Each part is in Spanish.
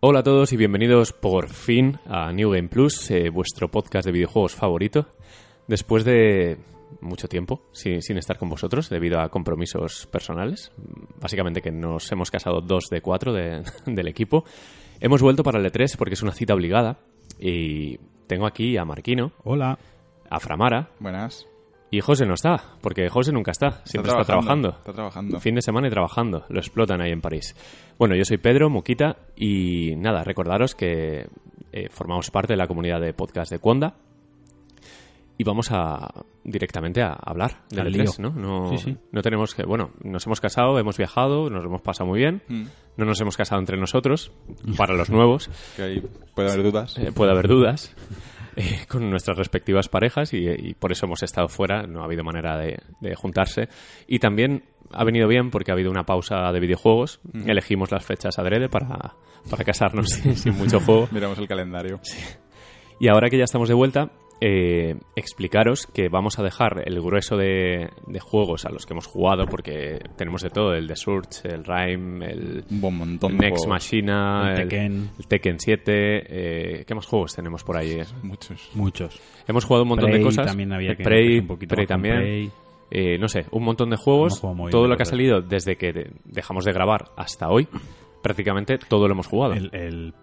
Hola a todos y bienvenidos por fin a New Game Plus, eh, vuestro podcast de videojuegos favorito. Después de mucho tiempo sin, sin estar con vosotros debido a compromisos personales, básicamente que nos hemos casado dos de cuatro de- del equipo, hemos vuelto para el E3 porque es una cita obligada y tengo aquí a Marquino, Hola. a Framara Buenas. y José no está, porque José nunca está, siempre está trabajando. Está trabajando. Fin de semana y trabajando. Lo explotan ahí en París. Bueno, yo soy Pedro Muquita y nada, recordaros que eh, formamos parte de la comunidad de podcast de Cuonda y vamos a directamente a hablar Al del lío. E3, ¿no? No, Sí, sí. no tenemos que... Bueno, nos hemos casado, hemos viajado, nos lo hemos pasado muy bien. Mm, No nos hemos casado entre nosotros, para los nuevos. que ahí puede haber dudas. Eh, puede haber dudas eh, con nuestras respectivas parejas y, eh, y por eso hemos estado fuera, no ha habido manera de, de juntarse. Y también ha venido bien porque ha habido una pausa de videojuegos, elegimos las fechas adrede para, para casarnos sin, sin mucho juego. Miramos el calendario. Y ahora que ya estamos de vuelta, eh, explicaros que vamos a dejar el grueso de, de juegos a los que hemos jugado, porque tenemos de todo, el de Surge, el Rime, el... Un buen montón de Next juegos. Machina, El Tekken. el Tekken 7, eh, ¿qué más juegos tenemos por ahí? eh? Muchos. Muchos. Hemos jugado un montón Prey de cosas. También había que Prey, meterse un poquito Prey más con también. Prey. Eh, no sé, un montón de juegos. Hemos jugado muy todo bien, lo que ha la salido desde que de- dejamos de grabar hasta hoy, prácticamente todo lo hemos jugado. El, el,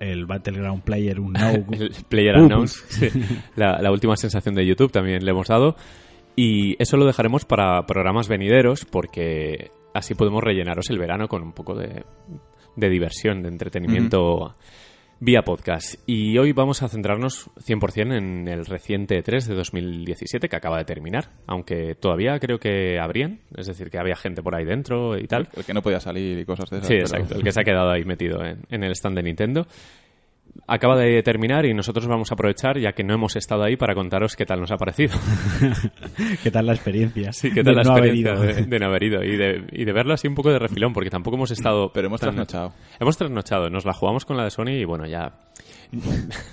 el Battleground Player, un no. El Player Ups. Unknown, sí. la, la última sensación de YouTube también le hemos dado. Y eso lo dejaremos para programas venideros porque así podemos rellenaros el verano con un poco de, de diversión, de entretenimiento vía podcast. Y hoy vamos a centrarnos 100% en el reciente E3 de 2017 que acaba de terminar, aunque todavía creo que habrían, es decir, que había gente por ahí dentro y tal. El que no podía salir y cosas de esas. Sí, pero- exacto. El que se ha quedado ahí metido en, en el stand de Nintendo. Acaba de terminar y nosotros vamos a aprovechar, ya que no hemos estado ahí, para contaros qué tal nos ha parecido. ¿Qué tal la experiencia? Sí, qué tal De la no haber experiencia Eh. ido. de, de no haber ido y de, y de verlo así un poco de refilón, porque tampoco hemos estado... Pero hemos tan- trasnochado. Hemos trasnochado, nos la jugamos con la de Sony y bueno, ya,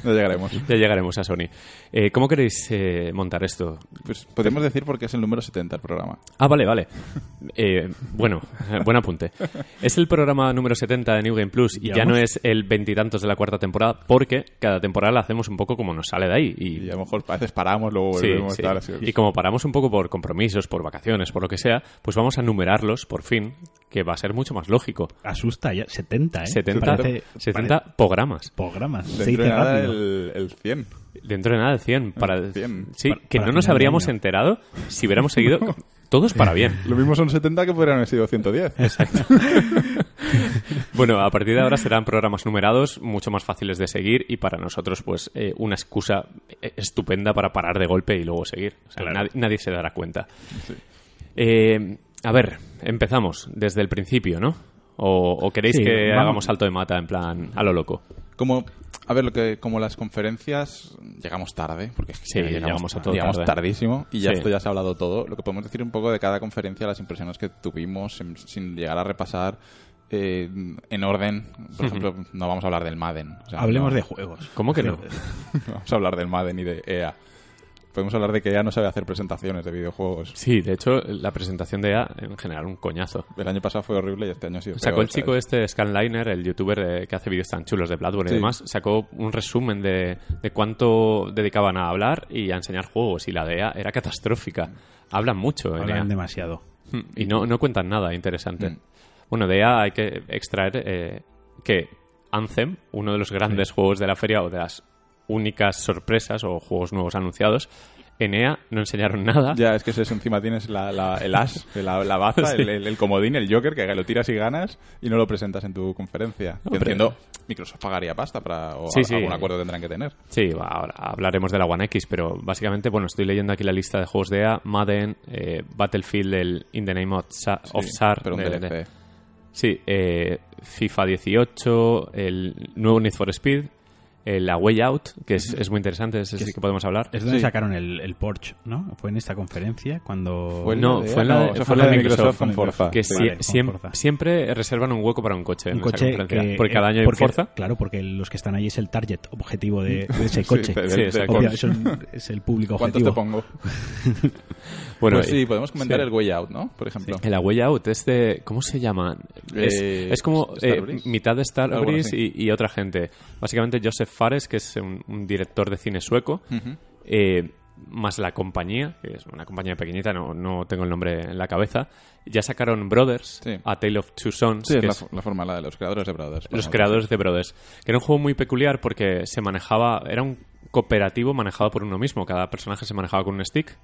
No llegaremos. ya llegaremos a Sony. Eh, ¿Cómo queréis eh, montar esto? Pues podemos decir porque es el número 70 el programa. Ah, vale, vale. Eh, bueno, buen apunte. Es el programa número 70 de New Game Plus y ya ¿Llevamos? no es el veintitantos de la cuarta temporada porque cada temporada la hacemos un poco como nos sale de ahí. Y, Y a lo mejor a veces paramos, luego Sí, volvemos. sí. tal, así. Y como paramos un poco por compromisos, por vacaciones, por lo que sea, pues vamos a numerarlos por fin, que va a ser mucho más lógico. Asusta ya. 70, ¿eh? 70, Parece- 70 programas. programas. Se Dentro dice de nada rápido. el, el 100. Dentro de nada, el 100. Para el- 100. Sí, Para- que para no nos final de habríamos año. enterado si hubiéramos seguido todos para bien. Lo mismo son 70 que podrían haber sido 110. Bueno, a partir de ahora serán programas numerados, mucho más fáciles de seguir y para nosotros, pues, eh, una excusa eh, estupenda para parar de golpe y luego seguir. O sea, nad- nadie se dará cuenta. Eh, a ver, empezamos desde el principio, ¿no? ¿O, o queréis Sí, que vamos. hagamos salto de mata en plan a lo loco? Como, a ver, lo que, como las conferencias llegamos tarde, porque es que Sí, llegamos a todo llegamos tarde. tardísimo y ya Sí. esto ya se ha hablado todo. Lo que podemos decir un poco de cada conferencia, las impresiones que tuvimos, sin, sin llegar a repasar eh, en orden. Por ejemplo, no vamos a hablar del Madden. o sea, Hablemos no- de juegos. ¿Cómo que no? Vamos a hablar del Madden y de EA. Podemos hablar de que EA no sabe hacer presentaciones de videojuegos. Sí, de hecho, la presentación de EA, en general, un coñazo. El año pasado fue horrible y este año ha sido Sacó peor, el chico ¿sabes? este, Scanliner, el youtuber de- que hace vídeos tan chulos de Bloodborne Sí. y demás, sacó un resumen de, de cuánto dedicaban a hablar y a enseñar juegos. Y la DEA era catastrófica. Hablan mucho en Hablan EA. demasiado. Mm, y no, no cuentan nada interesante. Mm. Bueno, de EA hay que extraer eh, que Anthem, uno de los grandes juegos de la feria o de las únicas sorpresas o juegos nuevos anunciados, en EA no enseñaron nada. Ya, es que eso es, encima tienes la, la- el as, la, la baza, Sí. el, el- el comodín, el Joker, que lo tiras y ganas y no lo presentas en tu conferencia. Yo Hombre. entiendo, Microsoft pagaría pasta para, o Sí, a- sí. algún acuerdo tendrán que tener. Sí, va, ahora hablaremos de la One X, pero básicamente, bueno, estoy leyendo aquí la lista de juegos de EA, Madden, eh, Battlefield, el In the Name of, Sa- of Sí, Sar, pero un de- DLC. de- sí, eh, FIFA 18, el nuevo Need for Speed, eh, la Way Out, que es, es muy interesante, ese sí que podemos hablar. Es donde Sí. sacaron el, el Porsche, ¿no? Fue en esta conferencia cuando... Fue el- no, de- fue en la no, de, eso fue en fue la de de Microsoft Microsoft, con Forza. que Sí, sie- con siem- Forza. siempre reservan un hueco para un coche en un esa coche conferencia, que- eh, porque cada año hay porque- Forza. Claro, porque los que están ahí es el target objetivo de, de ese coche. de- de- Sí, de- exacto. Obvio, con- es, un- es el público ¿Cuántos te objetivo. pongo? Bueno, pues eh, pues sí, podemos comentar sí. el Way Out, ¿no? Por ejemplo. El Away Out, este, ¿cómo se llama? Es, Eh, es como eh, Starbreeze. mitad de Star Ah, bueno, Breeze sí. y, y otra gente. Básicamente Joseph Fares, que es un, un director de cine sueco, Ujú. eh, más la compañía, que es una compañía pequeñita, no, no tengo el nombre en la cabeza, ya sacaron Brothers, Sí. a Tale of Two Sons, Sí, es que la, es fo- la forma la de los creadores de Brothers. los Bueno, creadores de Brothers, que era un juego muy peculiar porque se manejaba, era un cooperativo manejado por uno mismo, cada personaje se manejaba con un stick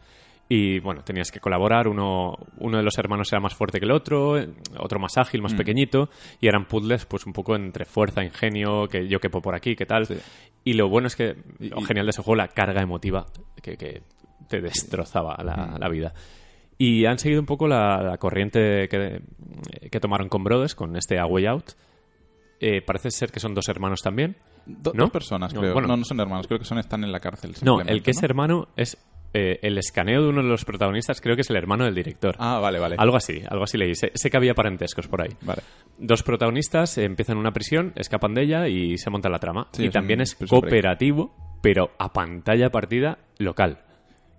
y bueno, tenías que colaborar, uno, uno de los hermanos era más fuerte que el otro, eh, otro más ágil, más pequeñito y eran puzzles pues un poco entre fuerza, ingenio, que yo quepo por aquí, qué tal. Sí. Y lo bueno es que, lo y- genial de ese juego, la carga emotiva que, que te destrozaba la, la vida. Y han seguido un poco la, la corriente que, que tomaron con Brothers, con este A Way Out, eh, parece ser que son dos hermanos también. Do- ¿No? Dos personas, No, creo. bueno. no, no son hermanos, creo que son están en la cárcel. No, simplemente, el que es hermano es eh, el escaneo de uno de los protagonistas, creo que es el hermano del director. Ah, vale, vale. Algo así, algo así leí. Sé, sé que había parentescos por ahí. Vale. Dos protagonistas eh, empiezan una prisión, escapan de ella y se monta la trama. Sí, y es un también es prison break. cooperativo, pero a pantalla partida local.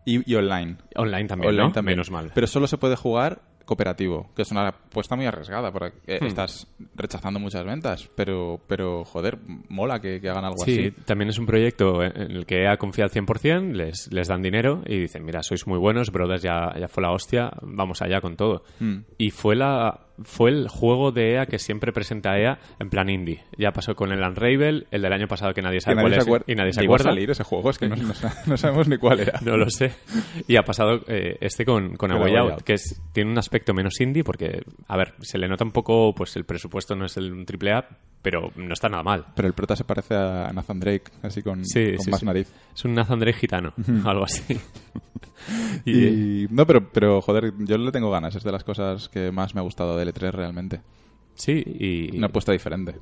Y, y online. Online también, Online ¿no? también. Menos mal. Pero solo se puede jugar cooperativo, que es una apuesta muy arriesgada, porque eh, estás rechazando muchas ventas, pero, pero joder, mola que, que hagan algo Sí, así. también es un proyecto en en el que EA confía al 100%, les, les dan dinero y dicen, mira, sois muy buenos, Brothers ya, ya fue la hostia, vamos allá con todo. Mm. Y fue, la, fue el juego de EA que siempre presenta EA en plan indie. Ya pasó con el Unravel, el del año pasado que nadie Que sabe nadie cuál se es acuer- y nadie se Llegó a acuerda. salir ese juego, es que no, no sa- no sabemos ni cuál era. No lo sé. Y ha pasado eh, este con, con A Con Way A Way Out, Out. que es, tiene un aspecto menos indie porque, a ver, se le nota un poco, pues el presupuesto no es el un triple A, pero no está nada mal. Pero el prota se parece a Nathan Drake, así con, Sí, Mm, con sí, más sí. nariz. Es un Nathan Drake gitano, algo así. y, eh, Y, no, pero, pero joder, yo le tengo ganas. Es de las cosas que más me ha gustado de L3 realmente. sí, y, Una apuesta diferente.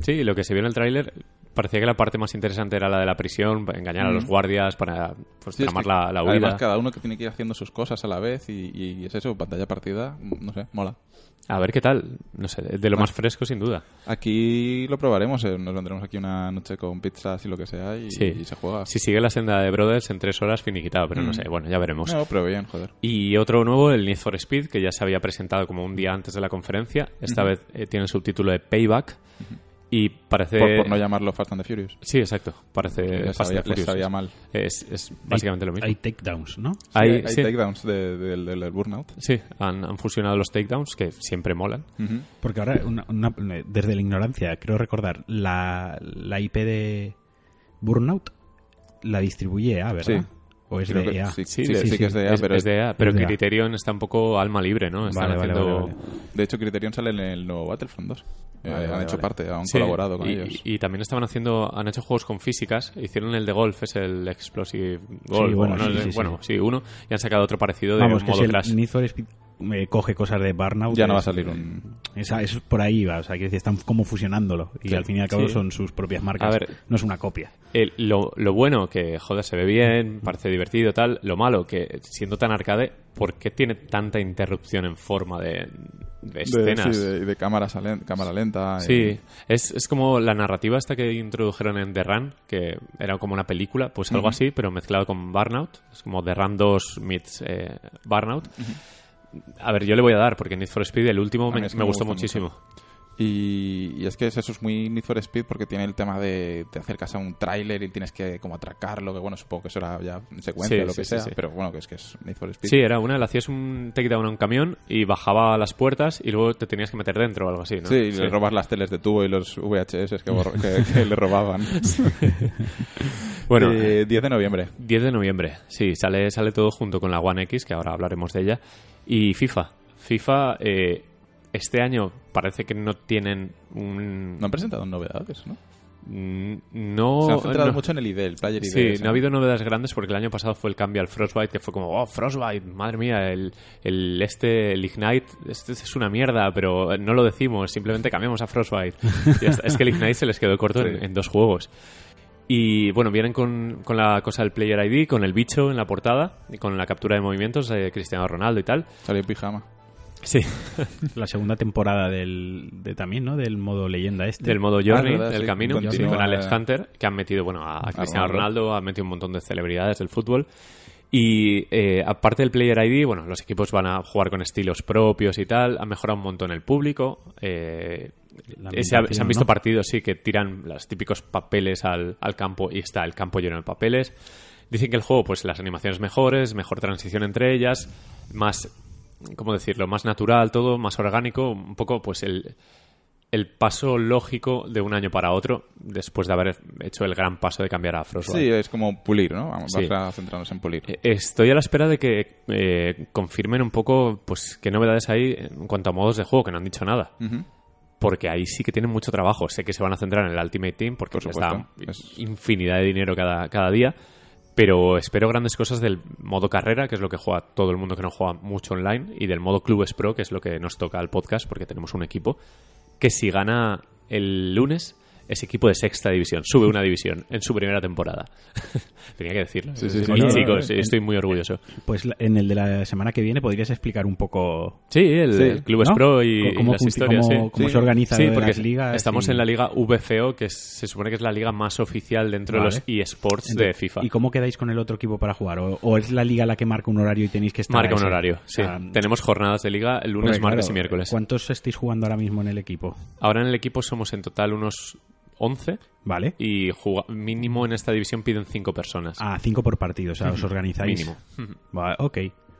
sí, lo que se vio en el tráiler parecía que la parte más interesante era la de la prisión, para engañar a los guardias, para pues, Sí, es tramar que la, la Además, huida. cada uno que tiene que ir haciendo sus cosas a la vez y, y es eso, pantalla partida, no sé, mola. A ver qué tal, no sé, de lo más fresco sin duda. Aquí lo probaremos, eh, nos vendremos aquí una noche con pizzas y lo que sea y, Sí. y se juega. Mm. Si sigue la senda de Brothers en tres horas finiquitado, pero no sé, bueno, ya veremos. No, pero bien, joder. Y otro nuevo, el Need for Speed, que ya se había presentado como un día antes de la conferencia. Esta vez eh, tiene el subtítulo de Payback y parece... Por, por no llamarlo Fast and the Furious. Sí, exacto. Parece les Eh, Fast and sabía, Furious. les sabía mal. Es, es básicamente lo mismo. Hay takedowns, ¿no? Sí, Hay- hay hay sí, takedowns de- del del- del Burnout. sí, han, han fusionado los takedowns que siempre molan. Ujú. Porque ahora, una- una- desde la ignorancia, creo recordar, la, la IP de Burnout la distribuye EA, ¿verdad? Sí. O es Pues de Creo E que EA. sí, Sí, sí, de- sí, que es de EA, Es, pero es de EA, pero es de EA. Criterion está un poco alma libre, ¿no? Están Vale, vale, haciendo... vale, vale. De hecho, Criterion sale en el nuevo Battlefront 2. Eh, Vale, han vale, hecho vale. parte, han Sí, colaborado con y, ellos. y también estaban haciendo, han hecho juegos con físicas, hicieron el de golf, es el Explosive Golf, bueno, bueno, no, sí, de- sí, sí. bueno, sí, uno, y han sacado otro parecido de Vamos, que modo si el crash. Need for Speed eh, coge cosas de Burnout... Ya no va a es- mm, salir un. Esa, eso es por ahí va, o sea, que están como fusionándolo y Sí, al fin y al cabo sí. son sus propias marcas, A ver. no es una copia. El- lo, lo bueno, que joder, se ve bien, parece divertido, tal. Lo malo, que siendo tan arcade, ¿por qué tiene tanta interrupción en forma de, de de, escenas? sí, de- de cámara, salen- cámara lenta. Sí, es, es como la narrativa esta que introdujeron en The Run, que era como una película, pues algo así, pero mezclado con Burnout. Es como The Run 2 meets eh, Burnout. A ver, yo le voy a dar, porque Need for Speed, el último, A me, mí es que me me gustó gusta muchísimo. Y, y es que eso es muy Need for Speed porque tiene el tema de te acercas a un tráiler y tienes que como atracarlo, que bueno, supongo que eso era ya en secuencia Sí, o lo sí, que sí, sea, sí. pero bueno, que es que es Need for Speed. Sí, era una, le hacías un takedown a un camión y bajaba a las puertas y luego te tenías que meter dentro o algo así, ¿no? Sí, y le robas las teles de tubo y los VHS que, borro- que- que le robaban. Bueno, Eh, 10 de noviembre. 10 de noviembre, sí, sale, sale todo junto con la One X, que ahora hablaremos de ella, y FIFA. FIFA, eh, este año parece que no tienen un... No han presentado novedades, ¿no? Mm, No, Se han centrado no. mucho en el ID, el player ID. Sí, ese. no ha habido novedades grandes porque el año pasado fue el cambio al Frostbite, que fue como, oh, Frostbite, madre mía, el, el este, el Ignite, este es una mierda, pero eh, no lo decimos, simplemente cambiamos a Frostbite. Ya está. Es que el Ignite se les quedó corto en, Sí. en dos juegos. Y bueno, vienen con, con la cosa del Player ID, con el bicho en la portada, y con la captura de movimientos de Cristiano Ronaldo y tal. Salió en pijama. Sí, La segunda temporada del de, también, ¿no? Del modo leyenda este. del modo Journey, Ah, verdad, del sí, camino, continúa, sí, con Alex eh, Hunter, que han metido bueno a, a Cristiano Ronaldo. Ronaldo, han metido un montón de celebridades del fútbol. Y eh, aparte del Player ID, bueno, los equipos van a jugar con estilos propios y tal. Ha mejorado un montón el público. eh, La eh, se, ha- ambientación, se han visto ¿no? partidos, sí, que tiran los típicos papeles al, al campo y está el campo lleno de papeles. Dicen que el juego, pues las animaciones mejores, mejor transición entre ellas, más, ¿cómo decirlo?, más natural todo, más orgánico, un poco pues el, el paso lógico de un año para otro después de haber hecho el gran paso de cambiar a Frostbite. Sí, es como pulir, ¿no? Vamos Pues Sí. a centrarnos en pulir. Eh, Estoy a la espera de que eh, confirmen un poco pues qué novedades hay en cuanto a modos de juego, que no han dicho nada. Ujú. Porque ahí sí que tienen mucho trabajo. Sé que se van a centrar en el Ultimate Team porque Por les supuesto, da es- infinidad de dinero cada, cada día. Pero espero grandes cosas del modo carrera, que es lo que juega todo el mundo que no juega mucho online, y del modo Clubes Pro, que es lo que nos toca al podcast porque tenemos un equipo que si gana el lunes es equipo de sexta división, sube una división en su primera temporada. Tenía que decirlo. Sí, sí, Y, sí, no, no, chicos, no, no. estoy muy orgulloso. Pues la- en el de la semana que viene podrías explicar un poco Sí, el, Sí. el Clubes ¿no? Pro y, C- y cómo, las func- historias. cómo- sí. cómo Sí. se organiza Sí, lo de porque las ligas estamos y- en la liga VFO, que es- se supone que es la liga más oficial dentro Vale. de los eSports de Entonces, FIFA. ¿Y cómo quedáis con el otro equipo para jugar? ¿O, o es la liga la que marca un horario y tenéis que estar? Marca a un ese? horario, sí. O sea, Tenemos jornadas de liga el lunes, porque, martes Ah, mm. claro, y miércoles. ¿Cuántos estáis jugando ahora mismo en el equipo? Ahora en el equipo somos en total unos 11 ¿Vale? y juga- mínimo en esta división piden 5 personas. A cinco por partido, o sea, os organizáis. mínimo. Ujú. Va- ok.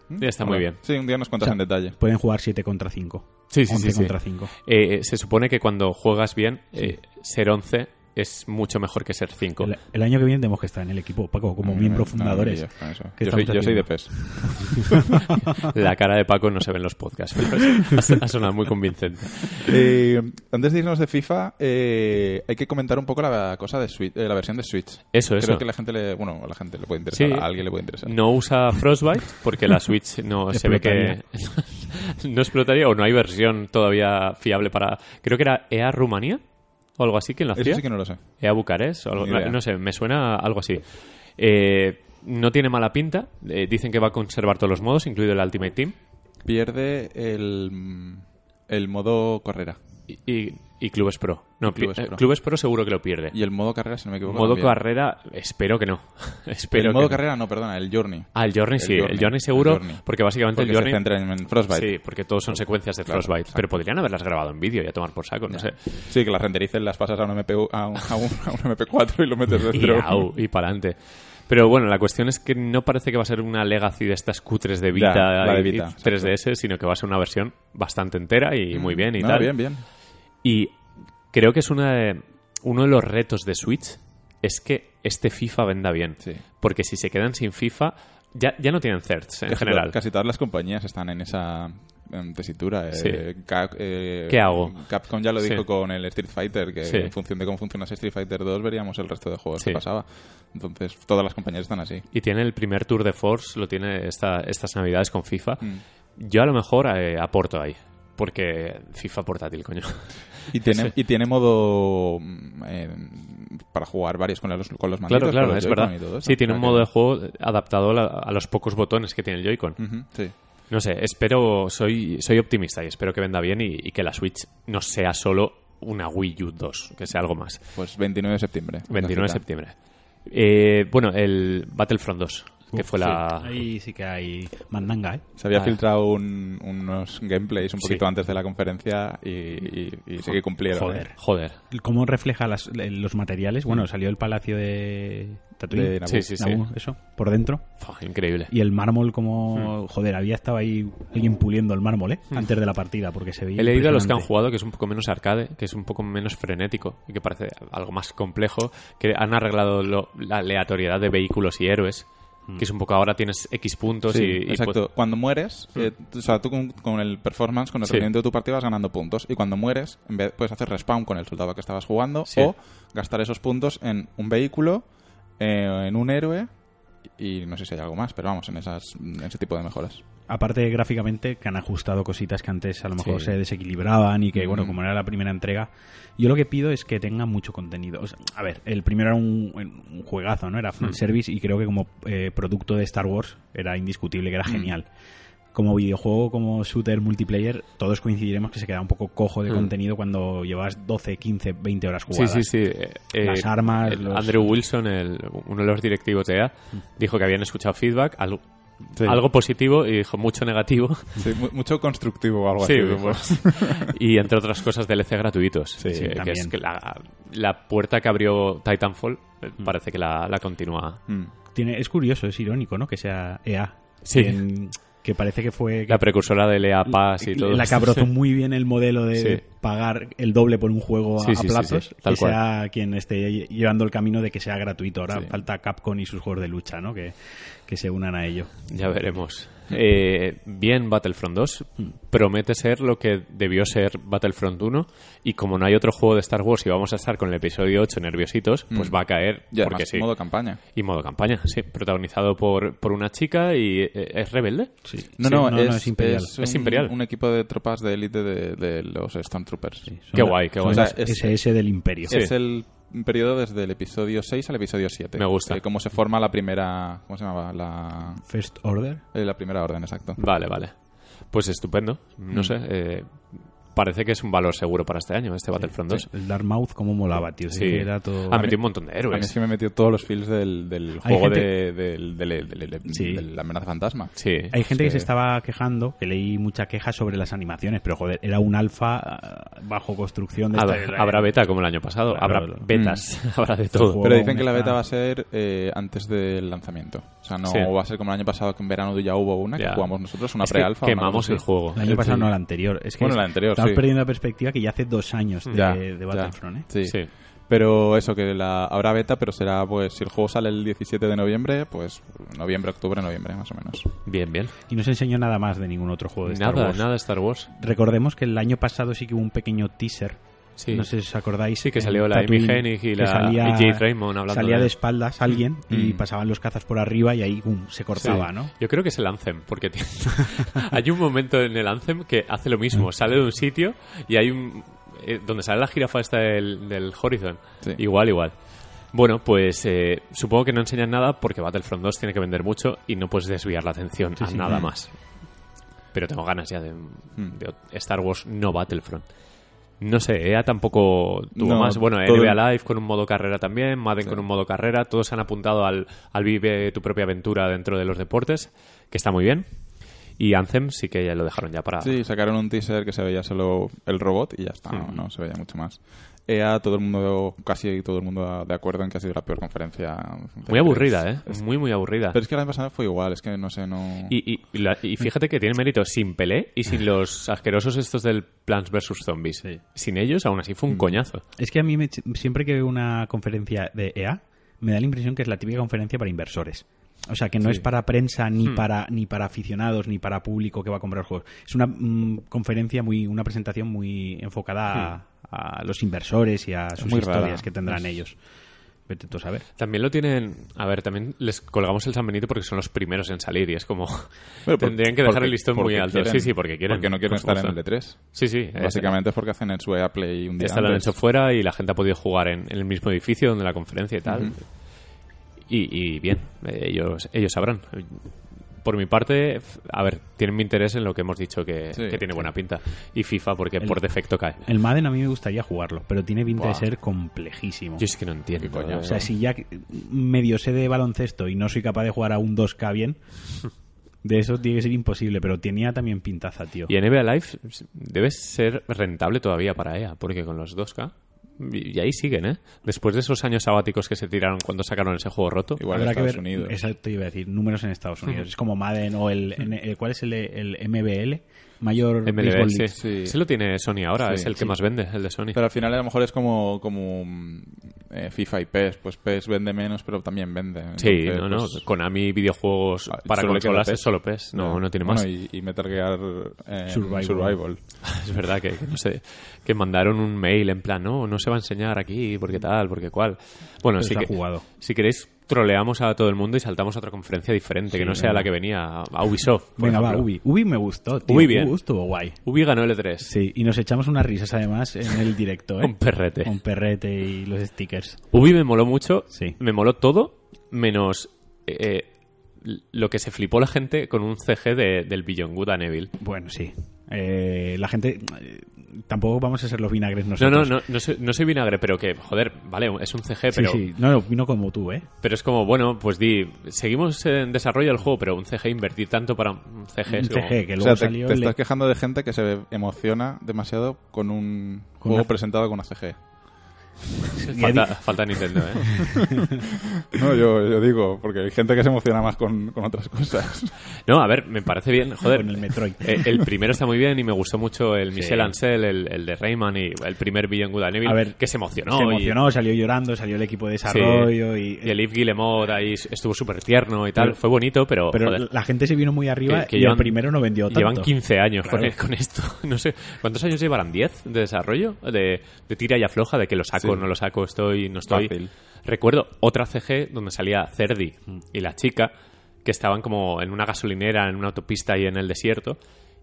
Ya Está muy bien. Sí, un día nos cuentas O sea, en detalle. Pueden jugar 7 contra 5. Sí, sí, 11 sí, sí. contra 5. Eh, se supone que cuando juegas bien, eh, ser 11 es mucho mejor que ser 5. El, el año que viene tenemos que estar en el equipo, Paco, como No, miembros Ah, no, no, no, fundadores. no, no, no, no. ¿Qué Yo soy, estamos yo soy de haciendo? PES. La cara de Paco no se ve en los podcasts. pero ha ha sonado muy convincente. Eh, antes de irnos de FIFA, eh, hay que comentar un poco la cosa de Switch, eh, la versión de Switch. Eso, Creo eso. que la gente le, bueno, a la gente le puede interesar, Sí. a alguien le puede interesar. No usa Frostbite porque la Switch no se ve que no explotaría o no hay versión todavía fiable para. Creo que era EA Rumanía o algo así quien la Eso hacía. sí que no lo sé. EA Bucarest o algo- Ni idea. no sé, me suena algo así. Eh, no tiene mala pinta. eh, dicen que va a conservar todos los modos, incluido el Ultimate Team Pierde el, mm, el modo carrera. y, y- y Clubes Pro. No, pi- eh, Clubes Clubes Pro. Pro. seguro que lo pierde. Y el modo carrera, si no me equivoco. modo también. carrera, espero que no. espero el modo que no. carrera, no, perdona, el Journey. Ah, el Journey El sí, Journey, el Journey seguro, el Journey. porque básicamente Porque el Journey. se centra en en Frostbite. Sí, porque todos son secuencias de Claro, Frostbite. exacto. pero podrían haberlas grabado en vídeo y a tomar por saco, pues no sé. Sí. que las rendericen, las pasas a un, MPU, a un, a un- a un MP4 y lo metes Y, dentro. au, y para adelante. Pero bueno, la cuestión es que no parece que va a ser una legacy de estas cutres de Vita, Ya, la de y- y Vita, exacto. Mm. 3DS, sino que va a ser una versión bastante entera y muy bien y No, tal. bien, bien. Y creo que es una de- uno de los retos de Switch es que este FIFA venda bien. Sí. Porque si se quedan sin FIFA, ya, ya no tienen certs en Casi general. to- Casi todas las compañías están en esa em, tesitura. eh, Sí. Cap- eh, ¿Qué hago? Capcom ya lo Sí. dijo con el Street Fighter, que Sí. en función de cómo funcionase Street Fighter 2 veríamos el resto de juegos Sí. que pasaba. Entonces, todas las compañías están así. Y tiene el primer Tour de Force, lo tiene esta- estas navidades con FIFA. Mm. Yo a lo mejor eh, aporto ahí. Porque FIFA portátil, coño. Y tiene, y tiene modo mm, eh, para jugar varios con los, con los claro, manditos. claro, con los es Joy-Con verdad. y todo eso. Sí, tiene O un sea modo de que- juego adaptado a, la- a los pocos botones que tiene el Joy-Con. Ujú, sí. No sé, espero, soy, soy optimista y espero que venda bien y, y que la Switch no sea solo una Wii U 2, que sea algo más. Pues 29 de septiembre. 29 de Cita. septiembre. Eh, bueno, el Battlefront 2, que Uf, fue la... sí. Ahí sí que hay mandanga, ¿eh? Se había Ah. filtrado un- unos gameplays un Sí. poquito antes de la conferencia y, y- y sí que cumplieron. Joder. ¿eh? Joder. ¿Cómo refleja las- los materiales? Bueno, salió el palacio de Tatooine. De Naboo. Sí, sí, sí. Naboo, eso, por dentro. Fua, increíble. Y el mármol Hmm. como... Joder, había estado ahí alguien puliendo el mármol, ¿eh? Antes de la partida, porque se veía He leído a los que han impresionante. jugado que es un poco menos arcade, que es un poco menos frenético y que parece algo más complejo, que han arreglado lo- la aleatoriedad de vehículos y héroes, que es un poco ahora tienes X puntos Sí, y, pues y exacto. Cuando mueres, eh, tú- o sea, tú con, con el performance, con el Sí. rendimiento de tu partida vas ganando puntos. Y cuando mueres, en vez, puedes hacer respawn con el soldado que estabas jugando Sí. o gastar esos puntos en un vehículo, eh, en un héroe y no sé si hay algo más, pero vamos, en, esas, en ese tipo de mejoras. Aparte, gráficamente, que han ajustado cositas que antes a lo mejor Sí. Hmm. se desequilibraban y que, bueno, Mm. como era la primera entrega, yo lo que pido es que tenga mucho contenido. O sea, a ver, el primero era un, un Hmm. Hmm. juegazo, ¿no? Era fan service y creo que como eh, producto de Star Wars era indiscutible que era genial. como videojuego, como shooter multiplayer, todos coincidiremos que se queda un poco cojo de Mm. contenido cuando llevas 12, 15, 20 horas Sí, jugadas. sí, sí. eh, eh, Las armas, el los- Andrew Wilson, el- uno de los directivos de EA, dijo que habían escuchado feedback, algo, Sí. algo positivo y dijo mucho negativo. Sí, mu- mucho constructivo o algo Sí, así. dijo. pues, y entre otras cosas DLC gratuitos. Sí, que también. es que la, la puerta que abrió Titanfall eh, parece que la, la continúa. Mm. Tiene, es curioso, es irónico, ¿no? Que sea EA. Sí. quien- que parece que fue... La precursora del EA Pass y todo. la que esto. abrazó muy bien el modelo de Sí. pagar el doble por un juego a, Sí, sí, sí, a plazos, sí, tal que sea quien esté lle- llevando el camino de que sea gratuito. Ahora falta Capcom y sus juegos de lucha, ¿no? Que, que se unan a ello. Ya veremos. Eh, bien, Battlefront 2 promete ser lo que debió ser Battlefront 1 y como no hay otro juego de Star Wars y vamos a estar con el episodio 8 nerviositos, pues Mm. va a caer Y además, porque sí. modo campaña. Y modo campaña, sí, protagonizado por, por una chica y eh, es rebelde. Sí. No, Sí, no, es, imperial. un, Es imperial. un equipo de tropas de élite de, de los Stormtroopers. Sí, son Qué la- guay, qué son guay. O sea, las es- SS del imperio. Sí. Es el periodo desde el episodio 6 al episodio 7. Me gusta. Eh, cómo se forma la primera... ¿Cómo se llamaba? La, First Order. eh, la primera orden, exacto. Vale, vale. Pues estupendo. Mm. No sé, eh, parece que es un valor seguro para este año, este Battlefront 2. El Dark Mouth como molaba, tío. Sí. Ah, Sí, que Era todo... Ha metido un montón de A mí es héroes. que me metió todos los feels del, del Hay juego gente- de, del- del- del- del- Sí. de la amenaza fantasma. Sí. Hay gente Es que se que- estaba quejando, que leí mucha queja sobre las animaciones, pero joder, era un alfa ah, bajo construcción de Habrá, esta- habrá beta como el año pasado. Claro, habrá claro. betas. habrá de todo. Mm. juego Pero dicen aún que la beta está- va a ser eh, antes del lanzamiento. O sea, no Sí. va a ser como el año pasado que en verano ya hubo una que Ya. jugamos nosotros, una Es que pre-alfa. una quemamos cosa el así. juego. El año pasado Sí. no, el anterior. Es que Bueno, el anterior, Estamos sí. perdiendo la perspectiva que ya hace dos años de, Ya, de ya. Battlefront, ¿eh? Sí. Sí. Pero eso, que la, habrá beta, pero será, pues, si el juego sale el 17 de noviembre, pues noviembre, octubre, noviembre, más o menos. Bien, bien. Y no se enseñó nada más de ningún otro juego de Star Nada, Wars. nada Star Wars. Recordemos que el año pasado sí que hubo un pequeño teaser. Sí. No sé si os acordáis. Sí, que en salió la Amy Tatooine, Hennig y que la- y Jade Raymond hablando Salía de- de espaldas alguien y Mm. pasaban los cazas por arriba y ahí boom, se cortaba, Sí. ¿no? Yo creo que es el Anthem, porque tiene- hay un momento en el Anthem que hace lo mismo, sale de un sitio y hay un... eh, donde sale la jirafa esta del, del Horizon. Sí. Igual, igual. Bueno, pues eh, supongo que no enseñan nada porque Battlefront 2 tiene que vender mucho y no puedes desviar la atención a nada más. Pero tengo ganas ya de, de Star Wars no Battlefront. No sé, EA tampoco tuvo No, más. Bueno, todo- NBA Live con un modo carrera también, Madden con un modo carrera, todos se han apuntado al, al vive tu propia aventura dentro de los deportes, que está muy bien. Y Anthem sí que ya lo dejaron ya para... Sí, sacaron un teaser que se veía solo el robot y ya está, no, no se veía mucho más. EA, todo el mundo, casi todo el mundo a- de acuerdo en que ha sido la peor conferencia. Muy aburrida, ¿eh? Muy, muy aburrida. Pero es que el año pasado fue igual, es que no sé, no... Y, y- y la- y fíjate que tiene mérito sin Pelé y sin los asquerosos estos del Plants vs. Zombies. Sí. Sin ellos, aún así, Mm. fue un coñazo. Es que a mí me ch- siempre que veo una conferencia de EA me da la impresión que es la típica conferencia para inversores. O sea, que no es para prensa ni Hmm. para ni para aficionados ni para público que va a comprar juegos. Es una mm, conferencia muy una presentación muy Hmm. enfocada a, a los inversores y a sus muy historias rara. que tendrán ellos. Vete tú a saber. También lo tienen... A ver, también les colgamos el San Benito porque son los primeros en salir y es como... Pero por- tendrían que dejar porque- el listón porque muy alto. quieren- sí, sí, porque quieren. Porque no quieren por estar en el supuesto. E3. Sí, sí. Básicamente es porque hacen en su EA Play un día Esta la han antes. hecho fuera y la gente ha podido jugar en, en el mismo edificio donde la conferencia y tal. y, y bien, eh, ellos, ellos sabrán. Por mi parte, f- a ver, tienen mi interés en lo que hemos dicho que, Sí, que tiene sí. buena pinta. Y FIFA, porque El- por defecto cae. El Madden a mí me gustaría jugarlo, pero tiene pinta Buah. de ser complejísimo. Yo es que no entiendo. eh. Qué coñazo. O sea, si ya medio sé de baloncesto y no soy capaz de jugar a un 2K bien, de eso tiene que ser imposible, pero tenía también pintaza, tío. Y NBA Live debe ser rentable todavía para EA, porque con los 2K. Y y ahí siguen, ¿eh? Después de esos años sabáticos que se tiraron cuando sacaron ese juego roto. Igual en Habrá que Estados ver, Unidos. exacto, iba a decir, números en Estados Unidos. Es como Madden o el, en- el- ¿cuál es el, el MBL? Mayor MLB, Baseball sí. League. Sí. Ese lo tiene Sony ahora, Sí, es el que sí. más vende, el de Sony. Pero al final a lo mejor es como, como mm, eh, FIFA y PES. Pues PES vende menos, pero también vende. sí, Entonces, no, no. pues, Konami, videojuegos ah, para solo le queda consolas PES. es solo PES, no, pues, Ya. no tiene Bueno, más. y, y Metal Gear eh, Survival. Survival. Es verdad que, que no sé, que mandaron un mail en plan, no, no se va a enseñar aquí, porque tal, porque cual. Bueno, Pero sí se ha que, jugado. si queréis, troleamos a todo el mundo y saltamos a otra conferencia diferente, que no sea la que venía a Ubisoft. por Venga, va, ejemplo. Ubi. Ubi me gustó, tío. Ubi bien. Ubi estuvo guay. Ubi ganó el E E3. Sí, y nos echamos unas risas además en el directo, ¿eh? Un perrete. Con perrete y los stickers. Ubi me moló mucho. Sí. Me moló todo, menos eh, lo que se flipó la gente con un CG de, del Beyond Good and Evil. Bueno, sí. Eh, la gente. eh, tampoco vamos a ser los vinagres No, nosotros. no, no, no soy, no soy vinagre, pero que, joder, vale, es un CG, Sí, pero, sí. No, no, no como tú, ¿eh? pero es como, bueno, pues di, seguimos en desarrollo del juego, pero un CG, invertir tanto para un CG Un es como- CG que O luego sea, te, salió. te le- estás quejando de gente que se emociona demasiado con un Con juego una- presentado con una CG. Falta, falta Nintendo, ¿eh? No, yo, yo digo, porque hay gente que se emociona más con, con otras cosas. No, a ver, me parece bien, joder. Con el Metroid. Eh, el primero está muy bien y me gustó mucho el Michel Sí. Ancel, el, el de Rayman y el primer Beyond Good and Evil, A ver, que se emocionó. se y- emocionó, salió llorando, salió el equipo de sí. desarrollo este y, y, el Yves Guillemot ahí estuvo súper tierno y tal. Pero- Fue bonito, pero, eh, pero joder, la gente se vino muy arriba que- que y llevan- el primero no vendió tanto. Llevan 15 años con- e- Claro. con, esto. No sé, ¿cuántos años llevarán? ¿10 de desarrollo? De, de tira y afloja, de que lo saco, Sí. no lo saco, estoy, no estoy. Fácil. Recuerdo otra CG donde salía Cerdi y la chica que estaban como en una gasolinera, en una autopista y en el desierto.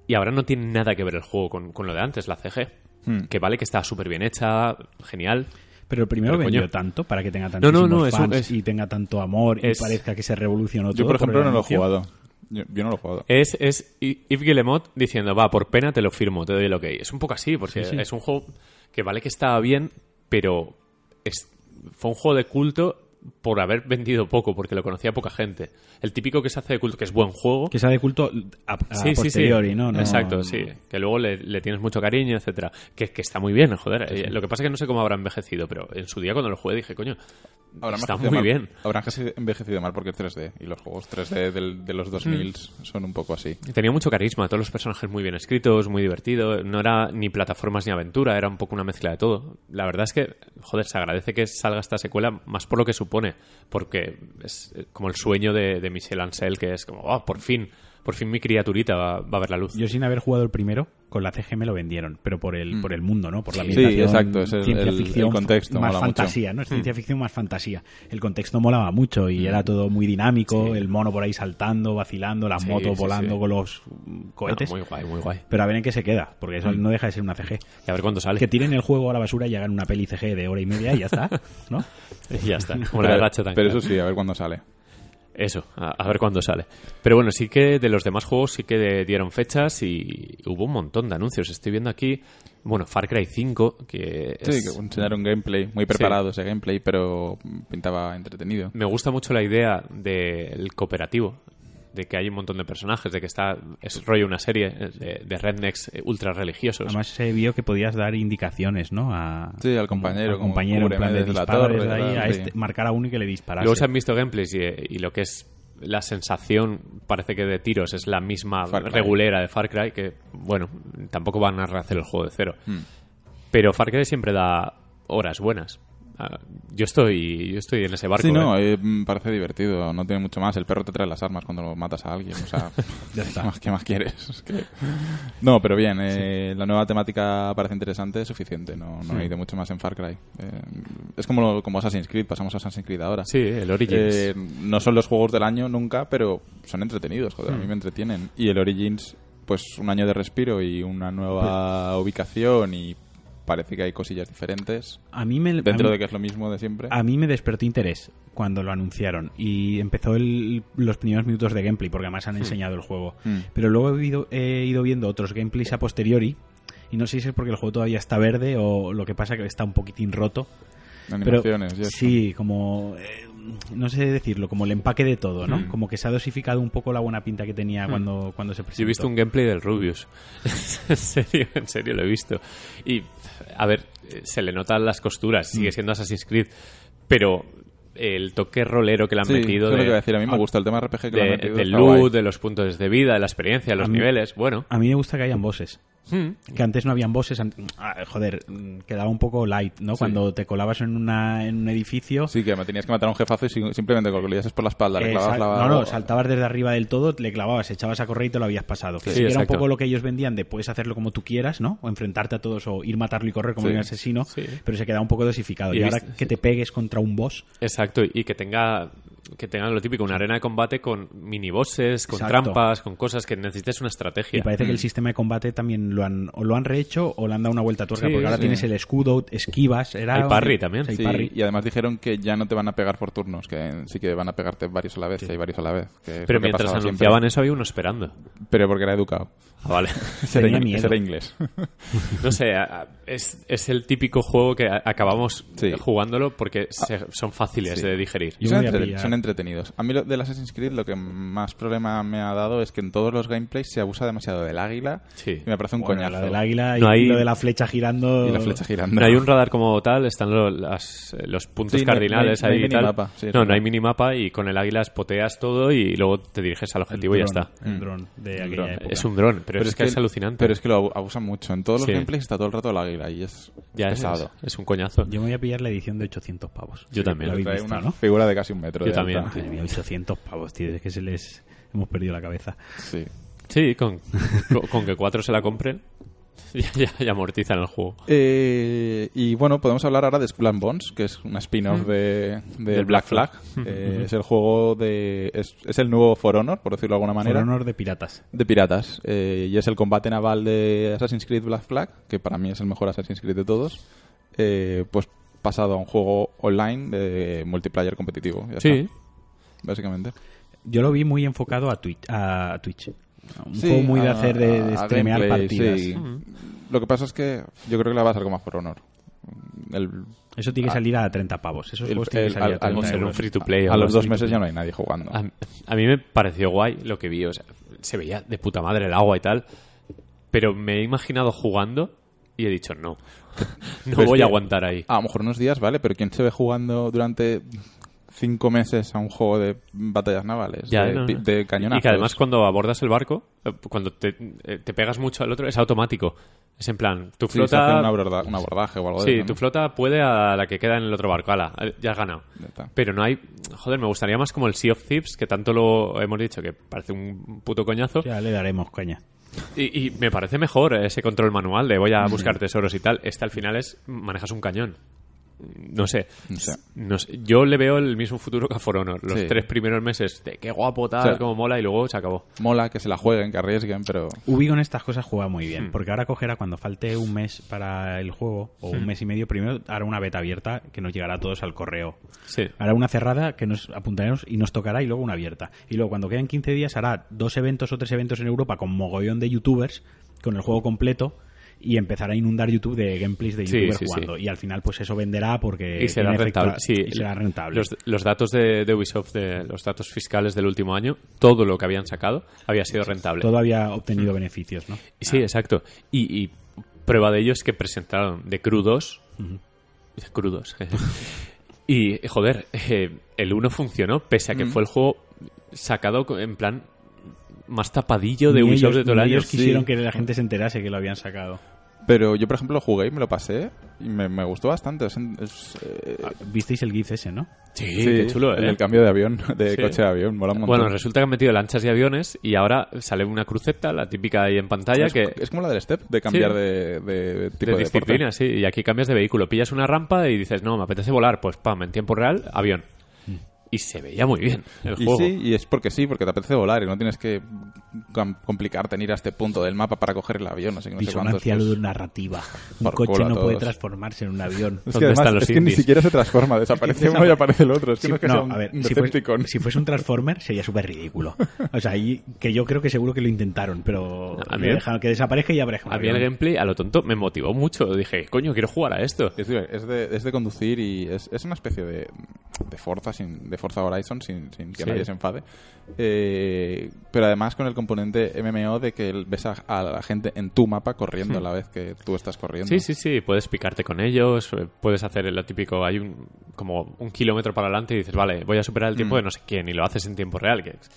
Y ahora no tiene nada que ver el juego con, con lo de antes, la CG. Hmm. Que vale, que está súper bien hecha, genial. Pero el primero Pero, vendió coño. tanto para que tenga no, tantísimos no, es un- fans es- y tenga tanto amor es- y parezca que se revolucionó todo. Yo, por ejemplo, el no lo he anuncio. jugado. Yo, yo no lo he jugado. Es, es I- Yves Guillemot diciendo, va, por pena te lo firmo, te doy el ok. Es un poco así, porque Sí, sí. es un juego que vale que estaba bien, pero es- fue un juego de culto por haber vendido poco, porque lo conocía poca gente. El típico que se hace de culto, que es buen juego. Que sea de culto a, a Sí, sí, sí. posteriori, ¿no? No- Exacto, sí. Que luego le, le tienes mucho cariño, etcétera. Que, que está muy bien, joder. Eh, Lo que pasa es que no sé cómo habrá envejecido, pero en su día cuando lo jugué dije, coño, Habrán está envejecido muy mal- bien. Habrán casi envejecido mal porque es 3D. Y los juegos 3D del- de los 2000 son un poco así. Tenía mucho carisma, todos los personajes muy bien escritos, muy divertido. No era ni plataformas ni aventura, era un poco una mezcla de todo. La verdad es que, joder, se agradece que salga esta secuela más por lo que supone, porque es eh, como el sueño de, de Michel Ancel, que es como, oh, por fin, por fin mi criaturita va, va a ver la luz. Yo sin haber jugado el primero, con la CG me lo vendieron, pero por el, por el mundo, ¿no? Por la Mm. Sí, ambientación, exacto, ese es ciencia el- el ficción, contexto, más mola mucho. Mm. fantasía, ¿no? Es ciencia ficción más fantasía. El contexto molaba mucho y era todo muy dinámico, el mono por ahí saltando, vacilando, las Sí, motos sí, volando sí. con los mm, cohetes. Ah, muy guay, muy guay. Pero a ver en qué se queda, porque Mm. eso no deja de ser una CG. Y a ver cuándo sale. Que tiren el juego a la basura y hagan una peli CG de hora y media y ya está, ¿no? Y ya está, como la de pero, Ratchet and pero Clank. eso sí, a ver cuándo sale. Eso, a, a ver cuándo sale. Pero bueno, sí que de los demás juegos sí que de- dieron fechas y hubo un montón de anuncios. Estoy viendo aquí, bueno, Far Cry 5, que Sí, es- que enseñaron gameplay, muy preparado ese gameplay, pero pintaba entretenido. me gusta mucho la idea del cooperativo, de que hay un montón de personajes, de que está es rollo una serie eh, de, de rednecks eh, ultra religiosos. Además se vio que podías dar indicaciones, ¿no? A, Sí, al compañero, al como compañero en cúbreme plan de desde la disparar torre, desde ahí, tal, a sí. este- marcar a uno y que le disparase. Luego se han visto gameplays y, y lo que es la sensación, parece que de tiros es la misma Far Cry. regulera de Far Cry, que bueno, tampoco van a rehacer el juego de cero. Hmm. Pero Far Cry siempre da horas buenas. Ah, Yo estoy, yo estoy en ese barco. Sí, no, ¿eh? eh, mm, parece divertido, no tiene mucho más. El perro te trae las armas cuando matas a alguien, o sea, Ya está. ¿qué, más, qué más quieres? Es que- No, pero bien, eh, la nueva temática parece interesante, es suficiente, no, no hay de mucho más en Far Cry. Eh, es como, lo- como Assassin's Creed, pasamos a Assassin's Creed ahora. Sí, el Origins. Eh, no son los juegos del año nunca, pero son entretenidos, joder, Mm. a mí me entretienen. Y el Origins, pues un año de respiro y una nueva ubicación y parece que hay cosillas diferentes. A mí me, a Dentro mí- de que es lo mismo de siempre. a mí me despertó interés cuando lo anunciaron y empezó el- los primeros minutos de gameplay porque además han enseñado el juego. Mm. Pero luego he ido, he ido viendo otros gameplays a posteriori y no sé si es porque el juego todavía está verde o lo que pasa que está un poquitín roto. Pero- Animaciones, ya está. sí, como eh, no sé decirlo, como el empaque de todo, Mm. ¿no? Como que se ha dosificado un poco la buena pinta que tenía cuando, cuando se presentó. Pues Yo he visto un gameplay del Rubius. en serio, en serio lo he visto. Y, a ver, eh, se le notan las costuras, Mm. sigue siendo Assassin's Creed, pero el toque rolero que le han Sí, metido eso es lo que iba a de, decir. A mí me gusta el tema RPG que le han de- metido, del está loot, guay. de los puntos de vida, de la experiencia, de los A mí- niveles, bueno. A mí me gusta que hayan voces. Mm. Hmm. Que antes no habían voces, an- ah, joder, mm, quedaba un poco light, ¿no? Cuando te colabas en, una, en un edificio, Sí, que me tenías que matar a un jefazo y si- simplemente con que le dieses por la espalda, le eh, clavabas sal- no, la... no, saltabas desde arriba del todo, le clavabas, echabas a correr y te lo habías pasado. Sí, Que era un exacto. poco lo que ellos vendían de puedes hacerlo como tú quieras, ¿no? O enfrentarte a todos o ir matarlo y correr como Sí, un asesino, sí. pero se quedaba un poco dosificado. Y Y, ahora viste- que te pegues contra un boss, Exacto, y que tenga que tengan lo típico, una arena de combate con minibosses, con Exacto. trampas, con cosas que necesites una Y estrategia. parece que el sistema de combate también lo han, o lo han rehecho o le han dado una vuelta a tuerca, Sí, porque ahora sí. tienes el escudo, esquivas, era... Hay parry también. Sí, El Sí, parry. y además dijeron que ya no te van a pegar por turnos, que sí que van a pegarte varios a la vez, y hay varios a la vez. que es Pero lo que mientras pasaba siempre. anunciaban eso había uno esperando. Pero porque era educado. Ah, vale. Ese era Tenía ing- miedo. ese era inglés. No sé, a- a- es, es el típico juego que a- acabamos Sí. Ah. jugándolo porque se- son fáciles sí. de digerir. Yo son, voy a entreten- pillar. son entretenidos. A mí lo del Assassin's Creed lo que más problema me ha dado es que en todos los gameplays se abusa demasiado del águila Sí. y me parece un Bueno, coñazo. la del águila y No hay- lo de la flecha girando... Y la flecha girando. No hay un radar como tal, están lo- las, eh, los puntos Sí, no hay- cardinales no hay- no hay ahí y tal. minimapa, sí, es no, no verdad. hay minimapa y con el águila espoteas todo y luego te diriges al objetivo y ya dron, está. Mm. El dron de aquella dron. época. Es un dron, pero, es, que, es alucinante. Pero es que lo abu- abusan mucho. En todos los Sí. gameplays está todo el rato el águila y es ya es, pesado. es un coñazo. Yo me voy a pillar la edición de 800 pavos. Yo también. Lo Pero habéis Trae visto, una ¿no? figura de casi un metro. Yo de también. alta. Madre mía, 800 pavos, tío. Es que se les... Hemos perdido la cabeza. Sí. Sí, con, con, con que cuatro se la compren, ya, ya, ya amortizan el juego. Eh, y bueno, podemos hablar ahora de Skull and Bones, que es una spin-off de, de Mm. Del Mm. Black Black Flag. Eh, es el juego de. Es, es el nuevo For Honor, por decirlo de alguna Por manera. honor de piratas. De piratas. Eh, y es el combate naval de Assassin's Creed Black Flag, que para mí es el mejor Assassin's Creed de todos. eh, pues pasado a un juego online de multiplayer competitivo. ya Sí, está, básicamente. Yo lo vi muy enfocado a Twitch. A Twitch. Un Sí, juego muy de a- hacer de, de a streamear gameplay, partidas. sí. Lo que pasa es que yo creo que la va a ser como a For Honor. El, Eso tiene que Ah. salir a 30 pavos. Esos el- juegos tienen el- que salir a al- al 30 ser un euros. free to play o a algo los dos así. Ah, meses ya no hay nadie jugando. A, a mí me pareció guay lo que vi. O sea, se veía de puta madre el agua y tal. Pero me he imaginado jugando y he dicho no. No Pero es voy que- Ah, a aguantar ahí. A lo mejor unos días, ¿vale? Pero ¿quién se ve jugando durante cinco meses a un juego de batallas navales? Ya, de, no, no. pi- de cañonazos. Y que además cuando abordas el barco, eh, cuando te, eh, te pegas mucho al otro, es automático. Es en plan, tu Sí, se hace flota... un aborda- un abordaje o algo de sí, eso, tu ¿no? flota puede a la que queda en el otro barco. Ala, eh, ya has ganado. Ya está. Pero no hay... Joder, me gustaría más como el Sea of Thieves, que tanto lo hemos dicho, que parece un puto coñazo. Ya le daremos caña. Mm. Y, y me parece mejor ese control manual de voy a buscar tesoros y tal. Este al final es manejas un cañón. No sé. No sé. No sé. Yo le veo el mismo futuro que a For Honor. Los Sí. tres primeros meses de qué guapo tal, O sea, cómo mola y luego se acabó. Mola que se la jueguen, que arriesguen, pero... Ubi con estas cosas juega muy Hmm. bien, porque ahora cogerá cuando falte un mes para el juego, o Hmm. un mes y medio, primero hará una beta abierta que nos llegará a todos al correo. Sí. Hará una cerrada que nos apuntaremos y nos tocará y luego una abierta. Y luego cuando queden 15 días hará dos eventos o tres eventos en Europa con mogollón de youtubers, con el juego completo. Y empezará a inundar YouTube de gameplays de Sí, youtubers sí, sí. jugando. Y al final, pues eso venderá porque. Y será tiene Eh, efecto- rentable. Sí, y será rentable. Los, los datos de, de Ubisoft, de los datos fiscales del último año, todo lo que habían sacado había sido rentable. Todo había Mm. obtenido beneficios, ¿no? Sí, exacto. Y, y prueba de ello es que presentaron de crudos. Crudos. eh. y, joder, eh, el 1 funcionó, pese a Mm. que fue el juego sacado co- en plan más tapadillo de Ni Ubisoft ellos- de todo el ni año. ellos Sí. quisieron que la gente se enterase que lo habían sacado. Pero yo, por ejemplo, lo jugué y me lo pasé y me, me gustó bastante. Es, es, eh, Visteis el GIF ese, ¿no? Sí, sí, qué chulo, el ¿eh? del cambio de avión, de Sí. coche a avión, mola un montón. Bueno, resulta que han metido lanchas y aviones y ahora sale una cruceta, la típica ahí en pantalla, es, que es como la del step, de cambiar Sí. de, de tipo de de, deporte. disciplina, sí. Y aquí cambias de vehículo. Pillas una rampa y dices, no, me apetece volar. Pues pam, en tiempo real, avión. Mm. Y se veía muy bien el Y juego. sí, y es porque sí, porque te apetece volar y no tienes que com- complicarte en ir a este punto del mapa para coger el avión, no sé, qué, no sé cuántos. Disonancia pues. narrativa. Un Por coche culo a no puede todos. transformarse en un avión. Es ¿Dónde que además, están los es que ni indies? siquiera se transforma, desaparece uno y aparece el otro. Es Sí, que no es que no, sea un a ver, si fuese, Decepticon. si fuese un Transformer sería súper ridículo. O sea, ahí que yo creo que seguro que lo intentaron, pero A le mí- dejaron que desaparezca y aparezca. un A mí el avión. gameplay, a lo tonto, me motivó mucho. Dije, coño, quiero jugar a esto. Es, diver- es de, es de conducir y es, es una especie de, de Forza sin, de Forza Horizon sin, sin que Sí. nadie se enfade. Eh, pero además con el componente MMO de que el- ves a, a la gente en tu mapa corriendo a la vez que tú estás corriendo. Hmm. Sí, sí, sí, puedes picarte con ellos, eh, puedes hacer el típico, hay un, como un kilómetro para adelante y dices, vale, voy a superar el tiempo Mm. de no sé quién y lo haces en tiempo real. Que es,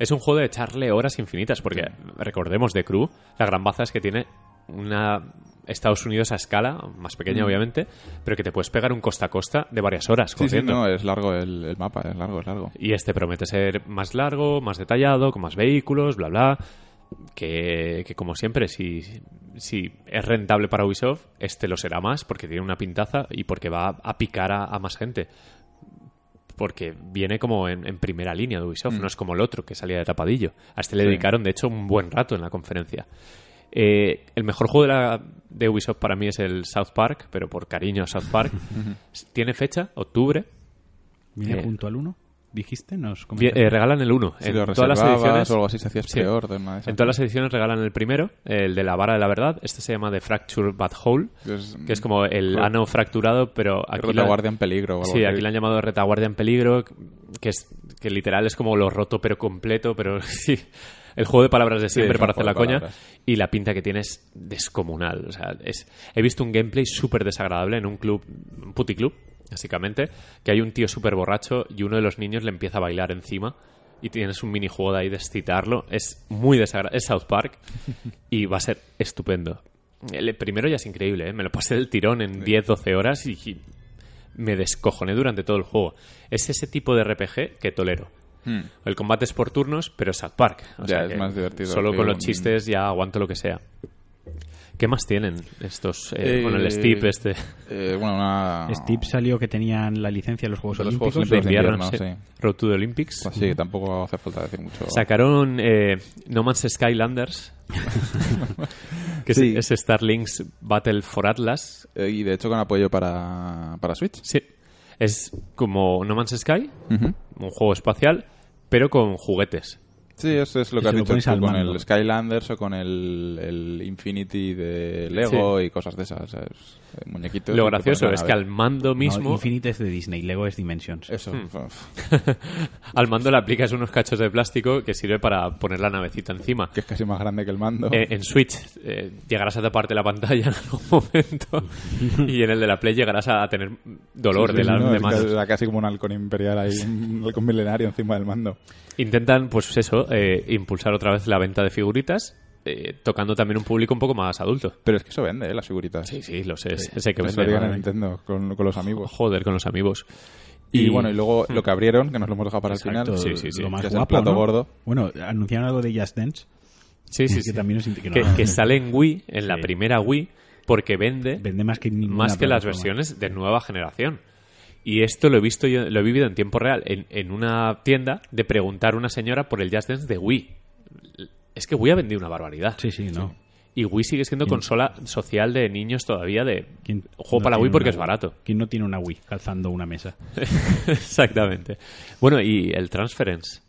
es un juego de echarle horas infinitas, porque recordemos de Crew, la gran baza es que tiene una Estados Unidos a escala, más Mm. pequeña obviamente, pero que te puedes pegar un costa a costa de varias horas Sí, sí, corriendo. no, es largo el, el mapa, es largo, es largo. Y este promete ser más largo, más detallado, con más vehículos, bla, bla. Que, que como siempre, si, si es rentable para Ubisoft, este lo será más porque tiene una pintaza y porque va a picar a, a más gente. porque viene como en, en primera línea de Ubisoft, Mm. no es como el otro que salía de tapadillo. A este le Sí. dedicaron, de hecho, un buen rato en la conferencia. Eh, el mejor juego de, la- de Ubisoft para mí es el South Park, pero por cariño a South Park. S- Tiene fecha, octubre. Viene Eh. junto al 1, dijiste, nos Vi- eh, comentaste. regalan el 1. Si en lo todas las reservabas ediciones. o algo así, se hacías Sí. pre-order, una de esas. En todas las ediciones regalan el primero, el de la vara de la verdad. Este se llama The Fracture Bad Hole, que es como el Creo- ano fracturado, pero aquí la- Retaguardia en peligro o algo Sí, así. aquí le han llamado retaguardia en peligro, que es que literal es como lo roto pero completo, pero sí, el juego de palabras de Sí, siempre es un para hacer la juego de coña palabras. y la pinta que tiene es descomunal, o sea, es he visto un gameplay súper desagradable en un club, un puticlub, básicamente, que hay un tío súper borracho y uno de los niños le empieza a bailar encima y tienes un minijuego de ahí de excitarlo, es muy desagradable, es South Park y va a ser estupendo. El primero ya es increíble, ¿eh? me lo pasé del tirón en 10-12 horas y y me descojoné durante todo el juego. Es ese tipo de RPG que tolero. Hmm. El combate es por turnos, pero es South Park. O Ya, sea es que más divertido, Solo sí, con los un- chistes ya aguanto lo que sea. ¿Qué más tienen estos? eh, Eh, con el Steve este. Eh, bueno, una... Steve salió que tenían la licencia de los Juegos De los Olímpicos. Juegos De Olímpicos. de invierno, invierno, sí. Road to the Olympics. Así que pues tampoco hace falta decir mucho. Sacaron eh, No Man's Skylanders. que es- Sí. es, Starlink's Battle for Atlas. Eh, y de hecho con apoyo para, para Switch. Sí. Es como No Man's Sky, Ujú. un juego espacial, pero con juguetes. Sí, eso es lo Que que has se lo dicho pones tú al con mando. el Skylanders o con el, el Infinity de Lego y cosas de esas. ¿sabes? Eh, Muñequitos. Lo y te gracioso pones es a que ver. al mando mismo, No, Infinite es de Disney, Lego es Dimensions. Eso. uf, al mando le aplicas unos cachos de plástico que sirve para poner la navecita encima. Que es casi más grande que el mando. Eh, en Switch eh, llegarás a taparte la pantalla en algún momento y en el de la Play llegarás a tener dolor Sí, de sí, la no, de es manos. casi- era casi como un halcón imperial ahí, un halcón milenario encima del mando. Intentan, pues eso, eh, impulsar otra vez la venta de figuritas, eh, tocando también un público un poco más adulto. Pero es que eso vende, ¿eh? Las figuritas. Sí, sí, lo sé, sé que Eso lo vende. digan en madre mía. Nintendo con, con los amigos. Joder, con los amigos. Y, bueno, y luego lo que abrieron, que nos lo hemos dejado para Exacto, el final. Sí, sí, sí. Lo más que es el guapo, plato ¿no? gordo. Bueno, anunciaron algo de Just Dance, Sí, sí, que sí. también es int- que no- que, que sale en Wii, en la Sí. primera Wii, porque vende, vende más que ninguna más que las plataforma. versiones de nueva generación. Y esto lo he visto yo, lo he vivido en tiempo real, en, en una tienda, de preguntar a una señora por el Just Dance de Wii. Es que Wii ha vendido una barbaridad. Sí, sí, no. Y Wii sigue siendo consola social de niños todavía de ¿Quién juego no para tiene Wii porque una es barato. ¿Quién no tiene una Wii calzando una mesa? Exactamente. Bueno, y el Transference,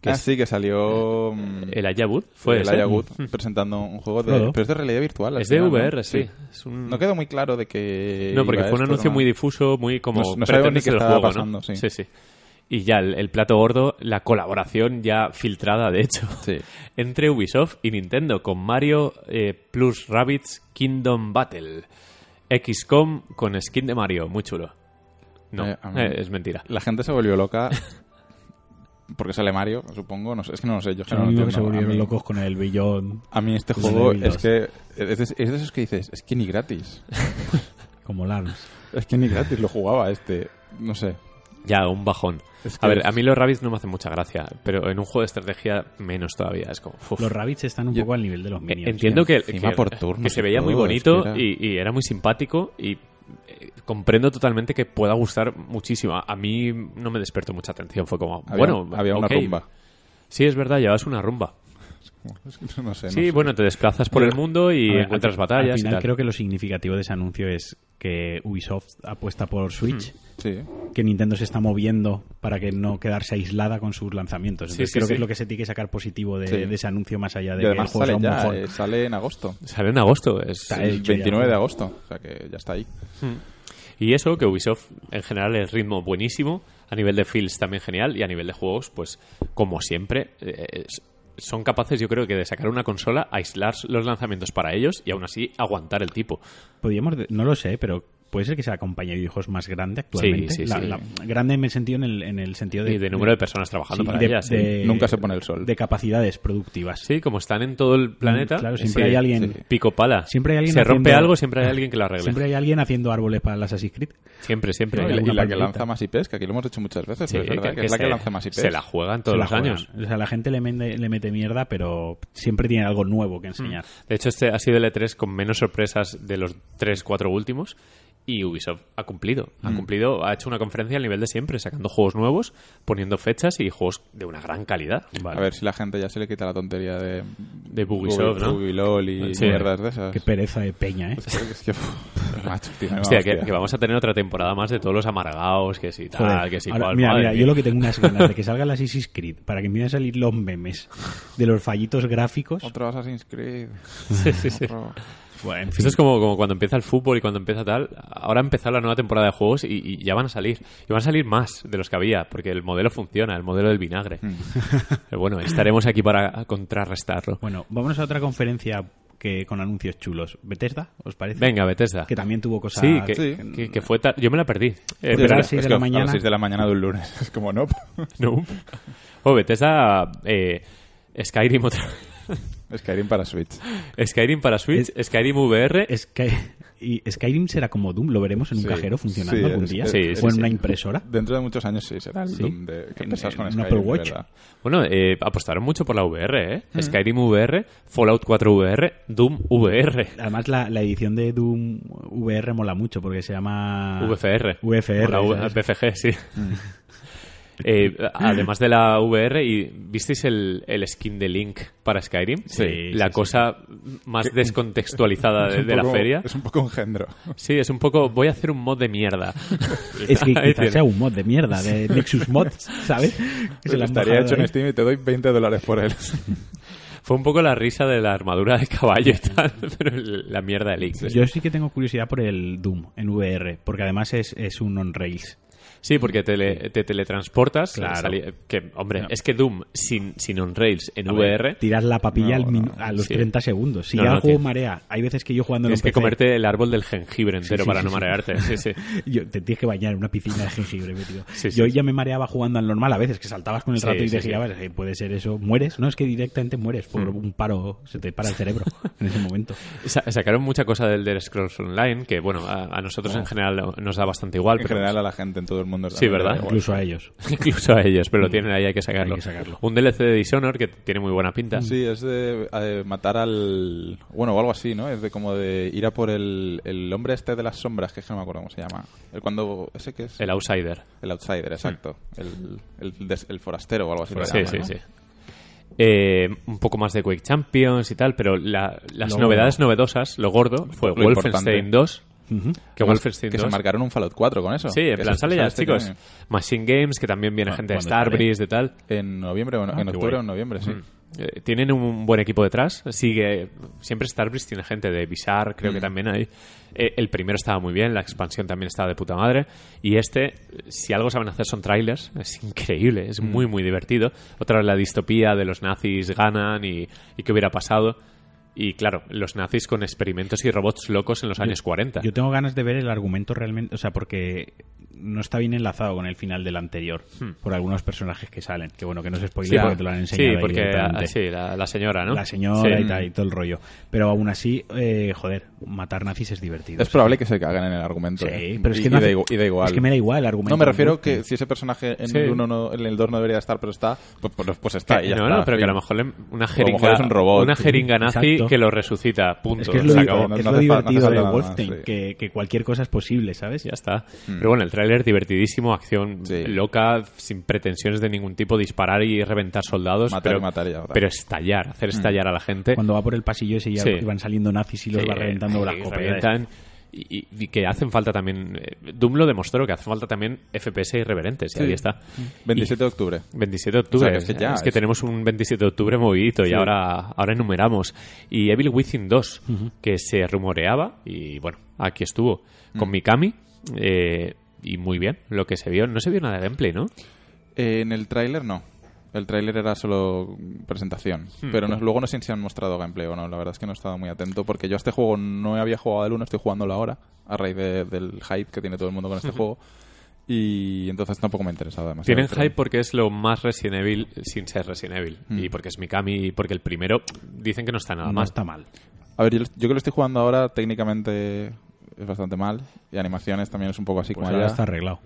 que Ah, es sí, que salió. mm, el Ayabut, fue el ese? Mm. Elijah Wood presentando un juego de. Claro. Pero es de realidad virtual. al Es de final, ¿no? VR, sí. Es un- No quedó muy claro de que. No, porque iba fue un esto, anuncio ¿no? Pues muy difuso, muy como No- no sabemos ni pretendes qué el estaba juego, ¿no? pasando, sí. sí, Y ya el, el plato gordo, la colaboración ya filtrada, de hecho, Sí. entre Ubisoft y Nintendo con Mario eh, plus Rabbids Kingdom Battle. XCOM con skin de Mario, muy chulo. No, Eh, a mí- eh, es mentira. La gente se volvió loca. Porque sale Mario, supongo. No sé, es que no lo sé. Yo es que Son no los lo mismos que se entiendo. volvieron A mí- locos con el billón, A mí este Los juego Devil es que. Es de, es de esos que dices, es que ni gratis. como Lance. Es que ni gratis lo jugaba este. No sé. Ya, un bajón. Es que a ver, es- a mí los Rabbids no me hacen mucha gracia, pero en un juego de estrategia menos todavía. Es como... uf. Los rabbits están un Yo- poco al nivel de los minions. Eh, Entiendo que, encima que- por que turnos se y veía muy todo, es bonito que era- Y, y era muy simpático y eh, comprendo totalmente que pueda gustar muchísimo. A- A mí no me despertó mucha atención, fue como, Había, bueno, había una ok. rumba. Sí, es verdad, llevas una rumba. No sé. no sí, sé. bueno, te desplazas por el mundo y A ver, encuentras al- batallas Al y final tal. creo que lo significativo de ese anuncio es que Ubisoft apuesta por Switch, Hmm. Sí. que Nintendo se está moviendo para que no quedarse aislada con sus lanzamientos. Sí, Entonces sí, creo sí. que es lo que se tiene que sacar positivo de, Sí. de ese anuncio más allá de Y que el además juego sea sale un ya, mojón. eh, sale en agosto. Sale en agosto. es- Está El hecho ya. 29 de agosto. O sea que ya está ahí. Y eso, que Ubisoft en general es ritmo buenísimo, a nivel de feels también genial y a nivel de juegos, pues como siempre, eh, es- son capaces yo creo que de sacar una consola, aislar los lanzamientos para ellos y aún así aguantar el tipo. Podríamos, de- no lo sé, pero puede ser que sea la compañía de videojuegos más grande actualmente. Sí, sí, La- sí. la- grande en el sentido, en el, en el sentido de, Y de número de personas trabajando sí, para de- ellas. sí. de- Nunca se pone el sol. de capacidades productivas. Sí, como están en todo el planeta, Mm, eh, Claro, siempre sí, hay alguien- sí. pico pala. Siempre hay alguien Se rompe haciendo- algo, siempre hay alguien que lo arregle. Siempre Siempre, hay alguien haciendo árboles para el Assassin's Creed. siempre. Pero Y hay la- y alguna la que partidita. lanza más IPs, que aquí lo hemos hecho muchas veces, Sí, pero es verdad, que, es la se- que lanza más IPs. Se la juegan todos Se la los juegan. años. O sea, la gente le, mende- le mete mierda, pero siempre tiene algo nuevo que enseñar. E De hecho, este ha sido el E3 con menos sorpresas de los 3, 4 últimos Y Ubisoft ha cumplido, ha Mm. cumplido, ha hecho una conferencia al nivel de siempre, sacando juegos nuevos, poniendo fechas y juegos de una gran calidad. A ver si la gente ya se le quita la tontería de... De Bugisoft, ¿no? Bugi LOL y Sí. mierdas de esas. Pues Qué pereza de peña, ¿eh? Es que, pff, macho, tío, me va, Hostia, que, hostia. que vamos a tener otra temporada más de todos los amargados, que si tal, Joder, Ah, que si ahora, cual. mira, Madre mira, mía. yo lo que tengo unas ganas de que salga el Assassin's Creed para que empiecen a salir los memes de los fallitos gráficos. Otro Assassin's Creed. Sí, sí, sí. Otro- Bueno, en fin. Esto es como, como cuando empieza el fútbol y cuando empieza tal. Ahora ha empezado la nueva temporada de juegos y, y ya van a salir. Y van a salir más de los que había, porque el modelo funciona, el modelo del vinagre. Pero bueno, estaremos aquí para contrarrestarlo. Bueno, vámonos a otra conferencia que con anuncios chulos. ¿Bethesda? ¿Os parece? Venga, Bethesda. Que también tuvo cosas. Sí, que, sí. que- que fue tal. Yo me la perdí. Eh, Pues pero- a Espera, las seis es de que la a mañana. las 6 de la mañana de un lunes. Es como, no. no. Oh, Bethesda. eh, Skyrim otra Skyrim para Switch. Skyrim para Switch, Skyrim VR. Sky- y Skyrim será como Doom, lo veremos en un Sí. cajero funcionando Sí, algún es- día. sí, sí, o en sí. una impresora. Dentro de muchos años sí, será el Doom de, En- que empezás con en Skyrim. Apple de Watch. verdad. Bueno, eh, apostaron mucho por la VR, ¿eh? Skyrim VR, Fallout 4 VR, Doom VR. Además, la, la edición de Doom VR mola mucho porque se llama. VFR. VFR, O la ¿sabes? VFG, sí. Eh, además de la VR, y ¿visteis el, el skin de Link para Skyrim? Sí, La sí, cosa más descontextualizada Es de, un de la poco- feria. Es un poco engendro. Sí, es un poco. Voy a hacer un mod de mierda. Es que Ahí tiene. quizás sea un mod de mierda, de Nexus Mod, ¿sabes? Que se la han bajado Estaría ¿eh? hecho en este ahí. Steam y te doy 20 dólares por él. Fue un poco la risa de la armadura de caballo y tal, pero el- la mierda de Link. Yo sí que tengo curiosidad por el Doom en VR, porque además es, es un on-rails. Sí, porque tele- te teletransportas. Claro. sali- que, hombre, No. es que Doom sin, sin on-rails en VR Tiras la papilla No, al min- no, a los sí. 30 segundos. Si No, ya no, el juego tío. marea, hay veces que yo jugando en tienes un que PC, comerte el árbol del jengibre entero sí, para sí, no sí. marearte. Sí, sí. Yo te tienes que bañar en una piscina de jengibre, metido. Sí, sí, yo sí. ya me mareaba jugando al normal a veces, que saltabas con el Sí, rato y sí, te sí. Mm. girabas. eh, Puede ser eso. Mueres. No, es que directamente mueres por un paro. Se te para el cerebro en ese momento. Sa- sacaron mucha cosa del Elder Scrolls Online, que bueno, a, a nosotros en general nos da bastante igual, Oh. En pero general a la gente en todo el mundo. Sí, ¿verdad? Igual. Incluso a ellos. incluso a ellos, Mm. pero lo tienen ahí, hay que sacarlo. Hay que sacarlo. Un DLC de Dishonored que tiene muy buena pinta. Sí, es de eh, matar al... Bueno, o algo así, ¿no? Es de como de ir a por el, el hombre este de las sombras, que es que no me acuerdo cómo se llama. El cuando... ¿Ese que es? El Outsider. El outsider, exacto. El, el, des- el forastero o algo así. lo Sí, llaman, sí, ¿no? sí. Eh, un poco más de Quake Champions y tal, pero la- las Lo novedades novedosas, lo gordo, fue Lo Wolfenstein importante. 2. Que Además, Wolfenstein que 2. se marcaron un Fallout 4 con eso. Sí, en Que plan se- sale sale ya, este chicos. año. Machine Games, que también viene Bueno, gente de cuando estaré. Starbreeze, de tal. En noviembre, Ah, bueno, en qué octubre guay. o en noviembre, sí. Eh, tienen un buen equipo detrás. Sigue. Siempre Starbreeze tiene gente de Bizarre, Mm. creo que también hay. Eh, el primero estaba muy bien, la expansión también estaba de puta madre. Y este, si algo saben hacer son trailers. Es increíble, Mm. es muy, muy divertido. Otra vez la distopía de los nazis ganan y, y qué hubiera pasado. Y claro, los nazis con experimentos y robots locos en los años 40. Yo tengo ganas de ver el argumento realmente, o sea, porque no está bien enlazado con el final del anterior, por algunos personajes que salen. Que bueno, que no se spoilea, por- porque te lo han enseñado. sí, ahí porque directamente. ah, sí, la, la señora, ¿no? La señora Sí. y tal, y todo el rollo. Pero aún así, eh, joder, matar nazis es divertido. Es probable que se cagan en el argumento. Sí, ¿eh? pero es y, que y no da hace- igu- y da igual. Es que me da igual el argumento. No, me refiero Wolfenstein. que si ese personaje en Sí. el 1 no, en el 2 no debería estar, pero está, pues, pues, pues está. y ya no, está, no, pero que a lo fin. mejor le- una lo jeringa, mejor es un robot. una jeringa nazi Exacto. que lo resucita, punto. Es que es se lo, di- acabó. no- es no lo hace fa- no hace divertido falta de nada más, Wolfenstein, sí. que, que cualquier cosa es posible, ¿sabes? Ya está. Pero bueno, el tráiler divertidísimo, acción Mm. Sí. loca, sin pretensiones de ningún tipo, disparar y reventar soldados, Matar pero, y matar y ya Mm. está. pero estallar, hacer estallar a la gente. Cuando va por el pasillo ese y ya Sí. van saliendo nazis y los Sí, va reventando eh, con las y copetas. reventan. Y, y- y que hacen falta también. eh, Doom lo demostró, que hacen falta también FPS irreverentes, y Sí. ahí está. Mm. 27 de octubre. Y 27 de octubre. O sea, que es que ya es que es- tenemos un 27 de octubre movidito y ahora, ahora enumeramos. Y Evil Within 2, que se rumoreaba, y bueno, aquí estuvo. Mm. Con Mikami, eh, y muy bien lo que se vio. No se vio nada de gameplay, ¿no? Eh, en el tráiler no. El tráiler era solo presentación. Hmm. Pero no- luego no sé si han mostrado gameplay o no. La verdad es que no he estado muy atento porque yo a este juego no había jugado al 1, estoy jugándolo ahora. A raíz de- del hype que tiene todo el mundo con este juego. Y entonces tampoco me ha interesado demasiado. Tienen el tráiler. hype porque es lo más Resident Evil sin ser Resident Evil. Y porque es Mikami y porque el primero dicen que no está nada Mm. No más. está mal. A ver, yo, lo- yo que lo estoy jugando ahora técnicamente es bastante mal. Y animaciones también es un poco así Pues como ahora allá. está arreglado.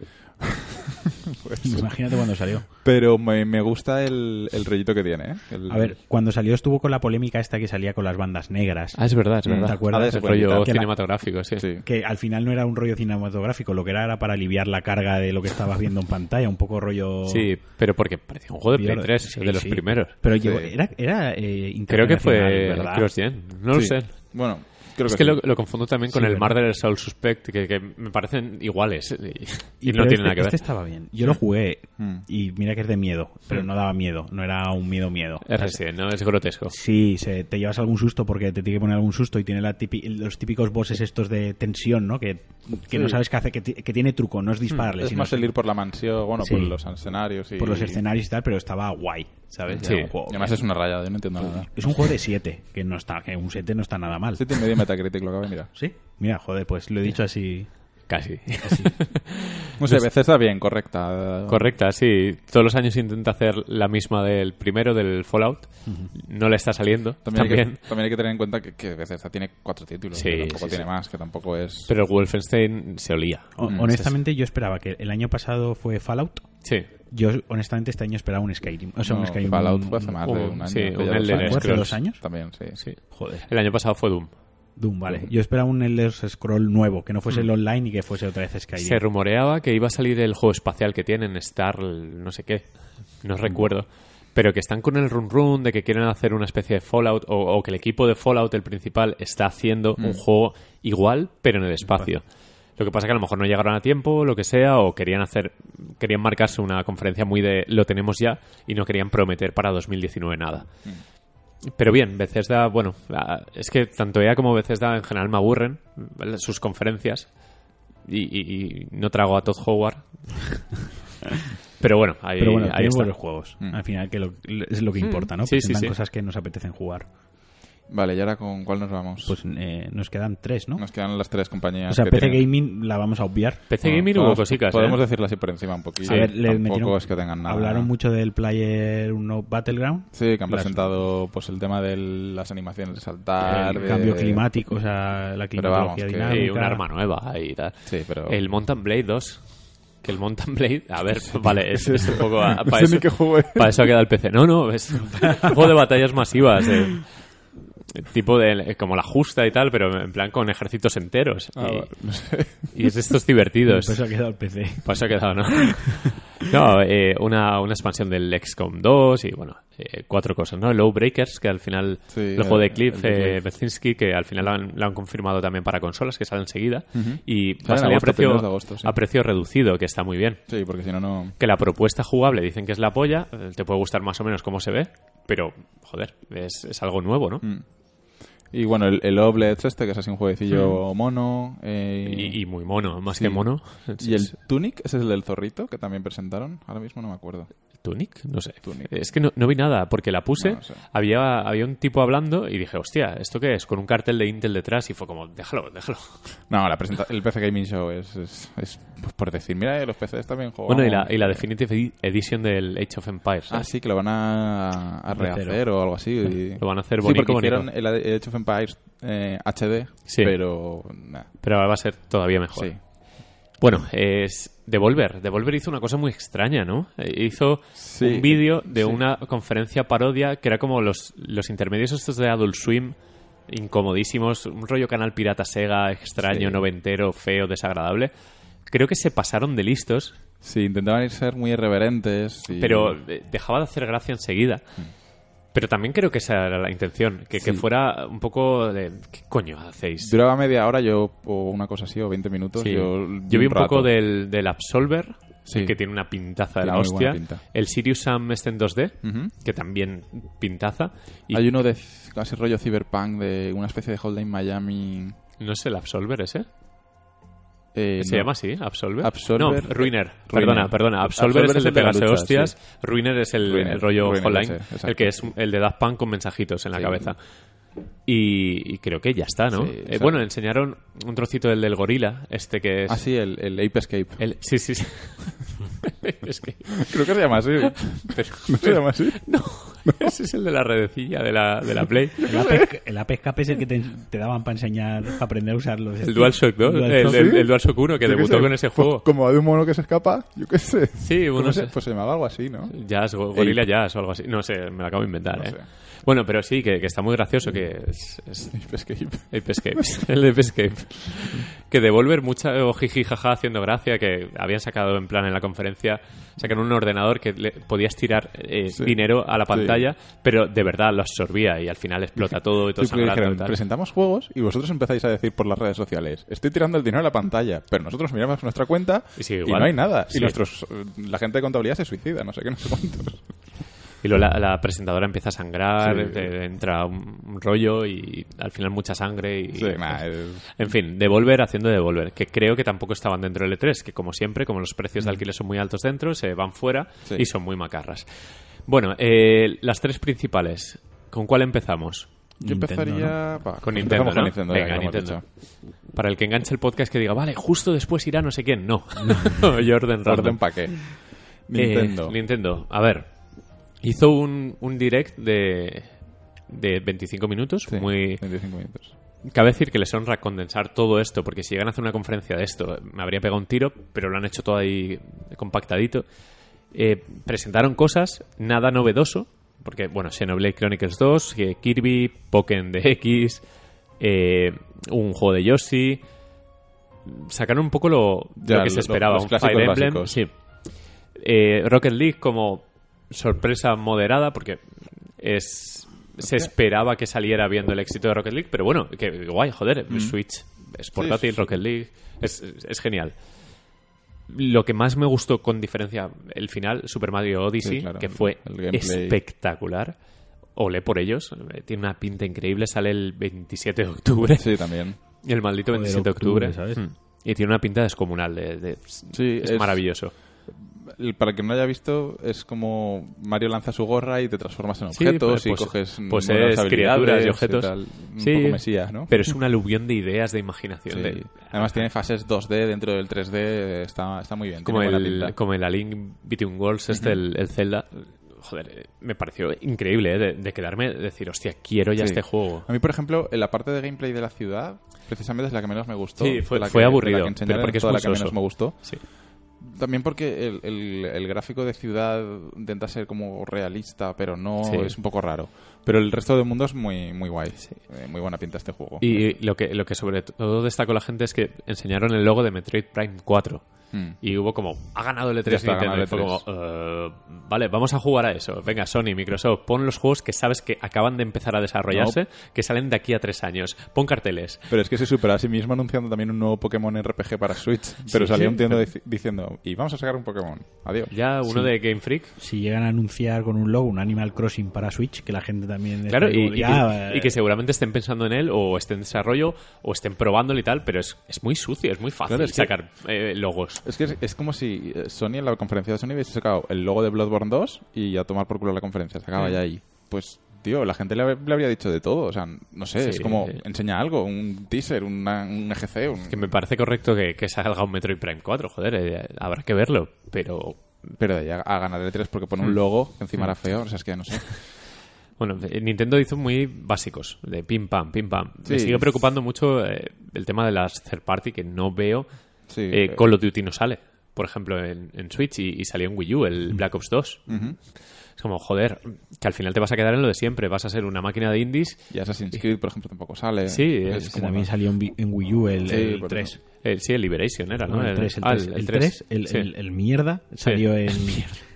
Pues, Imagínate cuando salió. pero me, me gusta el, el rollito que tiene, ¿eh? El- A ver, cuando salió estuvo con la polémica esta que salía con las bandas negras. Ah, es verdad, es Mm. ¿Te verdad. acuerdas? El Bueno, rollo que la- cinematográfico, sí. Sí. Que al final no era un rollo cinematográfico, lo que era era para aliviar la carga de lo que estabas viendo en pantalla, un poco rollo... Sí, pero porque parecía un juego de Play Pior- 3, sí, de los sí. primeros. Pero llegó- Sí. era, era eh, Creo que fue internacional, ¿verdad? CrossGen, no lo Sí. sé. Bueno, creo es que, que sí. lo, lo confundo también con Sí, el ¿verdad? Murder Soul Suspect, que, que me parecen iguales y, y pero no este- tienen nada que ver. Este estaba bien. Yo lo jugué Mm. y mira que es de miedo, pero no daba miedo, no era un miedo miedo. Es Resident, ¿no? Es grotesco. Sí, se- te llevas algún susto porque te tiene que poner algún susto y tiene la típi- los típicos bosses estos de tensión, ¿no? Que, que no sabes qué hace, que, ti- que tiene truco, no es dispararle, Hmm. Es sino más el ir por la mansión, bueno, Sí. por los escenarios y... por los escenarios y tal, pero estaba guay, ¿sabes? Sí. Era un juego- Y Además es una rayada, yo no entiendo nada. es un juego de 7, que no está, que un 7 no está nada mal. Este tiene medio Metacritic, lo acabo de mirar. Sí, mira, joder, pues lo he dicho así. Casi. No sé, veces está bien, correcta. Correcta, sí. Todos los años intenta hacer la misma del primero, del Fallout. No le está saliendo. También, También. Hay que, también hay que tener en cuenta que, que Bethesda tiene cuatro títulos, Sí, que tampoco sí, tiene sí. más, que tampoco es... Pero el Wolfenstein se olía. O- Mm, honestamente, yo esperaba que el año pasado fue Fallout. Sí. Yo, honestamente, este año esperaba un Skyrim. O sea, No, un Skyrim. Fallout fue hace más de un- un año. sí, hace un ya dos Elder años. ¿Fue hace dos años? También, sí. sí. Joder. El año pasado fue Doom. Doom, vale. Yo esperaba un Elder Scroll nuevo, que no fuese Mm. el online y que fuese otra vez Skyrim. Se rumoreaba que iba a salir el juego espacial que tienen, Star, no sé qué, no recuerdo. Pero que están con el run run de que quieren hacer una especie de Fallout o, o que el equipo de Fallout, el principal, está haciendo un juego igual, pero en el espacio. Lo que pasa que a lo mejor no llegaron a tiempo, lo que sea, o querían hacer, querían marcarse una conferencia muy de lo tenemos ya y no querían prometer para 2019 nada. Pero bien, Bethesda, bueno, la- es que tanto ella como Bethesda en general me aburren sus conferencias y, y- y no trago a Todd Howard. Pero bueno, ahí, Pero bueno, ahí tiene está. Mm. buenos juegos. Al final, que lo- es lo que importa, ¿no? Sí, sí, Presentan sí. cosas que nos apetecen jugar. Vale, ¿y ahora con cuál nos vamos? Pues eh, nos quedan tres, ¿no? Nos quedan las tres compañías. o sea, que PC tienen- Gaming la vamos a obviar. PC Bueno, Gaming hubo podemos- cositas, ¿eh? Podemos decirlas así por encima un poquito. a ver, le Tampoco metieron- es que tengan nada. Hablaron mucho del Player Uno Battleground. Sí, que han Las- presentado pues el tema de las animaciones de saltar. el de- cambio climático, o sea, la Pero vamos, climatología que- Sí, dinámica. un arma nueva y tal. Sí, pero- El Mountain Blade 2. Que el Mountain Blade... A ver, vale, es, es un poco... a- No para, sé eso, ni qué juego es. para eso ha quedado el PC. No, no, es un juego de batallas masivas. eh, tipo de... eh, Como la justa y tal, pero en plan con ejércitos enteros. Ah, y, vale, no sé. y es de estos divertidos. Por eso ha quedado el PC. Pues se ha quedado, ¿no? No, eh, una, una expansión del XCOM 2 y bueno, eh, cuatro cosas, ¿no? Low Breakers, que al final, Sí, el juego de el- Cliff, el de eh, Cliff. Bezinski, que al final lo han, lo han confirmado también para consolas, que sale enseguida. Y Sale va a en salir agosto, a, precio, primeros de agosto, sí. a precio reducido, que está muy bien. Sí, porque si no, no. Que la propuesta jugable dicen que es la polla, eh, te puede gustar más o menos cómo se ve, pero, joder, es, es algo nuevo, ¿no? Mm, Y bueno, el, el Oblets este, que es así un jueguecillo mono. eh, Y, y muy mono, más sí. que mono. Y el Tunic, ese es el del zorrito que también presentaron. Ahora mismo no me acuerdo. Tunic, no sé. Tunic. Es que no, no vi nada, porque la puse, No, no sé. había, había un tipo hablando y dije, hostia, ¿esto qué es? Con un cartel de Intel detrás y fue como, déjalo, déjalo. No, la presenta el PC Gaming Show es, es, es, pues, por decir, mira, eh, los PCs también juegan. Bueno, y la, y la Definitive Edi- Edition del Age of Empires. Ah, ¿sabes? sí, que lo van a, a Recero. rehacer o algo así. y- Lo van a hacer sí, bonito, porque bonito. hicieron el Age of Empires eh, HD, Sí. pero... nah, Pero ahora va a ser todavía mejor. sí. Bueno, es Devolver. Devolver hizo una cosa muy extraña, ¿no? Eh, Hizo Sí, un vídeo de sí. una conferencia parodia que era como los, los intermedios estos de Adult Swim, incomodísimos, un rollo canal pirata Sega, extraño, Sí. noventero, feo, desagradable. Creo que se pasaron de listos, Sí, intentaban ir ser muy irreverentes. y- pero eh, dejaba de hacer gracia enseguida. Mm. Pero también creo que esa era la intención, que, que fuera un poco de... ¿Qué coño hacéis? Duraba media hora yo, o una cosa así, o 20 minutos. Sí. Yo, vi un poco rato. del, del Absolver, Sí. que tiene una pintaza de Tiene la muy buena hostia. pinta. El Sirius Sam este en 2D, Ujú. que también pintaza. Y Hay uno de c- casi rollo cyberpunk, de una especie de Hotline Miami... no es el Absolver ese. eh, ¿Se no. llama así? ¿Absolver? Absolver- No, Ruiner. Perdona, perdona. Absolver, es el de la pegarse lucha, hostias. sí. Ruiner es el, Ruiner, el rollo Ruiner, hotline. ese, exacto. el que es el de Daft Punk con mensajitos en la Sí. cabeza. Y, y creo que ya está, ¿no? Sí, Eh, exacto. bueno, enseñaron un trocito del del gorila, este que es... Ah, sí, el, el Ape Escape. el- sí, sí, sí. es que... Creo que se llama así. pero- ¿No se llama así? No, Ese es el de la redecilla de la, de la Play. El APEC, el APEC Escape es el que te, te daban para enseñar, para aprender a usarlo. El DualShock 2, el, DualShock. el- el DualShock 1 que Yo qué debutó sé, con ese pues, juego. Como va de un mono que se escapa, yo qué sé. Sí, ¿Cómo bueno, se- se- Pues se llamaba algo así, ¿no? Jazz, go- Gorilla Jazz o algo así. No sé, me lo acabo de inventar, No ¿eh? sé. Bueno, pero sí, que, que está muy gracioso, que es, es Ape Escape. Ape Escape. el Ape Escape. Que devolver mucha o jiji jaja haciendo gracia, que habían sacado en plan en la conferencia, sacaron un ordenador que le podías tirar eh, Sí. dinero a la pantalla, pero de verdad lo absorbía y al final explota todo y todo Sí, porque sangrando y dijeron, tal. presentamos juegos y vosotros empezáis a decir por las redes sociales, estoy tirando el dinero a la pantalla, pero nosotros miramos nuestra cuenta Y y, sigue igual. no hay nada. Sí. Y nuestros, eh, la gente de contabilidad se suicida, no sé qué, no sé cuántos. Y luego la, la presentadora empieza a sangrar, Sí. te- entra un, un rollo y al final mucha sangre. Y, Sí, eh. nah, es- En fin, Devolver haciendo Devolver, que creo que tampoco estaban dentro del E3, que como siempre, como los precios de alquiler son muy altos dentro, se van fuera Sí. y son muy macarras. Bueno, eh, las tres principales. ¿Con cuál empezamos? Yo Nintendo, empezaría... va, Con Nintendo, empezamos con ¿no? Nintendo, ya Venga, que lo hemos Nintendo. dicho. Para el que enganche el podcast que diga, vale, justo después irá no sé quién. No, yo orden random. Orden pa' qué. Eh, Nintendo. Nintendo, a ver. Hizo un, un direct de, de 25 minutos, Sí, muy, 25 minutos. Cabe decir que les honra condensar todo esto, porque si llegan a hacer una conferencia de esto, me habría pegado un tiro, pero lo han hecho todo ahí compactadito. Eh, presentaron cosas, nada novedoso, porque, bueno, Xenoblade Chronicles 2, eh, Kirby, Pokémon DX, eh, un juego de Yoshi. Sacaron un poco lo, Ya, lo que lo- se lo- esperaba, los un clásicos Fire Emblem. básicos. sí. Eh, Rocket League como sorpresa moderada, porque es se esperaba que saliera viendo el éxito de Rocket League, pero bueno, que guay, joder, Mm. Switch es portátil, Rocket League, es, es- es genial. Lo que más me gustó con diferencia el final, Super Mario Odyssey, Sí, claro, que fue el gameplay. espectacular. Olé por ellos, eh, tiene una pinta increíble, sale el 27 de octubre, Sí, también. el maldito Joder, 27 de octubre, octubre, ¿sabes? Mm. y tiene una pinta descomunal, de, de- Sí, es, es- maravilloso. El- Para el que no lo haya visto, es como Mario lanza su gorra y te transformas en Sí, objetos pues- y coges pues nuevas es habilidades criaturas y y objetos. tal. Un Sí. poco mesías, ¿no? Pero es un aluvión de ideas, de imaginación, Sí. de- Además tiene fases 2D dentro del 3D, está, está muy bien. como tiene buena el, pinta. como el A Link Between Worlds, este, el, el Zelda. Joder, eh, me pareció increíble eh, de, de quedarme, de decir, hostia, quiero ya Sí. este juego. A mí, por ejemplo, en la parte de gameplay de la ciudad, precisamente es la que menos me gustó. Sí, fue- De la que- fue de la aburrido, que pero enseñaron porque es toda muy la que menos soso. me gustó. Sí. También porque el, el- el gráfico de ciudad intenta ser como realista, pero no Sí. es un poco raro. Pero el resto del mundo es muy, muy guay. Eh, muy buena pinta este juego. Y lo que, lo que sobre todo destacó la gente es que enseñaron el logo de Metroid Prime 4. Mm. Y hubo como, ha ganado el E3 Ya está, ha Nintendo. ganado Y fue el E como, eh, vale, vamos a jugar a eso. Venga, Sony, Microsoft, pon los juegos que sabes que acaban de empezar a desarrollarse, que salen de aquí a tres años. Pon carteles. Pero es que se supera a sí mismo anunciando también un nuevo Pokémon RPG para Switch. Pero Sí, salía sí, un tiendo dic- diciendo, y vamos a sacar un Pokémon. Adiós. Ya uno de Game Freak. Este Si llegan a anunciar con un logo un Animal Crossing para Switch, que la gente también... está Claro, y, como, "Ah, y "Ya, que, eh. y que seguramente estén pensando en él o estén en desarrollo o estén probándolo y tal, pero es, es muy sucio, es muy fácil Claro, es que- sacar eh, logos. Es que es, es como si eh, Sony en la conferencia de Sony hubiese sacado el logo de Bloodborne 2 y a tomar por culo la conferencia. Se acaba Sí. ya ahí. Pues, tío, la gente le, hab- le habría dicho de todo. O sea, no sé, Sí, es como sí. enseña algo, un teaser, una- un EGC. un- Que me parece correcto que, que salga un Metroid Prime 4, joder, eh, habrá que verlo, pero Pero de ahí a, a ganar el 3 porque Mm. pone un logo que encima era feo. O sea, es que no sé. bueno, eh, Nintendo hizo muy básicos, de pim pam, pim pam. Me Sí. sigue preocupando mucho eh, el tema de las third party que no veo. Sí, Eh, eh, Call of Duty no sale, por ejemplo, en, en Switch y, y salió en Wii U, el Black Ops 2. Es como, joder, que al final te vas a quedar en lo de siempre, vas a ser una máquina de indies Y Assassin's Creed, por ejemplo, tampoco sale. eh. Eh, Sí, es que como- también salió en, Vi- en Wii U el, Sí, el pero- 3. El- sí, el Liberation era, ¿no? No, el 3, el ah, 3, el 3, el, sí. el- el mierda salió en...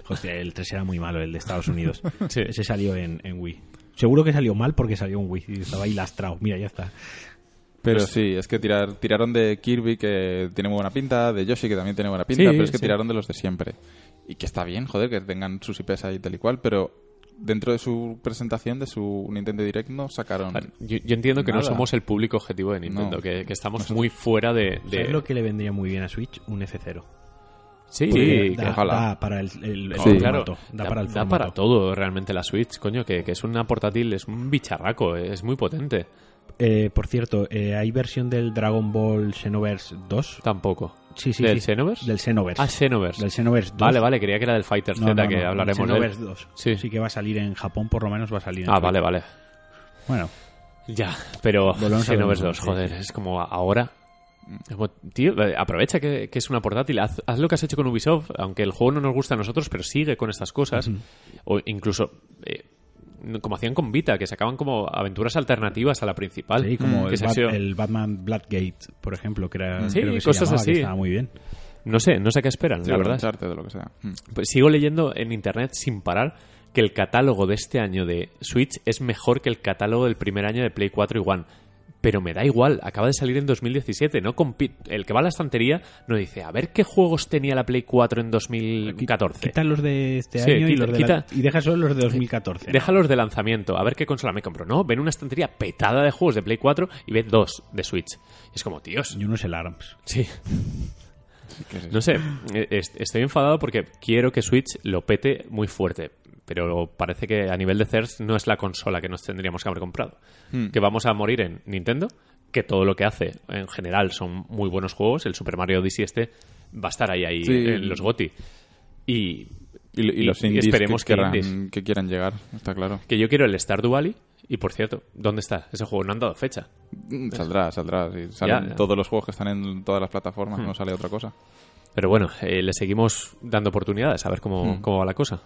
Hostia, el 3 era muy malo, el de Estados Unidos. Sí. Ese salió en, en Wii. Seguro que salió mal porque salió en Wii y estaba ahí lastrado. Mira, ya está. Pero Pues sí, es que tirar, tiraron de Kirby, que tiene muy buena pinta, de Yoshi, que también tiene buena pinta, Sí, pero es que sí. tiraron de los de siempre. Y que está bien, joder, que tengan sus IPs ahí tal y cual, pero dentro de su presentación, de su Nintendo Direct, no sacaron... Yo, yo entiendo que no Nada. somos el público objetivo de Nintendo, No. que, que estamos muy fuera de... de- ¿Sabes lo que le vendría muy bien a Switch? Un F0. Sí, Porque que- da, ojalá. da para el, el- el no, Sí. claro, formato. Da, para el formato. todo realmente la Switch, coño, que, que es una portátil, es un bicharraco, es muy potente. Eh, por cierto, eh, ¿hay versión del Dragon Ball Xenoverse 2? Tampoco. Sí, sí, ¿Del sí. Xenoverse? Del Xenoverse. Ah, Xenoverse. Del Xenoverse 2. Vale, vale, creía que era del Fighter No, Z no, Pues que no, hablaremos de él. Xenoverse 2. Sí. que va a salir en Japón, por lo menos va a salir en Ah, Japón. vale, vale. Bueno, Ya, pero Volvemos a lo Xenoverse mismo, 2, sí, joder, sí. es como ahora. Es como, Tío, eh, aprovecha que, que es una portátil. Haz, haz lo que has hecho con Ubisoft, aunque el juego no nos gusta a nosotros, pero sigue con estas cosas. O incluso, eh, como hacían con Vita, que sacaban como aventuras alternativas a la principal. sí, como que el, se Bat- ha sido- el Batman Blackgate, por ejemplo, que era Sí, creo que se cosas llamaba, que así. estaba muy bien. No sé, no sé qué esperan, la verdad. de lo que sea. Mm. Pues sigo leyendo en internet sin parar que el catálogo de este año de Switch es mejor que el catálogo del primer año de Play 4 y One. Pero me da igual, acaba de salir en 2017, no compi- el que va a la estantería no dice, a ver qué juegos tenía la Play 4 en 2014. Quita los de este Sí, año y, quita- los de la- quita. y deja solo los de 2014. Déjalos de lanzamiento, a ver qué consola me compro. No, ven una estantería petada de juegos de Play 4 y ve dos de Switch. Y es como, tíos, Y uno es el ARMS. sí, ¿Qué es eso? No sé, eh, est- estoy enfadado porque quiero que Switch lo pete muy fuerte. Pero parece que a nivel de CERS no es la consola que nos tendríamos que haber comprado. Hmm. Que vamos a morir en Nintendo, que todo lo que hace en general son muy buenos juegos. El Super Mario Odyssey este va a estar ahí, ahí Sí. en los GOTI. Y, Y, y los y- y indies esperemos que, que querrán- indies. que quieran llegar, está claro. que yo quiero el Stardew Valley. Y por cierto, ¿dónde está ese juego? No han dado fecha. Mm, Saldrá, saldrá. sí, salen pues Ya, Hmm. ya. todos los juegos que están en todas las plataformas, no sale otra cosa. Pero bueno, eh, le seguimos dando oportunidades a ver cómo, Hmm. cómo va la cosa.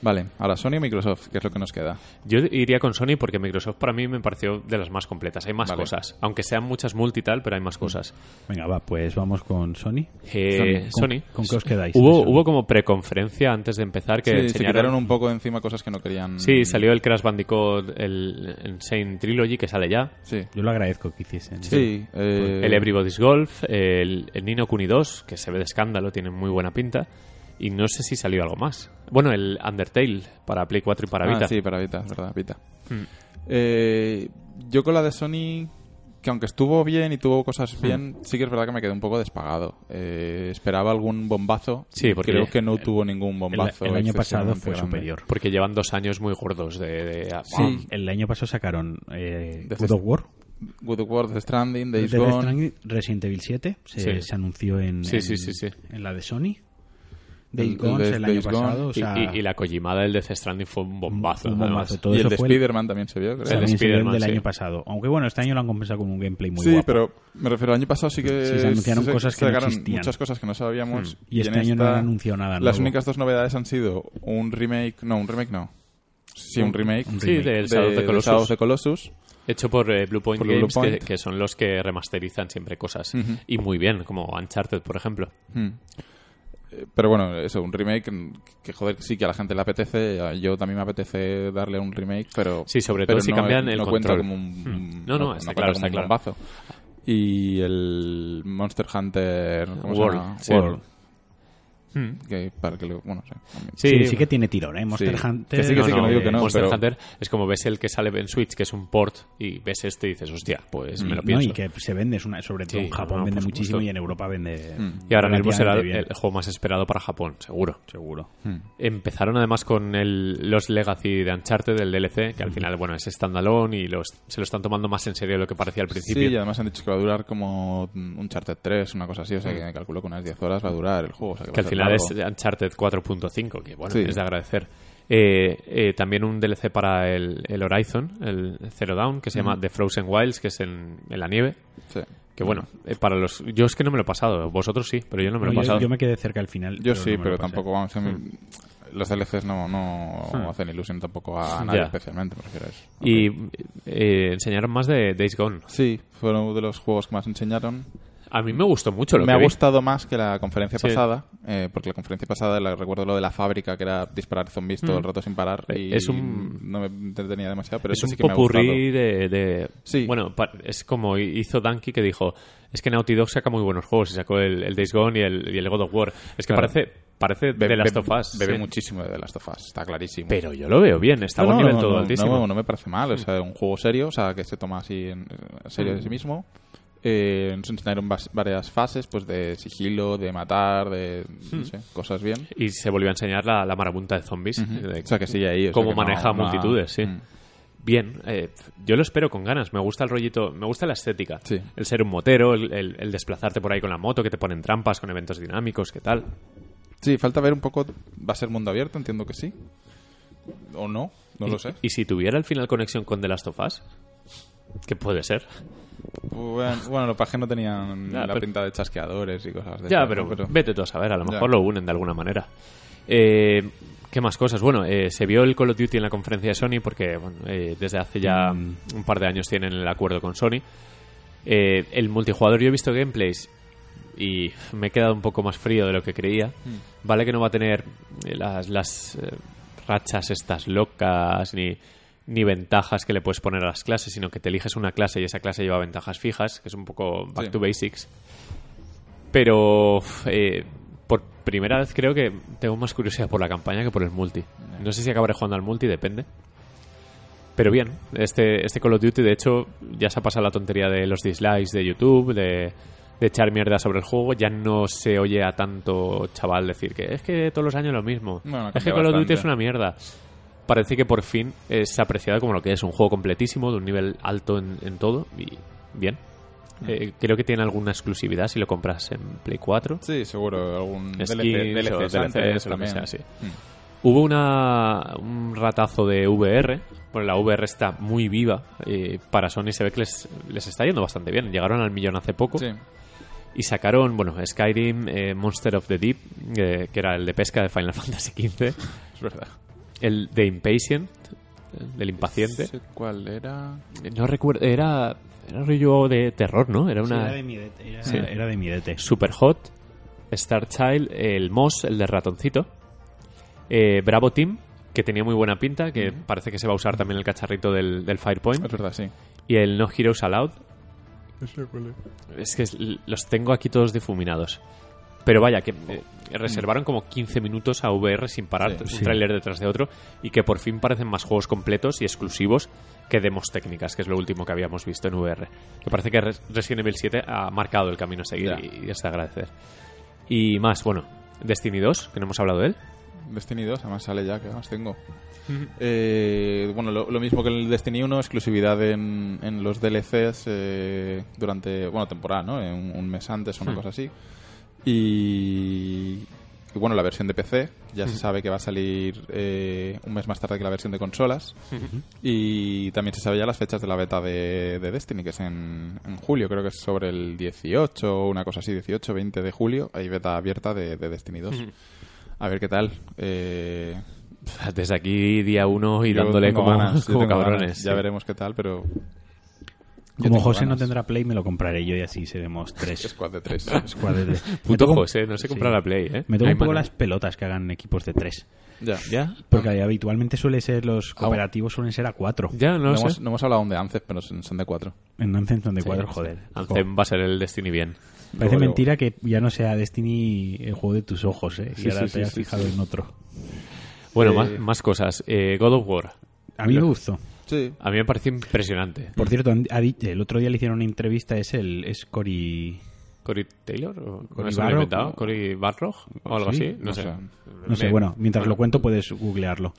Vale, ahora Sony o Microsoft, que es lo que nos Eh, queda. Eh, Yo iría con Sony porque Microsoft para mí me pareció de las más completas. Hay más Vale. cosas. Aunque sean muchas multi y tal, pero hay más cosas. Venga, va, pues vamos con Sony. Eh, ¿Con- Sony. ¿Con qué os quedáis? Hubo, de Sony? hubo como preconferencia antes de empezar que Sí, se enseñaron- quitaron un poco de encima cosas que no querían. Sí, salió el Crash Bandicoot, el Insane Trilogy que sale ya. Sí, Yo lo agradezco que hiciesen. sí. eh, El Everybody's Golf, el, el Nino Kuni 2, que se ve de escándalo, tiene muy buena pinta. Y no sé si salió algo más. Bueno, el Undertale para Play 4 y para Ah, Vita. sí, para Vita, es verdad, Vita. Hmm. Eh, yo con la de Sony, que aunque estuvo bien y tuvo Hmm. cosas bien, sí que es verdad que me quedé un poco despagado. Eh, esperaba algún bombazo. Sí, porque creo que no tuvo ningún El, bombazo. el año pasado excesivamente fue grande. superior. Porque llevan dos años muy gordos de... de- Sí. El año pasado sacaron eh, Death God of War, Good War, Death Stranding, Days Death Gone. Stranding, Resident Evil 7, se, Sí. se anunció en, Sí, en- sí, sí, sí. en la de Sony. Days El- Gone el el, año Days Gone. pasado. o Y- sea, y, y la Kojimada del Death Stranding fue un bombazo. un además. bombazo. Todo Y el eso de fue el- Spider-Man también se vio, creo. el también se vio Spider-Man, del sí. año pasado. Aunque bueno, este año lo han compensado con un gameplay muy sí, guapo. pero me refiero al año pasado sí que Sí, se anunciaron cosas que no sacaron existían. muchas cosas que no sabíamos Y este en año no esta, han anunciado nada Las nuevo. únicas dos novedades han sido un remake, no, un remake no. Sí, un remake. un Sí, remake. del Shadow of the de Colossus. Shadow of the Colossus. Hecho por eh, Blue Point Por Blue Games, que- Point. Que, son los que remasterizan siempre cosas. Ujú. Y muy bien, como Uncharted, por ejemplo. Hmm. Eh, Pero bueno, eso, un remake mm, que joder, sí que a la gente le apetece. a- Yo también me apetece darle un remake, pero. Sí, sobre pero todo si no- cambian el no cuenta control. como un. Hmm. No, no, está cuenta claro, como está un claro. bombazo. Y el Monster Hunter. ¿cómo se World, llama? sí. World. Hmm. Que para que lo- bueno, o sea, también. Sí, Sí, sí que tiene tirón, ¿eh? Monster Sí. Hunter. Que sí, que sí, que no digo que no, Monster pero- Hunter es como ves el que sale en Switch, que es un port, y ves este y dices, hostia, pues me lo Mm, ¿no? pienso. y que se vende, es una, sobre todo Sí, en Japón no, vende por muchísimo supuesto. y en Europa vende. Y ahora mismo será relativamente el, bien, el Hmm. juego más esperado para Japón, seguro. seguro. Empezaron además con el, los Legacy de Uncharted, del DLC, que al final, bueno, es standalone y los, se lo están tomando más en serio de lo que parecía al Sí, principio. y además han dicho que va a durar como mm, un Charter 3, una cosa así. O sea, que calculo que unas 10 horas va a durar el juego. o sea, que Hmm. Que al va a final ser es largo. Uncharted 4.5, que bueno, Sí. es de agradecer. Eh, eh, también un DLC para el, el Horizon, el Zero Down, que se llama The Frozen Wilds, que es en, en la nieve. Sí. Que bueno, eh, para los. Yo es que no me lo he pasado, vosotros sí, pero yo no me lo he No, yo- pasado. yo, me quedé cerca al final. Yo no sí, me lo pero pasé. tampoco vamos a... Hmm. Los DLCs no, no Hmm. hacen ilusión tampoco a nadie Ya. especialmente, me refiero a eso. Y eh, enseñaron más de Days Gone. Sí, fue uno de los juegos que más enseñaron. A mí me gustó mucho lo Me que ha vi. gustado más que la conferencia Sí. pasada, eh, porque la conferencia pasada la, recuerdo lo de la fábrica, que era disparar zombies Hmm. todo el rato sin parar. Y Es un- No me entretenía demasiado, pero es este un sí que me ha popurrí gustado. de, de- Sí. Bueno, pa- es como hizo Danke que dijo: Es que Naughty Dog saca muy buenos juegos y sacó el, el Days Gone y el, y el God of War. Es que Claro. parece, parece Be- de Last be- of Us. Bebe sí. muchísimo de The Last of Us, está clarísimo. Pero yo lo veo bien, está a No, buen no, nivel no, todo no, altísimo. No, no me parece mal, o sea, un juego serio, o sea, que se toma así en, en serio de sí mismo. Eh, nos enseñaron vas- varias fases, pues de sigilo, de matar, de Hmm. no sé, cosas bien. Y se volvió a enseñar la, la marabunta de zombies. eh, O sea, que sí, ahí. o sea, cómo que no- maneja no ha- multitudes, sí. Mm. bien. eh, yo lo espero con ganas. Me gusta el rollito, me gusta la estética. Sí. El ser un motero, el, el- el desplazarte por ahí con la moto, que te ponen trampas, con eventos dinámicos, qué tal. Sí, falta ver un poco. ¿Va a ser mundo abierto? Entiendo que sí. ¿O no? No lo sé. ¿Y, y si tuviera al final conexión con The Last of Us? Que puede ser. Bueno, bueno, los pajes no tenían Ya, la pero- pinta de chasqueadores y cosas de Ya, esas, pero, ¿no? vete tú a saber, a lo Ya. mejor lo unen de alguna manera. Eh, ¿Qué más cosas? Bueno, eh, se vio el Call of Duty en la conferencia de Sony porque bueno, eh, desde hace ya un par de años tienen el acuerdo con Sony. Eh, el multijugador, yo he visto gameplays y me he quedado un poco más frío de lo que creía. Mm. Vale que no va a tener eh, las, las, eh, rachas estas locas ni, ni ventajas que le puedes poner a las clases, sino que te eliges una clase y esa clase lleva ventajas fijas, que es un poco back Sí. to basics. Pero uf, eh, por primera vez creo que tengo más curiosidad por la campaña que por el multi. No sé si acabaré jugando al multi, depende. Pero bien, este, este Call of Duty, de hecho, ya se ha pasado la tontería de los dislikes de YouTube, de, de echar mierda sobre el juego. Ya no se oye a tanto chaval decir que es que todos los años lo mismo. Bueno, ha es que cambiado Call of Duty bastante. es una mierda. Parece que por fin es apreciado como lo que es, un juego completísimo, de un nivel alto en, en todo. Y bien. Mm. Eh, creo que tiene alguna exclusividad si lo compras en Play 4. Sí, seguro. Algún Skins DLC, o DLCs antes o lo que también. sea, sí. Mm. Hubo una, un ratazo de VR. Bueno, la VR está muy viva. eh, para Sony se ve que les, les está yendo bastante bien. Llegaron al millón hace poco. Sí. Y sacaron, bueno, Skyrim, eh, Monster of the Deep, eh, que era el de pesca de Final Fantasy XV. Es verdad. El de Impatient, el del impaciente. Sí, ¿Cuál era? No recuerdo, era, era rollo de terror, ¿no? Era Sí, una era de mi DT. Era, Sí. era de mi E DT. Super Hot, Star Child, el Moss, el de ratoncito, eh, Bravo Team, que tenía muy buena pinta, que parece que se va a usar también el cacharrito del, del Es Firepoint, verdad, sí. y el No Heroes Allowed. Es que es- los tengo aquí todos difuminados. Pero vaya, Oh. que eh, reservaron como 15 minutos a VR sin parar, Sí. un Sí. tráiler detrás de otro, y que por fin parecen más juegos completos y exclusivos que demos técnicas, que es lo último que habíamos visto en VR. Me parece que Res- Resident Evil 7 ha marcado el camino a seguir Ya. y, y es de agradecer. Y más, bueno, Destiny 2, que no hemos hablado de él. Destiny 2, además sale ya, que más tengo. Eh, bueno, lo, lo mismo que en el Destiny 1, exclusividad en, en los DLCs eh, durante, bueno, temporada, ¿no? Eh, Un, un mes antes o una cosa así. Y, y bueno, la versión de PC, ya se sabe que va a salir eh, un mes más tarde que la versión de consolas. Y también se sabe ya las fechas de la beta de, de Destiny, que es en, en julio, creo que es sobre el 18 o una cosa así, 18, 20 de julio. Hay beta abierta de, de Destiny 2. A ver qué tal. Eh, Desde aquí, día 1 y yo dándole tengo como, ganas, yo como tengo cabrones. ganas. Ya sí. veremos qué tal, pero. yo Como tengo José no ganas. tendrá Play, me lo compraré yo y así seremos tres. Squad de 3. Squad de tres. Me Puto toca un- José, no sé comprar sí. la Play, ¿eh? Me toca Ay, un poco mano. las pelotas que hagan equipos de tres. ya. ¿Ya? Porque habitualmente suele ser los cooperativos suelen ser a cuatro. Ah. Ya, no, No, lo sé. hemos, no hemos hablado aún de Ances, pero son son de 4. En Anthem son de cuatro, Sí, joder. sí. Anthem va a ser el Destiny bien. Parece Luego, mentira que ya no sea Destiny el juego de tus ojos, ¿eh? Sí, y ahora sí, te sí, has sí, fijado en otro. Bueno, Eh, más, más cosas. Eh, God of War. A mí me gustó. Sí. A mí me pareció impresionante. Por cierto, han- ha di- el otro día le hicieron una entrevista, es el es Cory... ¿Cory Taylor? ¿O Cory ¿No se lo he Barrog, inventado? ¿no? ¿Cory Barrog? ¿O algo Sí, así? No, no sé. sé. No sé, Me- bueno, mientras lo cuento puedes googlearlo.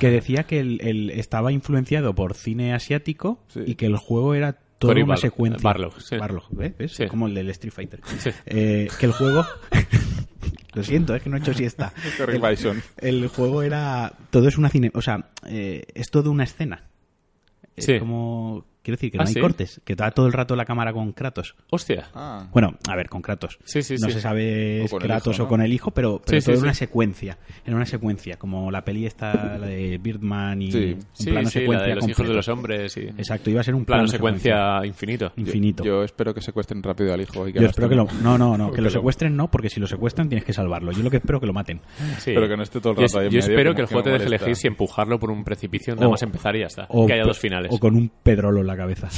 Que decía que el, el- estaba influenciado por cine asiático Sí. y que el juego era toda Cory una Barlog- secuencia. Barlog, sí. Barlog, ¿ves? ¿Ves? Sí. Como el del Street Fighter. Eh, que el juego... lo siento, es que no he hecho siesta. Corey El- Bison. El juego era. Todo es una cine. O sea, eh, es todo una escena. Es Sí. como. Quiero decir que Ah, no hay ¿sí? cortes, que está todo el rato la cámara con Kratos. Hostia. Ah. Bueno, a ver, con Kratos. Sí, sí, no sí. se sabe O es con el Kratos hijo, ¿no? o con el hijo, pero, pero Sí, todo sí, era una sí. secuencia. Era una secuencia, como la peli esta la de Birdman y Sí. un Sí, plano sí, secuencia la de los hijos completo. de los hombres. Y... Un Exacto, iba a ser un plano secuencia infinito. Yo- infinito. Yo, espero que secuestren rápido al hijo. Y Yo que ahora espero que estén- lo... No, no, no, que que lo lo- secuestren no, porque si lo secuestran tienes que salvarlo. Yo lo que espero que lo maten. Sí. Pero que no esté todo el Yo es- rato ahí en Yo medio, espero que que el no- que juego no te deje molesta. elegir si empujarlo por un precipicio nada O- más empezar y ya está. O que haya pe- dos finales. O con un pedrolo en la cabeza.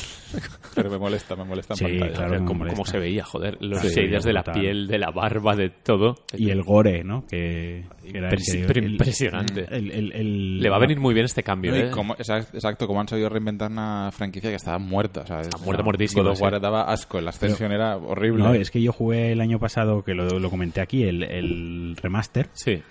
Pero me molesta, me molesta en Sí, pantalla. claro. no como, molesta. como se veía, joder. Los Sí, shaders de la brutal. piel, de la barba, de todo. y el gore, ¿no? Que, que era el Impresi- que- pero el- impresionante. el- el- el- Le va a venir muy bien este cambio, No, y ¿eh? cómo- exact- exacto, como han sabido reinventar una franquicia que estaba muerta. O sea, es- muerta mortísima, God of War sí. daba asco, el Ascension era horrible. No, es que yo jugué el año pasado, que lo, lo comenté aquí, el, el remaster. Sí.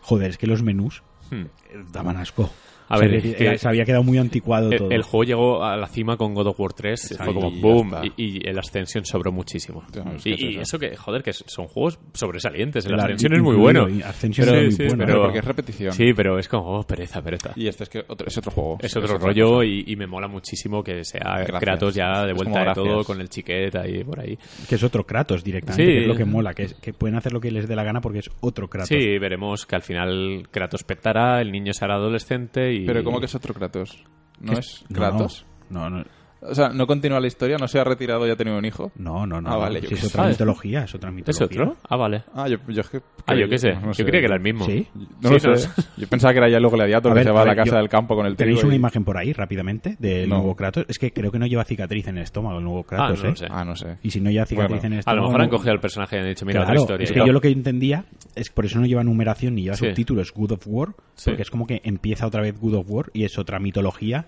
Joder, es que los menús Hmm. eh, daban asco. A O sea, ver, que- que- se había quedado muy anticuado el, todo. el juego llegó a la cima con God of War 3, Exacto. fue como Y ya boom, está. y, y el Ascension sobró muchísimo. Ya, es que y es y eso. eso que, joder, que son juegos sobresalientes. El La- Ascension es muy incluido, bueno. y Ascension Pero- es muy sí, sí, bueno. Pero, pero- porque es repetición. Sí, pero es como, oh, pereza, pereza. Y este es, que otro, es otro juego. Es otro otra rollo cosa. y, y me mola muchísimo que sea Gracias. Kratos ya de Es vuelta como de gracias. todo con el chiqueta y por ahí. Que es otro Kratos directamente, Sí. que es lo que mola, que, es- que pueden hacer lo que les dé la gana porque es otro Kratos. Sí, veremos que al final Kratos petará, el niño será adolescente y... Pero ¿cómo que es otro Kratos? ¿No Que es Kratos? No, no, no, O sea, no continúa la historia, no se ha retirado y ha tenido un hijo. no. no, no. Ah, vale, yo Si es qué otra sé. mitología, es otra ¿Es mitología. otro? Ah, vale. Ah, yo, yo es que... Ah, yo qué sé. no Yo creía que era el mismo. Sí. No Sí, lo sé. no sé. Yo pensaba que era ya el gladiador A que ver, se va a a la ver, casa yo- del campo con el ¿Tenéis trigo una y- imagen por ahí rápidamente del No. nuevo Kratos? Es que creo que no lleva cicatriz en el estómago el nuevo Ah, Kratos, no lo ¿eh? sé. Ah, no sé. Y si no lleva cicatriz Bueno, en el A estómago... lo mejor han no- cogido al personaje y han dicho, mira, Claro, otra historia. es y que tal. yo lo que entendía es por eso no lleva numeración ni lleva Sí. subtítulos Good of War, Sí. porque es como que empieza otra vez Good of War y es otra mitología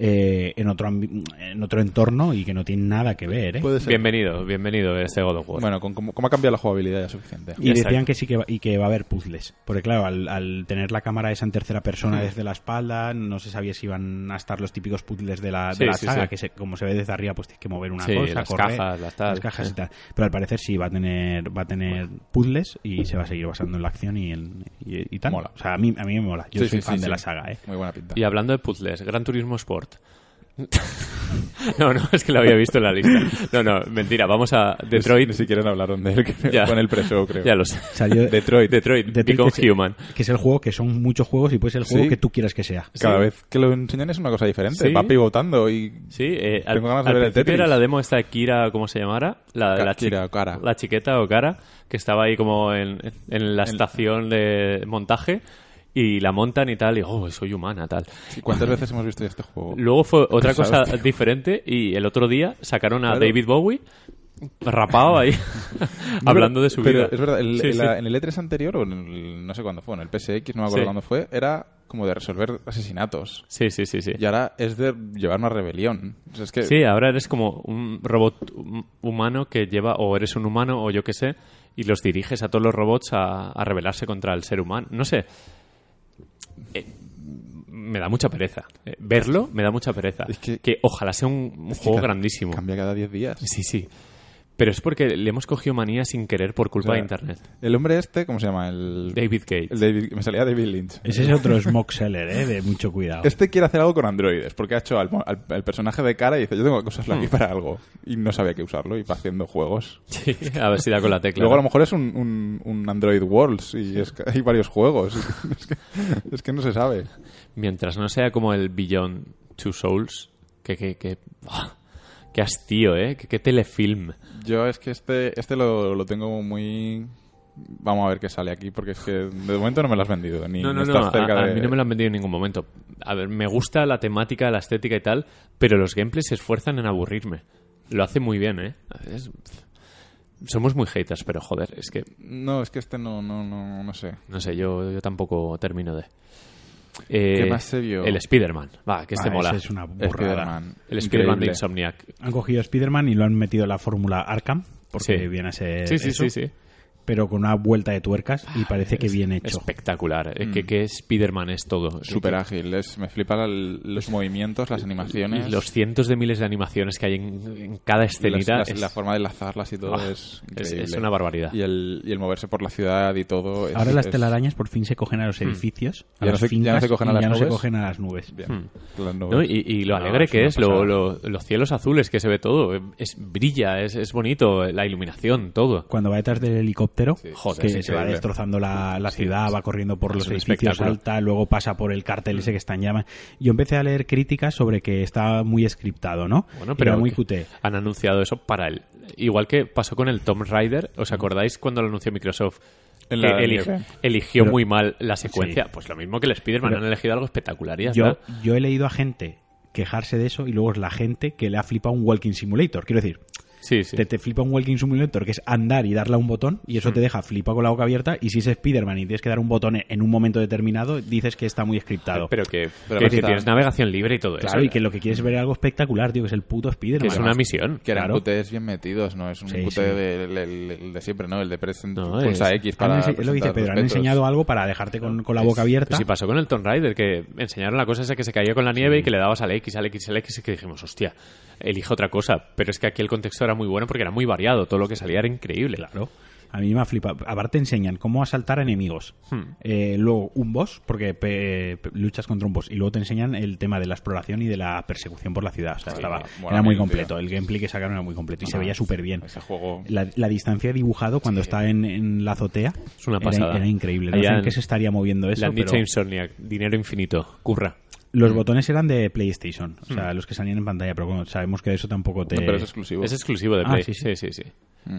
eh, en otro ambi- en otro entorno y que no tiene nada que ver, ¿eh? Bienvenido, bienvenido a este God of War. Bueno, con, como, como ha cambiado la jugabilidad ya es suficiente. Y Exacto. decían que sí que va, y que va a haber puzzles. Porque claro, al, al tener la cámara esa en tercera persona desde la espalda, no se sabía si iban a estar los típicos puzzles de la, de Sí, la sí, saga, sí. que se- como se ve desde arriba, pues tienes que mover una Sí, cosa, las correr, cajas, las tal, cajas sí. y tal. Pero al parecer sí va a tener, va a tener puzzles y se va a seguir basando en la acción y, en, y, y tal. Mola. O sea, a mí, a mí me mola. Yo Sí, soy sí, fan sí, de sí. la saga, eh. Muy buena pinta. Y hablando de puzzles, Gran Turismo Sport. no, no, es que lo había visto en la lista. No, no, mentira, vamos a Detroit. Ni siquiera hablaron de él creo, Ya. con el pre-show, creo. Ya lo sé. O sea, yo- Detroit, Detroit, Become que, es- Human. que es el juego que son muchos juegos y puede ser el juego Sí. que tú quieras que sea. Cada Sí. vez que lo enseñan es una cosa diferente. Sí. Va pivotando y... Sí, eh, al, Tengo ganas de al ver el principio Tetris. era la demo esta de Kira, ¿cómo se llamara? La, Ka- la chi- Kira o Kara. La chiqueta o cara, que estaba ahí como en, en la estación de montaje y la montan y tal, y oh, soy humana, tal. ¿Cuántas veces hemos visto ya este juego? Luego fue otra ¿Sabes, cosa tío? diferente y el otro día sacaron a Claro. David Bowie rapado ahí No, hablando de su pero vida. Es verdad, el- Sí, en, sí. la- en el E3 anterior, o en el- no sé cuándo fue, en el PSX, no me acuerdo Sí. cuándo fue, era como de resolver asesinatos. Sí, sí, sí, sí. Y ahora es de llevar una rebelión. O sea, es que Sí, ahora eres como un robot hum- humano que lleva, o eres un humano, o yo qué sé, y los diriges a todos los robots a, a rebelarse contra el ser humano. No sé. Eh, me da mucha pereza. Eh, verlo me da mucha pereza. Es que- ojalá sea un, un es que juego ca- grandísimo. Cambia cada 10 días. Sí, sí. Pero es porque le hemos cogido manía sin querer por O culpa sea, de Internet. El hombre este, ¿cómo se llama? El David Gates. el David- me salía David Lynch. Ese es otro smoke seller, eh, de mucho cuidado. Este quiere hacer algo con androides, porque ha hecho al, mo- al- al personaje de cara y dice, yo tengo que usarlo aquí para algo. Y no sabía qué usarlo y va haciendo juegos. Sí, a ver si da con la tecla. Luego a lo mejor es un, un- un Android Worlds y es que hay varios juegos. Es que, es que no se sabe. Mientras no sea como el Beyond Two Souls, que... que, que ¡buah! Qué hastío, ¿eh? Qué, qué telefilm. Yo es que este, este lo, lo tengo muy... Vamos a ver qué sale aquí, porque es que de momento no me lo has vendido. Ni No, no, ni no. estás A, cerca a de... mí no me lo han vendido en ningún momento. A ver, me gusta la temática, la estética y tal, pero los gameplays se esfuerzan en aburrirme. Lo hace muy bien, ¿eh? Es- Somos muy haters, pero joder, es que, No, es que este no, no, no, no sé. no sé, yo, yo tampoco termino de... eh, ¿Qué más se vio? El Spider-Man. Va, que este Ah, mola. ese es una burrada. Spider-Man. El Spider-Man de Increíble. Insomniac. Han cogido Spider-Man y lo han metido en la fórmula Arkham, porque Sí. viene a ser Sí, sí, eso, sí, Ah, sí. pero con una vuelta de tuercas y parece que bien hecho. Espectacular. Eh, que, que Spider-Man es todo. Súper ágil. Es, me flipan los movimientos, las animaciones. Y Los cientos de miles de animaciones que hay en, en cada escenita. Las- las- es, La forma de enlazarlas y todo Ah, es es- increíble. es una barbaridad. Y el, y el moverse por la ciudad y todo. es- Ahora las es- telarañas por fin se cogen a Hmm. los edificios, a Ya no las se- ya no fincas, se cogen a y las ya no se nubes. cogen a las nubes. Bien. Las nubes. ¿no? y, y lo No, alegre Ah, es que una es, lo- pasada. lo- los cielos azules que se ve todo. eh, Es, brilla, es, es bonito, eh, la iluminación, todo. Cuando va detrás del helicóptero, joder, que es se va increíble. destrozando la, la ciudad, va corriendo por es los un edificios, espectáculo. Hmm. salta, luego pasa por el cartel ese que está en llamas. Yo empecé a leer críticas sobre que estaba muy scriptado, ¿no? Bueno, Era pero muy que cuté. han anunciado eso para el Igual que pasó con el Tomb Raider, ¿os acordáis cuando lo anunció Microsoft? En Que la eli- nieve. eligió Pero- muy mal la secuencia. Pues lo mismo que el Spider-Man, Pero- han elegido algo espectacular y ya yo, está. yo he leído a gente quejarse de eso y luego es la gente que le ha flipado un Walking Simulator. Quiero decir, Sí, sí. Mm. Te, te flipa un Walking Simulator, que es andar y darle a un botón, y eso te deja flipado con la boca abierta. Y si es Spider-Man y tienes que dar un botón en un momento determinado, dices que está muy scriptado. Pero que, Pero que- lo que quitaron. tienes navegación libre y todo claro, eso. y que lo que quieres ver es algo espectacular, tío, que es el puto Spider-Man. Que es una misión. Que eran Claro. QTs bien metidos, ¿no? Es un Sí, QT sí. de, el, el- el de siempre, ¿no? El de present, No, pulsa es- X Han para ense- es lo que dice presentar Pedro, han respetos. enseñado algo para dejarte con, con la Es- boca abierta. Pues sí pasó con el Tomb Raider, que enseñaron la cosa esa que se caía con la nieve y que le dabas al X, al X, al X, y que dijimos, hostia, elige otra cosa. Pero es que aquí el contexto era muy bueno porque era muy variado, todo lo que salía era increíble. Claro. A mí me flipa. Aparte enseñan cómo asaltar a enemigos. Hmm. Eh, luego un boss, porque pe- pe- luchas contra un boss. Y luego te enseñan el tema de la exploración y de la persecución por la ciudad. O sea, Sí, estaba, mola era muy bien, completo. El gameplay que sacaron era muy completo. Y se veía súper bien. Ese juego. La, la distancia dibujado cuando está en, en la azotea Es una era- pasada. Era, increíble. No Allá sé en en- qué se estaría moviendo eso. Le han dicho pero- a Insomniac, dinero infinito, curra. Hmm. los botones eran de PlayStation. O sea, los que salían en pantalla. Pero bueno, sabemos que eso tampoco te. No, Hmm. pero es exclusivo. Es exclusivo de Ah, Play. sí, sí, sí. sí, sí.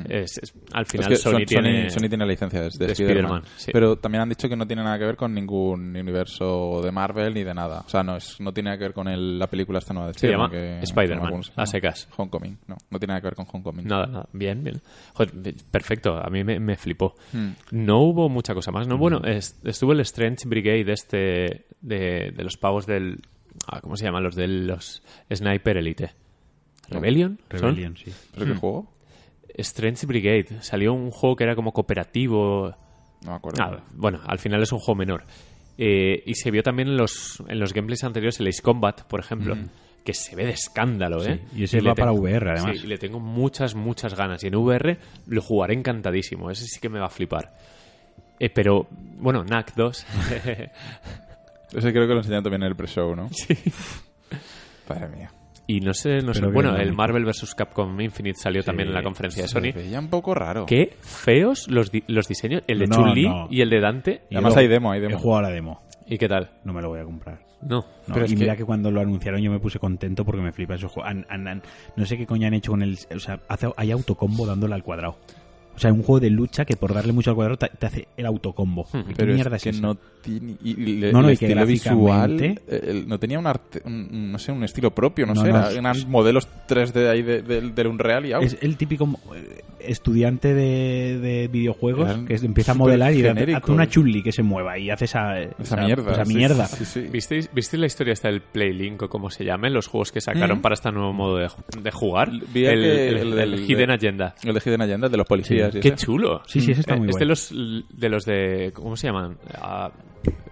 Es- es- al final Es que Sony, tiene... Sony tiene licencias de, de Spider-Man. Spider-Man, sí. Pero también han dicho que no tiene nada que ver con ningún universo de Marvel ni de nada. O sea, no, es, no tiene nada que ver con el- la película esta nueva de Se llama Spider-Man. que- Spider-Man, no sé a cómo se llama. secas. Homecoming. No, no tiene nada que ver con Homecoming. Nada, nada. Bien, bien. Joder, perfecto. A mí me, me flipó. Hmm. No hubo mucha cosa más. No, bueno, es- estuvo el Strange Brigade este de, de los pavos del... ah, ¿Cómo se llaman? Los de los Sniper Elite. ¿Rebellion? ¿Son? Rebellion, sí. ¿Pero qué juego? Strange Brigade. Salió un juego que era como cooperativo. No me acuerdo. Ah, bueno, al final es un juego menor. Eh, y se vio también en los, en los gameplays anteriores el Ace Combat, por ejemplo, que se ve de escándalo, ¿eh? Mm. y ese le va para tengo- VR, además. Sí, y le tengo muchas, muchas ganas. Y en VR lo jugaré encantadísimo. Ese sí que me va a flipar. Eh, pero, bueno, NAC 2. Ese creo que lo enseñaron también en el pre-show, ¿no? Sí. Madre mía. y no sé, no sé. Pero que Bueno, no. el Marvel vs. Capcom Infinite salió también en la conferencia de Se Sony. veía un poco raro. Qué feos los, di- los diseños. El de No, Chun-Li no. y el de Dante. Y Además luego- hay demo, hay demo. He jugado la demo. ¿Y qué tal? No me lo voy a comprar. No. No, Pero y es que- mira que cuando lo anunciaron yo me puse contento porque me flipa esos juegos. Han- han- han- no sé qué coño han hecho con el. O sea, hace- hay autocombo dándole al cuadrado. O sea, un juego de lucha que por darle mucho al cuadrado te, te hace el autocombo. ¿Qué Hmm. Pero mierda es que eso? no tiene... y- y le- No, no, el y que estilo visual... eh, gráficamente- el- no tenía un arte... un- no sé, un estilo propio, no, No, sé. no, era- es- eran modelos 3D ahí de- del del Unreal y... au. Es el típico eh, estudiante de, de videojuegos Eran que es- empieza a súper modelar y hace, genéricos. hace una chulli que se mueva y hace esa, Esa mierda. esa sí, mierda. Sí, sí, sí. ¿Visteis, ¿Visteis la historia esta del Playlink o como se llame? Los juegos que sacaron Mm. para este nuevo modo de, ju- de jugar. Vi el el, que- el- el- el el- Hidden de- Agenda. Mm. El de Hidden Agenda, el de los policías y Qué ese. chulo. Sí, sí, ese está Eh, muy es este bueno. de los, de los de... ¿Cómo se llaman? Ah,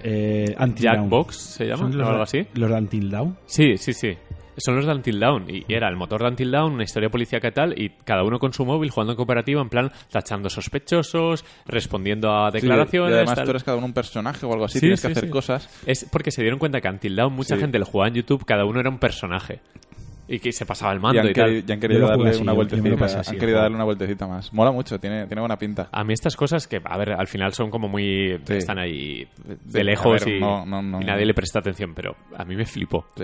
Eh, Until Dawn. ¿Jackbox se llama? ¿Son ¿O los algo de- así? Los de Until Down. Sí, sí, sí. Son los de Until Down. Y y era el motor de Until Down, una historia policíaca y tal, y cada uno con su móvil jugando en cooperativa, en plan tachando sospechosos, respondiendo a Sí, declaraciones... Y además tal. tú eres cada uno un personaje o algo así, Sí, tienes que sí, hacer sí. cosas. Es porque se dieron cuenta que Until Dawn mucha Sí. gente lo jugaba en YouTube, cada uno era un personaje. Y que se pasaba el Y mando han, y querido, tal. y han querido Yo lo jugué darle así, una yo- yo me lo vueltecita. pasé así, han el querido juego. darle una vueltecita más. Mola mucho, tiene, tiene buena pinta. A mí estas cosas que, a ver, al final son como muy... Sí. Están ahí Sí, a de lejos ver, y, no, no, no. y nadie le presta atención, pero a mí me flipó. Sí.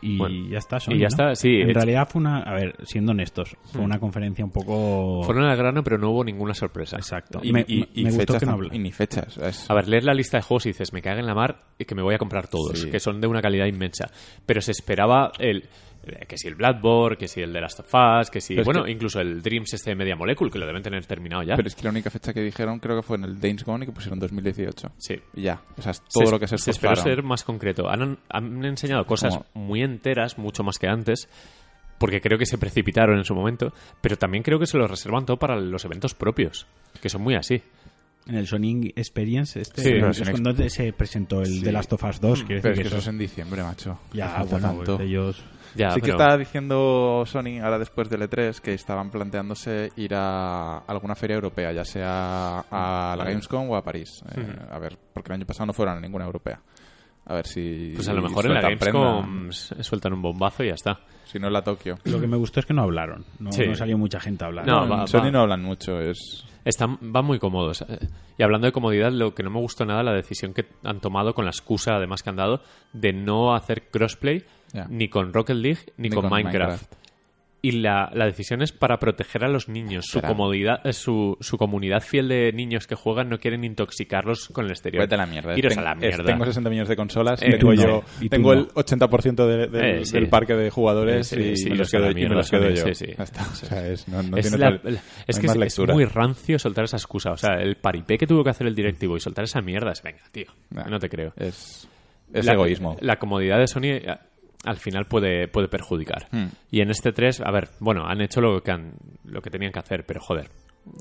Y Bueno, ya está, Sony, y ya ¿no? está, sí, En es- realidad fue una, a ver, siendo honestos, fue una conferencia un poco... Fueron al grano, pero no hubo ninguna sorpresa. Exacto. Y, me y- y me gustó fechas que no tam- habla. y ni fechas. o sea, es- A ver, lees la lista de juegos y dices, me caga en la mar y que me voy a comprar todos, Sí. que son de una calidad inmensa. Pero se esperaba el eh, que si el Bloodborne, que si el de Last of Us, que si... Pero es bueno, que- incluso el Dreams este de Media Molecule, que lo deben tener terminado ya. Pero es que la única fecha que dijeron creo que fue en el Danes Gone y que pusieron 2018. Sí. Y ya. O sea, es todo es- lo que se espera esforzaron. ser más concreto. Han, han enseñado cosas Como- muy enteras, mucho más que antes, porque creo que se precipitaron en su momento, pero también creo que se lo reservan todo para los eventos propios, que son muy así. En el Sony Experience, este, Sí, no, es es un cuando se presentó el Sí. The Last of Us 2, quiero Pero es decir que que eso es eso... en diciembre, macho. Le Ya, falta bueno, tanto. pues ellos... Ya, sí que Ah, pero- estaba diciendo Sony ahora después del E3 que estaban planteándose ir a alguna feria europea, ya sea a la Gamescom o a París. Eh, a ver, porque el año pasado no fueron a ninguna europea. A ver si. Pues a lo mejor en la sueltan prenda. Gamescom s- sueltan un bombazo y ya está. Si no en la Tokio. Lo que me gustó es que no hablaron. No, Sí. no salió mucha gente a hablar. No, En va- Sony va. no hablan mucho, es. Están, van muy cómodos. Eh, Y hablando de comodidad, lo que no me gustó nada la decisión que han tomado con la excusa, además que han dado, de no hacer crossplay Ya. ni con Rocket League ni, Ni con, con Minecraft. Minecraft. Y la, la decisión es para proteger a los niños. Su, Claro. comodidad, eh, su, su comunidad fiel de niños que juegan no quieren intoxicarlos con el exterior. Vete a la mierda. Iros Ten- a la es- mierda. Tengo 60 millones de consolas, Eh, tengo, tú no. yo, Y tú tengo no. el 80% de- del- Eh, sí. del parque de jugadores Eh, sí, y, sí, me iros los a la quedo, y me mierda, los quedo Sony, sí, yo. sí. Ya está. O sea, es, no, no es, tiene la- tal- la- no es hay que más es, es lectura. muy rancio soltar esa excusa. O sea, el paripé que tuvo que hacer el directivo y soltar esa mierda es, venga, tío, Nah. no te creo. Es, es la, egoísmo. La comodidad de Sony eh, al final puede, puede perjudicar. Hmm. Y en este 3, a ver, bueno, han hecho lo que, han- lo que tenían que hacer, pero joder.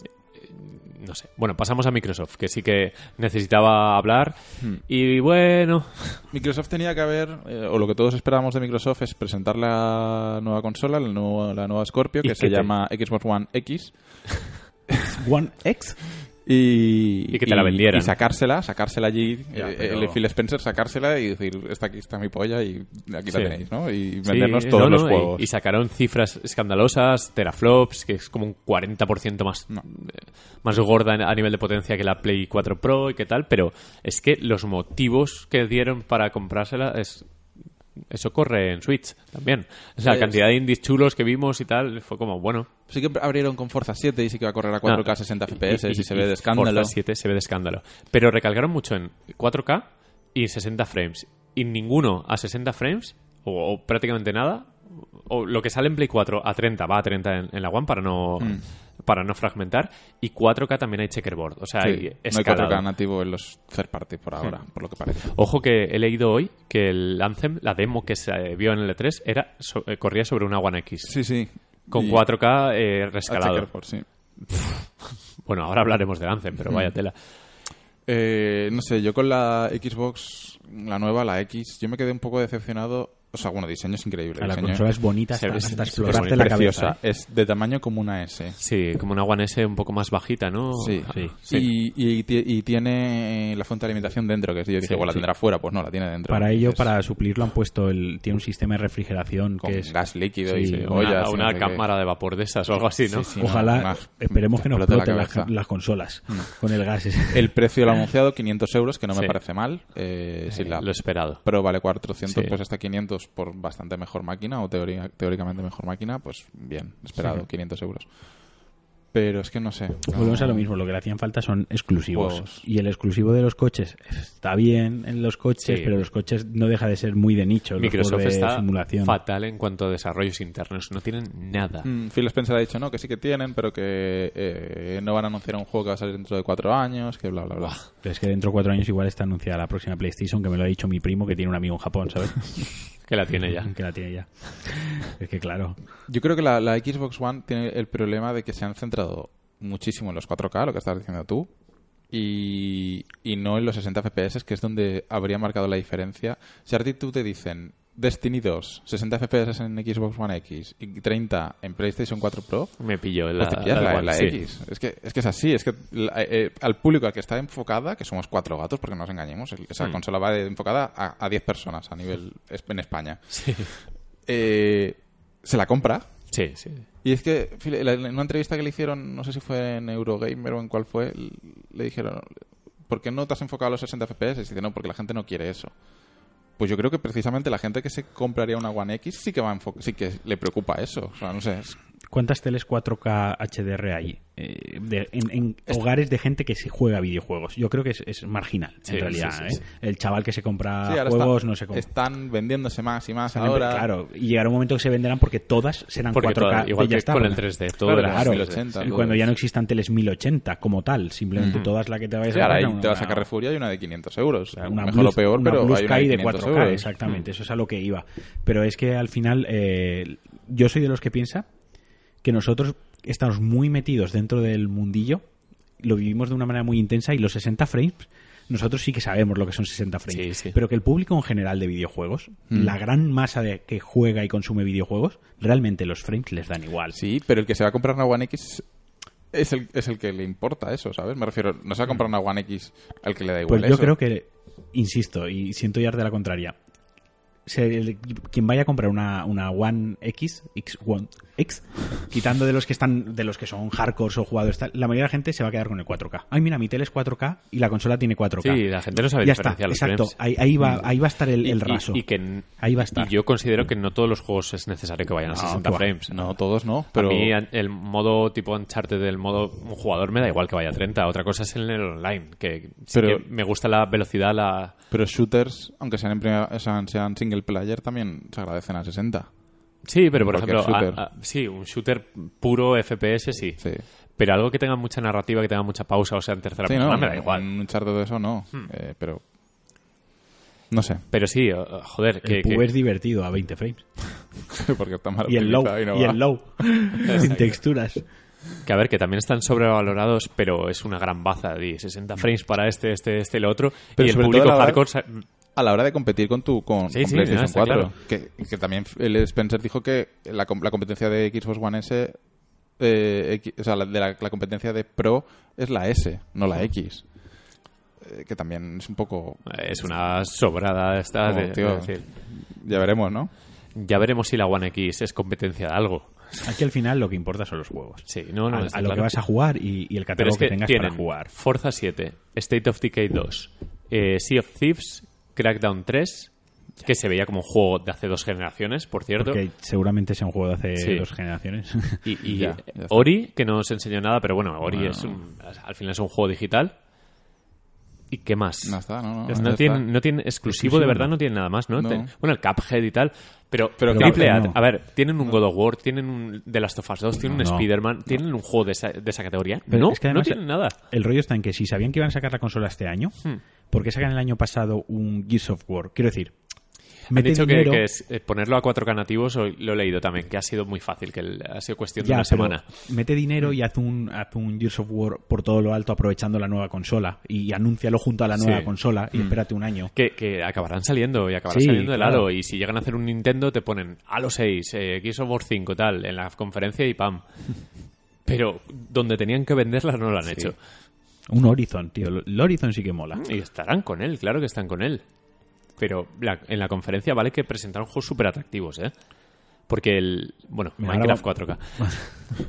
eh, No sé. Bueno, pasamos a Microsoft, que sí que necesitaba hablar. Y bueno, Microsoft tenía que haber, eh, o lo que todos esperábamos de Microsoft es presentar la nueva consola, la nueva, la nueva Scorpio, ¿Y que qué se te- llama Xbox One X. One X. Y, Y que te la vendieran. Y sacársela, sacársela allí, Ya, eh, pero- el Phil Spencer, sacársela y decir, está aquí está mi polla y aquí Sí. la tenéis, ¿no? Y sí, vendernos todos no, los no, y- juegos. Y, sacaron cifras escandalosas, teraflops, que es como un 40% más, eh, más gorda en- a nivel de potencia que la Play 4 Pro y qué tal, pero es que los motivos que dieron para comprársela es... Eso corre en Switch también. O sea, la Sí, cantidad de indies chulos que vimos y tal, fue como, bueno, Sí que abrieron con Forza 7 y sí que va a correr a 4K Ah, No. 60 FPS y, Y- y- se ve y de escándalo. Forza 7 se ve de escándalo. Pero recalcaron mucho en 4K y 60 frames. Y ninguno a 60 frames, o, o prácticamente nada, o lo que sale en Play 4 a 30, va a 30 en, en la One para no, Mm. para no fragmentar. Y 4K también hay checkerboard. O sea, Sí, hay no hay 4K escalado. nativo en los third party por ahora, por lo que parece. Ojo que he leído hoy que el Anthem, la demo que se eh, vio en el E3, era, so- eh, corría sobre una One X. Sí, sí. Con Y- 4K eh, a rescalado. checkerboard, sí. Bueno, ahora hablaremos del Anthem, pero Mm. vaya tela. Eh, no sé, yo con la Xbox, la nueva, la X, yo me quedé un poco decepcionado. O sea, bueno, diseño es increíble. La diseño consola es bonita, Se ve- hasta, hasta se ve explorarte bonita, la preciosa. cabeza. ¿eh? Es de tamaño como una S. Sí, como una One S un poco más bajita, ¿no? Sí. sí. Y, y ti- y tiene la fuente de alimentación dentro, que yo dije, Sí, bueno, la sí. tendrá fuera, pues no, la tiene dentro. Para ello, Entonces, para suplirlo, han puesto el. Tiene un sistema de refrigeración Con que es. gas líquido y Sí, sí, Una, ollas. y una no sé qué. cámara de vapor de esas o algo así, ¿no? Sí, sí, no, Ojalá, más. esperemos que no Te explota exploten la las, cabeza. las consolas con el gas. ese. El precio del anunciado, 500 euros, que no me Sí. parece mal. Eh, si la Lo esperado. Pro vale 400, Sí. pues hasta 500 por bastante mejor máquina, o teoría- teóricamente mejor máquina, pues bien, esperado, 500 euros. Pero es que no sé. no- Volvemos Ah. a lo mismo, lo que le hacían falta son exclusivos. Juegos. Y el exclusivo de los coches está bien en los coches, Sí. pero los coches no deja de ser muy de nicho. los Microsoft juegos de está simulación. fatal en cuanto a desarrollos internos. No tienen nada. Mm, Phil Spencer ha dicho, no, que sí que tienen, pero que eh, no van a anunciar un juego que va a salir dentro de cuatro años, que bla, bla, bla. Pero es que dentro de cuatro años igual está anunciada la próxima PlayStation, que me lo ha dicho mi primo que tiene un amigo en Japón, ¿sabes? Que la tiene ya. que la tiene ya. Es que claro. Yo creo que la, la Xbox One tiene el problema de que se han centrado muchísimo en los 4K, lo que estás diciendo tú, y, y no en los 60 FPS, que es donde habría marcado la diferencia. Si a ti tú te dicen Destiny 2, 60 FPS en Xbox One X y 30 en PlayStation 4 Pro, Me pilló la, pues te pillas la la, One, la sí. X. Es que, es que es así, es que la- eh, al público al que está enfocada, que somos cuatro gatos, porque no nos engañemos, el- esa Mm. consola va de- enfocada a a 10 personas a nivel es- en España. Sí. Eh, se la compra. Sí, sí. Y es que Phil, en la- en una entrevista que le hicieron, no sé si fue en Eurogamer o en cuál fue, l- le dijeron, ¿por qué no te has enfocado a los 60 FPS? Y dice, no, porque la gente no quiere eso. Pues yo creo que precisamente la gente que se compraría una One X sí que va a enfo- sí que le preocupa eso. O sea, no sé, es- ¿Cuántas teles 4K HDR hay eh, de- en, en hogares de gente que se juega videojuegos? Yo creo que es, es marginal, Sí, en realidad. sí, sí, ¿eh? sí. El chaval que se compra Sí, ahora juegos está- no se compra. Están vendiéndose más y más Están en- ahora. Claro, y llegará un momento que se venderán porque todas serán Porque 4K. toda- de- igual ya que está, con el porque- 3D, todo Claro, era claro. 1080, Y todo cuando es. ya no existan teles 1080 como tal, simplemente todas las que te vayas Sí, a ahora comprar, ahí una- te vas a Carrefour y hay una de 500 euros. sea, una Mejor Blue- o peor, una pero Blue hay una de Sky de 500 4K, euros. exactamente, eso es a lo que iba. Pero es que al final eh, yo soy de los que piensa que nosotros estamos muy metidos dentro del mundillo, lo vivimos de una manera muy intensa y los 60 frames nosotros sí que sabemos lo que son 60 frames, Sí, sí. pero que el público en general de videojuegos, Mm. la gran masa de que juega y consume videojuegos, realmente los frames les dan igual. Sí, pero el que se va a comprar una One X es el, es el que le importa eso, ¿sabes? Me refiero, no se va a comprar una One X al que le da igual Mm. Pues yo eso. creo que, insisto, y siento ya de la contraria, se- el- quien vaya a comprar una, una One X, X One X, quitando de los que están, de los que son hardcores o jugadores, tal, la mayoría de la gente se va a quedar con el 4K. Ay, mira, mi tele es 4K y la consola tiene 4K. Sí, la gente no sabe ya está, diferenciar los exacto. frames. Mm. Ahí, ahí va, ahí va a estar el, el Y- y- raso. Y, que n- ahí va a estar. y yo considero que no todos los juegos es necesario que vayan a No, 60 que va. frames. No, todos no, pero... A mí an- el modo tipo Uncharted del modo un jugador me da igual que vaya a 30. Otra cosa es en el online, que, sí Pero- que me gusta la velocidad, la... Pero shooters, aunque sean, en primera- sean, sean single player, también se agradecen a 60. Sí, pero por Cualquier ejemplo, a- shooter. a- sí, un shooter puro FPS sí. Sí. Pero algo que tenga mucha narrativa, que tenga mucha pausa, o sea, en tercera Sí, persona, no, me da igual. Un Uncharted de eso no, eh, pero... No sé, Pero sí, o- o- joder, que, el que- Pues PUBG es divertido a 20 frames. porque está mal Y el low. optimizado Y, y no va. el low. sin texturas. que, a ver, que también están sobrevalorados, pero es una gran baza. di, 60 frames para este, este, este y lo otro. Pero y el sobre todo público la edad- hardcore sa- A la hora de competir con tu con, Sí, con sí, no, PlayStation está 4. claro. Que, que también el Spencer dijo que la, com- la competencia de Xbox One S... eh, X- o sea, la, de la, la competencia de Pro es la S, no la X. Eh, que también es un poco... es una sobrada esta. Como, de- Oh, tío. de decir. Ya veremos, ¿no? Ya veremos si la One X es competencia de algo. Aquí al final lo que importa son los juegos. Sí, no, no, a, está a lo que claro. vas a jugar y, y el Pero catálogo es que, que, tengas tienen para jugar. Forza 7, State of Decay 2, eh, Sea of Thieves, Crackdown 3, que se veía como un juego de hace dos generaciones, por cierto. Porque seguramente sea un juego de hace Sí. dos generaciones. Y, y, Ya, eh, ya está. Ori, que no os enseñó nada, pero bueno, Ori Bueno. es un- al final es un juego digital. ¿Y qué más? No está, no, No, no, ya tiene, está. no tiene exclusivo, Exclusivo de no. verdad no tiene nada más, ¿no? No. Ten- bueno, el Cuphead y tal. Pero, Pero triple A, Cuphead no. a ver, tienen un God of War, tienen un The Last of Us 2, tienen un No. Spider-Man, tienen un juego de esa, de esa categoría. Pero no, es que no además- tienen nada. El rollo está en que si sabían que iban a sacar la consola este año, Hmm. ¿por qué sacan el año pasado un Gears of War? Quiero decir, Me han mete dicho que, dinero- que es- eh, ponerlo a 4K nativos, o- lo he leído también, que ha sido muy fácil, que el- ha sido cuestión de ya, una pero semana. Hmm. Mete dinero y haz un, haz un Gears of War por todo lo alto aprovechando la nueva consola y anúncialo junto a la nueva Sí. Hmm. consola y espérate un año. Que, que acabarán saliendo y acabarán Sí, saliendo el claro. Halo. Y si llegan a hacer un Nintendo, te ponen Halo 6, eh, Gears of War 5, tal, en la conferencia y pam. Pero donde tenían que venderla no lo han hecho. Un Horizon, tío. El Horizon sí que mola. Y estarán con él, claro que están con él. Pero la- en la conferencia vale que presentaron juegos súper atractivos, ¿eh? Porque el. Bueno, Mira, Minecraft 4K. ahora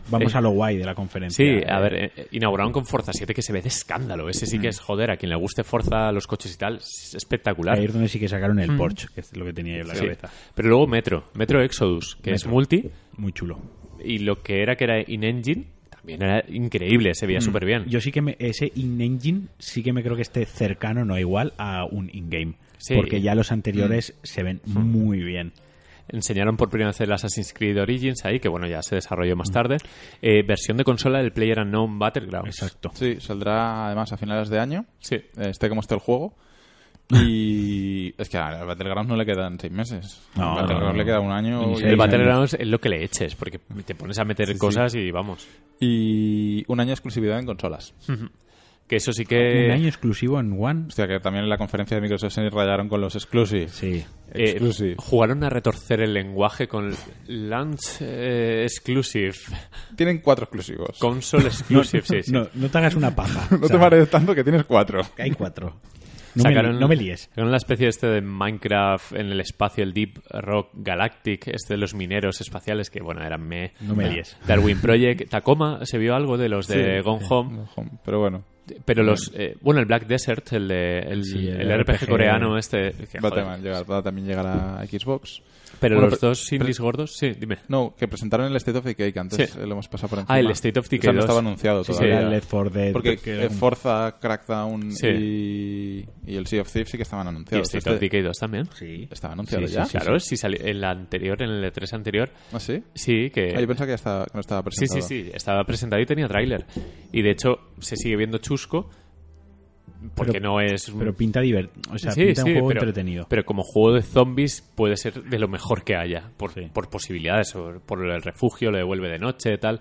Vamos Eh, a lo guay de la conferencia. Sí, a ver, eh, eh, inauguraron con Forza 7 que se ve de escándalo. Ese sí que es joder. A quien le guste Forza, los coches y tal, es espectacular. Ahí es donde sí que sacaron el Porsche, que es lo que tenía yo en la Hmm. Sí. cabeza. Pero luego Metro, Metro Exodus, que es Metro. multi, Muy chulo. y lo que era que era in-engine, también era increíble, se veía súper bien. Mm. Yo sí que me, ese in-engine sí que me creo que esté cercano, no igual, a un in-game. Sí. Mm. Porque ya los anteriores se ven muy bien. Enseñaron por primera vez el Assassin's Creed Origins ahí, que bueno, ya se desarrolló Mm. más tarde. Eh, versión de consola del Player Unknown Battlegrounds. Exacto. Sí, saldrá además a finales de año. Sí. Este como está el juego. Y es que al Battlegrounds no le quedan seis meses. No, al Battlegrounds Ah, no, no. le queda un año. Ni y- seis. El Battlegrounds es lo que le eches, porque te pones a meter cosas y vamos. Y un año de exclusividad en consolas. Que eso sí Un que. año exclusivo en One. Hostia, que también en la conferencia de Microsoft se rayaron con los exclusives. Sí. Eh, Exclusive. jugaron a retorcer el lenguaje con launch eh, exclusive, Tienen cuatro exclusivos. console exclusive, sí, sí. No, no te hagas una paja. No O sea, te pares tanto que tienes cuatro. que Hay cuatro. No, Sacaron- me, no me líes. sacaron la especie este de Minecraft en el espacio, el Deep Rock Galactic, este de los mineros espaciales que, bueno, eran me... No me líes. Darwin Project, Tacoma, se vio algo de los de Sí. Gone Home, Pero bueno, pero los... eh, bueno, el Black Desert, el, de, el, Sí, el el RPG, RPG. coreano este... que, joder. Batman llegará- también llegará a Xbox. pero Bueno, los pero- dos indies gordos, sí, dime. No, que presentaron el State of Decay, que antes Sí. eh, lo hemos pasado por encima. Ah, el State of O sea, Decay no 2. estaba anunciado Sí, sí, todavía. Era el Left 4 Dead. Porque que- eh, Forza, Crackdown Sí. y, y el Sea of Thieves sí que estaban Y anunciados. State Este- of Decay 2 también. Sí. ¿Estaba anunciado Sí, ya? sí, sí. claro, si salió en la anterior, en el E3 anterior, ¿Ah, sí? sí que... Ah, yo pensaba que ya estaba, que no estaba Eh, Sí, presentado. sí, sí, estaba presentado y tenía tráiler. Y de hecho se sigue viendo chusco porque Pero- no es... un- Pero pinta divertido. O sea, Sí, pinta un sí, juego pero- entretenido. Pero como juego de zombies puede ser de lo mejor que haya, por, Sí. por posibilidades, o por el refugio, lo devuelve de noche, tal.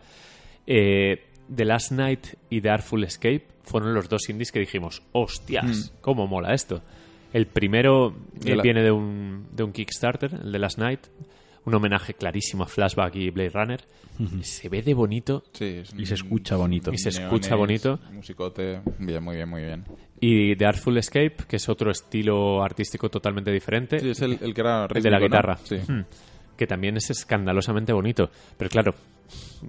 Eh, The Last Night y The Artful Escape fueron los dos indies que dijimos, hostias, cómo mola esto. El primero Hmm. De eh, la- viene de un, de un Kickstarter, el de Last Night, un homenaje clarísimo a Flashback y Blade Runner. Se ve de bonito Sí, es Y un- se escucha bonito. Y se escucha neones, bonito. Musicote. Bien, muy bien, muy bien. Y The Artful Escape, que es otro estilo artístico totalmente diferente, Sí, es el, el que era el de la rítmico, ¿no? guitarra, Sí. Mm. que también es escandalosamente bonito. Pero claro,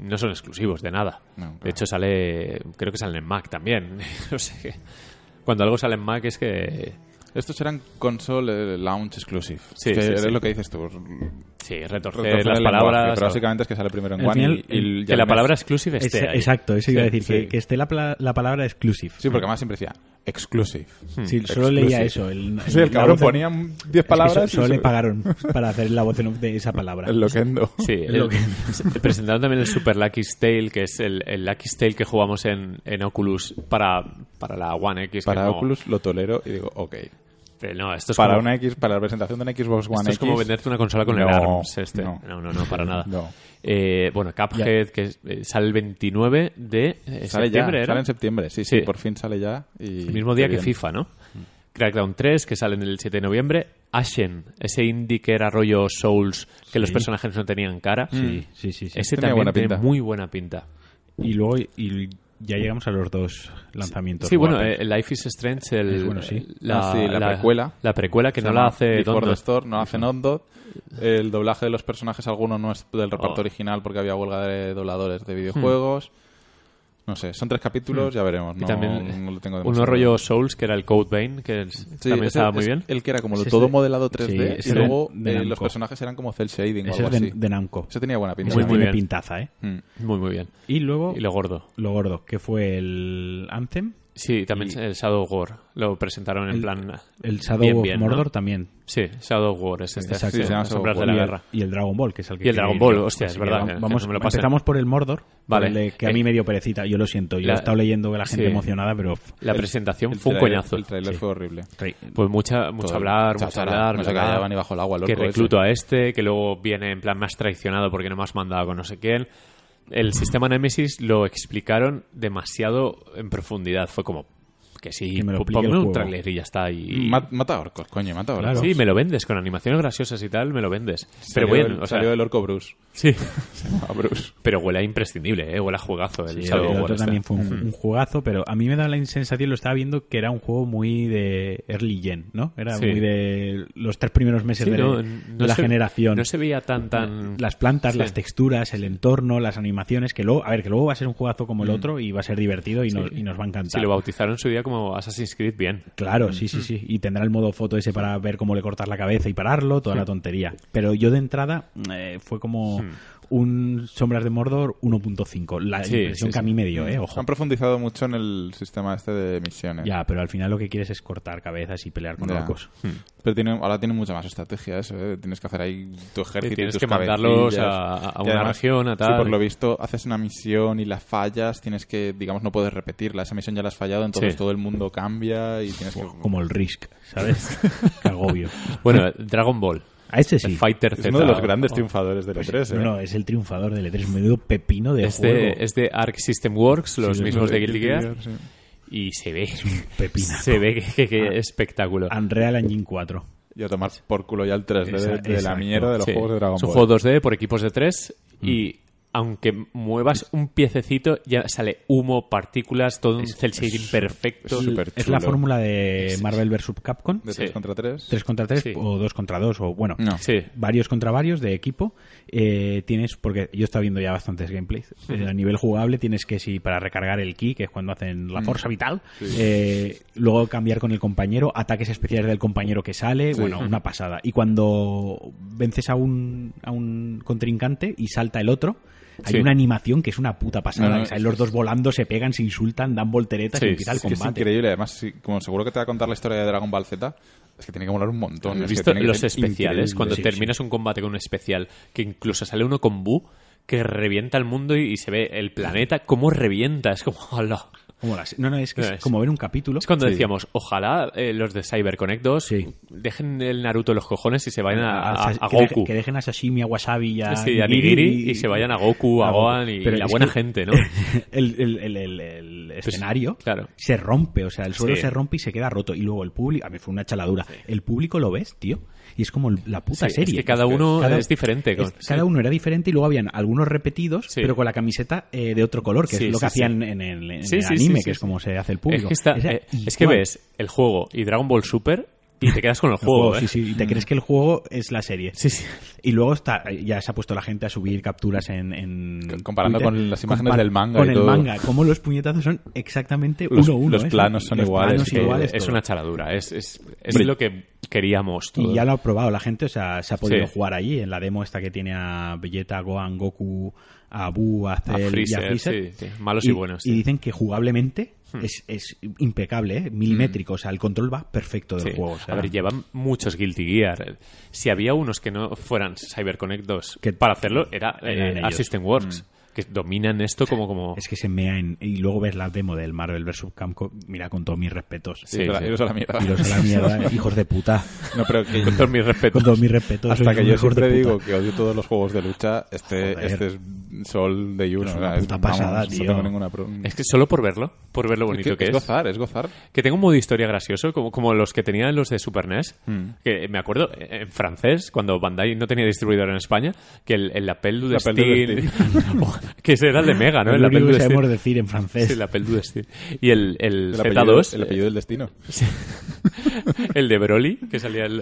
no son exclusivos de nada. No, claro. De hecho, sale, creo que sale en Mac también. o sea que cuando algo sale en Mac es que... Estos eran console eh, launch exclusive. Sí, que sí, es sí. lo que dices tú. Sí, retorcer, Retorcer Eh, las el lenguaje, palabras. Pero básicamente es que sale primero en Al One final, y, y ya que la ves. palabra exclusive esté Exa- este ahí. Exacto, eso iba a decir, Sí, que, sí. que esté la, pla- la palabra exclusive. Sí, porque además siempre decía exclusive. hmm, Sí, solo Exclusive. leía eso. El, Sí, el la cabrón voz en- ponía 10 es que so- palabras. y solo se- le pagaron para hacer la voz en off de esa palabra. El loquendo. Sí, el- se- presentaron también el Super Lucky's Tale, que es el, el Lucky's Tale que jugamos en, en Oculus para, para la One X. que Para no- Oculus lo tolero y digo, ok. eh, no, esto es para como, una X, para la presentación de una Xbox esto One es X. como venderte una consola con el No, ARMS. Este. No. no. no, no, para nada. No. Eh, bueno, Cuphead, que es- eh, sale el 29 de eh, Sale ya, septiembre. ¿era? sale en septiembre, sí, sí, Sí. por fin sale ya. Y El mismo día qué que bien. Mm. FIFA, ¿no? Crackdown 3, que sale en el 7 de noviembre. Ashen, ese indie que era rollo Souls, que los personajes no tenían cara. Mm. Sí, sí, sí. sí. Ese Tenía también buena tiene pinta. muy buena pinta. Y luego y ya llegamos a los dos lanzamientos. Sí, bueno, guapos. eh, Life is Strange, el- Es bueno, sí. la, Ah, sí, la precuela. La precuela que Se no la llama hace Before Dondo. the Store, no la hace Nondot. El doblaje de los personajes, alguno no es del reparto Oh. Hmm. original porque había huelga de dobladores de videojuegos. No sé, son tres capítulos, ya veremos. Y No, también no lo tengo uno demasiado. rollo Souls, que era el Code Vein, que es- Sí, también ese estaba es muy bien. El que era como lo Ese es todo de- modelado eh, 3D sí, y ese luego de- de eh, Namco. los personajes eran como cel shading o Ese algo es de, así. de Namco. Ese tenía buena pinta. Ese Muy, muy tiene bien. pintaza, ¿eh? Mm. Muy, muy bien. Y luego Y lo gordo. lo gordo, que fue el Anthem, Sí, también el Shadow Gore. Lo presentaron en El- plan... el Shadow Bien, of bien, ¿no? Mordor también. Sí, Shadow War es este. Exacto. sí, Sí, se llama Las Shadow sombras de War. la y, guerra. El, y el Dragon Ball, que es el que Y el quería Dragon ir. Ball, hostia, es Así verdad, que que- Vamos, que me lo pasé. empezamos por el Mordor, Vale. vale. que a Eh, mí me dio perecita, yo lo siento. Yo la- he estado leyendo que la gente sí. emocionada, pero... pff, La presentación El fue un tráiler- coñazo. El trailer Sí. fue horrible. cre- Pues mucha, mucho Todo- hablar, mucha mucho charla, hablar. no se bla, bla, callaban ni bajo el agua, el Que orco ese. recluto a este, que luego viene en plan más traicionado porque no me has mandado con no sé quién. El sistema Nemesis lo explicaron demasiado en profundidad. Fue como que sí, Que me lo po- explique el ponme un juego. tráiler y ya está. Y, Ma- mata orcos, coño, mata orcos. Claro. Sí, me lo vendes con animaciones graciosas y tal, me lo vendes. Pero Salió bueno, el- o sea, salió el orco Bruce. sí. A Bruce. Pero huele a imprescindible, ¿eh? huele a juegazo el Sí, el, Shadow otro War este. también fue un, un juegazo, pero a mí me da la sensación, lo estaba viendo, que era un juego muy de early gen, ¿no? Era Sí. muy de los tres primeros meses Sí, de, no, de no la se- generación. No se veía tan, tan... Las plantas, Sí. las texturas, el entorno, las animaciones, que luego, a ver, que luego va a ser un juegazo como el otro y va a ser divertido y, nos, y nos va a Si encantar. Mm. lo Mm. bautizaron en su día como Assassin's Creed, bien. Claro, sí, sí, sí. Y tendrá el modo foto ese para ver cómo le cortas la cabeza y pararlo, toda la tontería. Pero yo de entrada eh, fue como un Sombras de Mordor 1.5. La Sí, impresión sí, que a sí. mí me dio, ¿eh? Ojo. Han profundizado mucho en el sistema este de misiones. Ya, pero al final lo que quieres es cortar cabezas y pelear con Ya. locos. Pero tiene, ahora tiene mucha más estrategia eso, ¿eh? Tienes que hacer ahí tu ejército. Y y tienes tus que mandarlos cabecillas. a- a Y una región, a tal. Sí, por lo visto, haces una misión y la fallas, tienes que, digamos, no puedes repetirla. Esa misión ya la has fallado, entonces Sí. todo el mundo cambia y tienes que... Como el Risk, ¿sabes? Qué agobio. Bueno, Dragon Ball. A este sí. Oh, El Fighter Es Z. uno de los grandes triunfadores del E3, ¿eh? No, no, es el triunfador del E E3, menudo pepino de Es juego. de, Este es de Arc System Works, los Sí, mismos de Guilty Guilty Gear. Gear, sí. Y se ve. pepinazo. Se ve que, que- Ah. que espectáculo. Unreal Engine 4. Y a tomar por culo ya el 3D de, Esa- de la exacto. mierda de los Sí. juegos de Dragon Es un Ball. Mm. juego 2D por equipos de 3 y aunque muevas un piececito ya sale humo, partículas, todo un cel shading perfecto. es súper Es la chulo. fórmula de Marvel vs. Capcom. De Mm. 3 Sí. contra 3. 3 contra 3 Sí. o 2 contra 2 o bueno, No. Sí. varios contra varios de equipo. eh, tienes, porque yo estaba viendo ya bastantes gameplays. eh, a nivel jugable tienes que, si para recargar el ki, que es cuando hacen la fuerza vital, eh, luego cambiar con el compañero, ataques especiales del compañero que sale, Sí. bueno, una pasada. Y cuando vences a un, a un contrincante y salta el otro. Hay Sí. una animación que es una puta pasada. No, no, que salen los dos volando, se pegan, se insultan, dan volteretas Sí, y empieza el es Es que es combate. increíble, además, sí, como seguro que te va a contar la historia de Dragon Ball Z, es que tiene que molar un montón. ¿Has es que visto tiene que los ser especiales? increíble. Cuando Sí, terminas un combate con un especial, que incluso sale uno con Bu, que revienta el mundo y, y se ve el planeta, cómo revienta. Es como, ¡hala! Como las- no, no, es que es No es. como ver un capítulo. Es cuando Sí. decíamos, ojalá eh, los de CyberConnect 2 Sí. Ah, dejen el Naruto en los cojones y se vayan a, a- a que, deje- Goku. que dejen a Sashimi, a Wasabi y a, Sí, a Nigiri y se vayan a Goku, a a Goku. Gohan y Pero la es buena que- gente, ¿no? Pues, el, el- el- el- el escenario claro. se rompe, o sea, el suelo Sí. se rompe y se queda roto. Y luego el público, a mí fue una chaladura. El público lo ves, tío, y es como el- la puta Sí, serie. es que cada uno Cada- es diferente. con- es- Cada uno era diferente y luego habían algunos repetidos, Sí. pero con la camiseta eh, de otro color, que Sí, es lo que sí, sí. hacían en el, en Sí, el sí, anime, sí, sí, que es sí. como se hace el Es público. que, está- Era eh, es que igual. ves el juego y Dragon Ball Super y te quedas con el El juego, juego, ¿eh? sí, sí, y te crees que el juego es la serie. Sí, sí. Y luego está, ya se ha puesto la gente a subir capturas en. en Comparando con las imágenes del manga Con y el todo. manga, como los puñetazos son exactamente Los- uno a uno. los ¿eh? planos son Los iguales, planos Es que iguales, es todo. una chaladura. Es, es, es Hombre. lo que queríamos todos. Y ya lo ha probado la gente, o sea, se ha podido Sí. jugar allí en la demo esta que tiene a Vegeta, Gohan, Goku, a Buu, a A Cell Freezer, y a Freezer. sí, sí, malos y buenos, sí. Y dicen que jugablemente es, es impecable, ¿eh? milimétrico, o sea, el control va perfecto del Sí. juego. o sea, A ver, llevan muchos Guilty Gear. Si había unos que no fueran CyberConnect 2, Que- para hacerlo era eran eh, ellos. Mm. Assistant Works, que dominan esto como... como... Es que se mea en- y luego ves la demo del Marvel vs. Capcom, mira, con todos mis respetos. Sí, Iros a la- sí. iros a la mierda. Y los de la mierda, hijos de puta. No, pero que- Con todos mis Con respetos. todos mis respetos. hasta sois que unos yo hijos de siempre puta. digo que odio todos los juegos de lucha, este, Joder. este es Sol de Juno. Es o una sea, es- puta vamos, pasada, no tío. tengo ninguna pro- Es que solo por verlo, por ver lo bonito que, es es. gozar, es gozar. Que tengo un modo historia gracioso, como, como los que tenían los de Super NES. Mm. Que me acuerdo, eh, en francés, cuando Bandai no tenía distribuidor en España, que el, el Appel du La Appel du Destin... que ese era el de Mega, ¿no? Es El lo Appel único du que sabemos Destin. decir en francés. Sí, el Appel du Destin. Y el, el, El apellido, Z2... el apellido del destino. el de Broly, que salía el,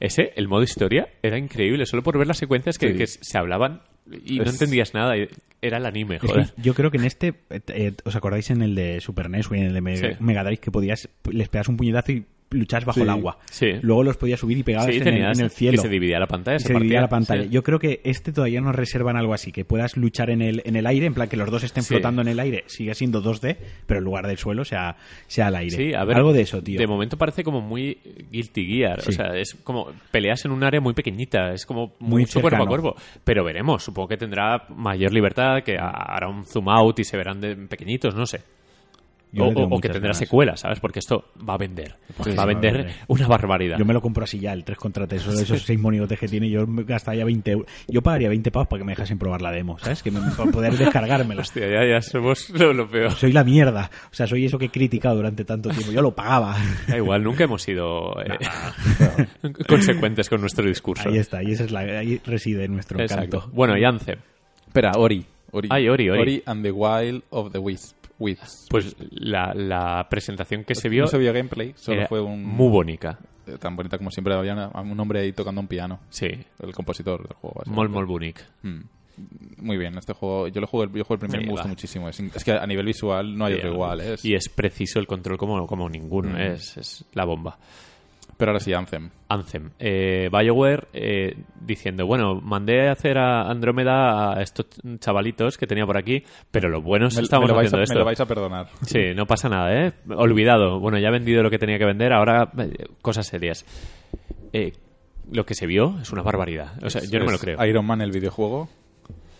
ese, el modo historia, era increíble. Solo por ver las secuencias que, Sí. que se hablaban y no Es- entendías nada. y- Era el anime, Es que joder. yo creo que en este, eh, eh, ¿os acordáis en el de Super NES o en el de Me- Sí. Mega Drive que podías, les pegas un puñetazo y luchabas bajo Sí, el agua? sí. Luego los podías subir y pegabas Sí, en, el, tenías en el cielo. que se dividía la pantalla, Y se se dividía partía, la pantalla. sí. Yo creo que este todavía nos reservan algo así, que puedas luchar en el, en el aire, en plan que los dos estén Sí. flotando en el aire. Sigue siendo 2D, pero en lugar del suelo sea, sea al aire. Sí, a ver, algo de eso, tío. De momento parece como muy Guilty Gear. O Sí. sea, es como peleas en un área muy pequeñita. Es como Muy mucho cuerpo a cercano. cuerpo. Pero veremos. Supongo que tendrá mayor libertad, que hará un zoom out y se verán de pequeñitos, no sé. Yo O, le tengo o- o que muchas tendrá ganas. Pues secuela, ¿sabes? Porque esto va a vender. sí, va a va a vender vender. una barbaridad. Yo me lo compro así ya, el 3 contra 3, solo esos 6 monigotes que tiene, yo me gastaría 20 euros. Yo pagaría 20 pavos para que me dejasen probar la demo, ¿sabes? Que me, para poder descargármela. Hostia, ya, ya somos lo, lo peor. Soy la mierda. O sea, soy eso que he criticado durante tanto tiempo. Yo lo pagaba. Da igual, nunca hemos sido eh, consecuentes con nuestro discurso. Ahí está, y esa es la, ahí reside nuestro Exacto. encanto. Bueno, y Anthem. Espera, Ori. Ori. Ay, Ori, Ori. and the Wild of the Wisp. Wisps. Pues la, la presentación que se vio No se vio gameplay, solo era fue un... muy bonita. eh, Tan bonita como siempre, había una- un hombre ahí tocando un piano. Sí, El compositor del juego. Mol básicamente. Mol Bunic. Mm. Muy bien, este juego, yo lo jugué, yo jugué el primero y Ahí me gustó va. muchísimo. Es, es que a nivel visual no hay otro igual. ¿eh? Es- Mm. Y es preciso el control como, como ninguno. ¿eh? Es, es la bomba. Pero ahora sí, Anthem. Anthem. Eh, BioWare eh, diciendo, bueno, mandé a hacer a Andrómeda a estos chavalitos que tenía por aquí, pero los buenos Me, estamos me lo vais a, haciendo me esto. lo vais a perdonar. Sí, no pasa nada, ¿eh? Olvidado. Bueno, ya he vendido lo que tenía que vender, ahora eh, cosas serias. Eh, lo que se vio es una barbaridad. O sea, yo no me lo Es creo. Iron Man el videojuego,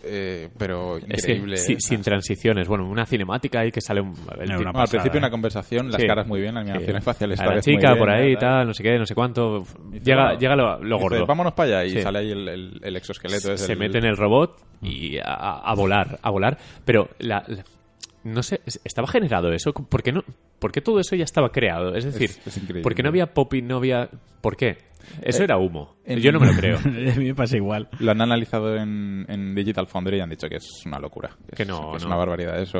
eh, pero Es que increíble. ¿eh? sí, sin transiciones. Bueno, una cinemática y que sale un... el Era tipo- una No, al pasada, principio ¿eh? una conversación, las Sí. caras muy bien, animaciones Sí. faciales. A esta la vez muy chica bien, por ahí, tal. tal, no sé qué, no sé cuánto. Dice, Llega, bueno, llega lo, lo dice, gordo. Vámonos para allá y Sí. sale ahí el, el- el exoesqueleto. es Se el- Mm. mete en el robot y a, a- a volar, a volar. Pero la, la- no sé, es- estaba generado eso. ¿Por qué, no, ¿Por qué todo eso ya estaba creado? Es decir, es increíble. Eh, ¿por qué no había pop y no había...? ¿Por qué? Eso era humo. en- Yo no me lo creo. A mí me pasa igual. Lo han analizado en, en Digital Foundry y han dicho que es una locura. es- Que no, es no. una barbaridad eso.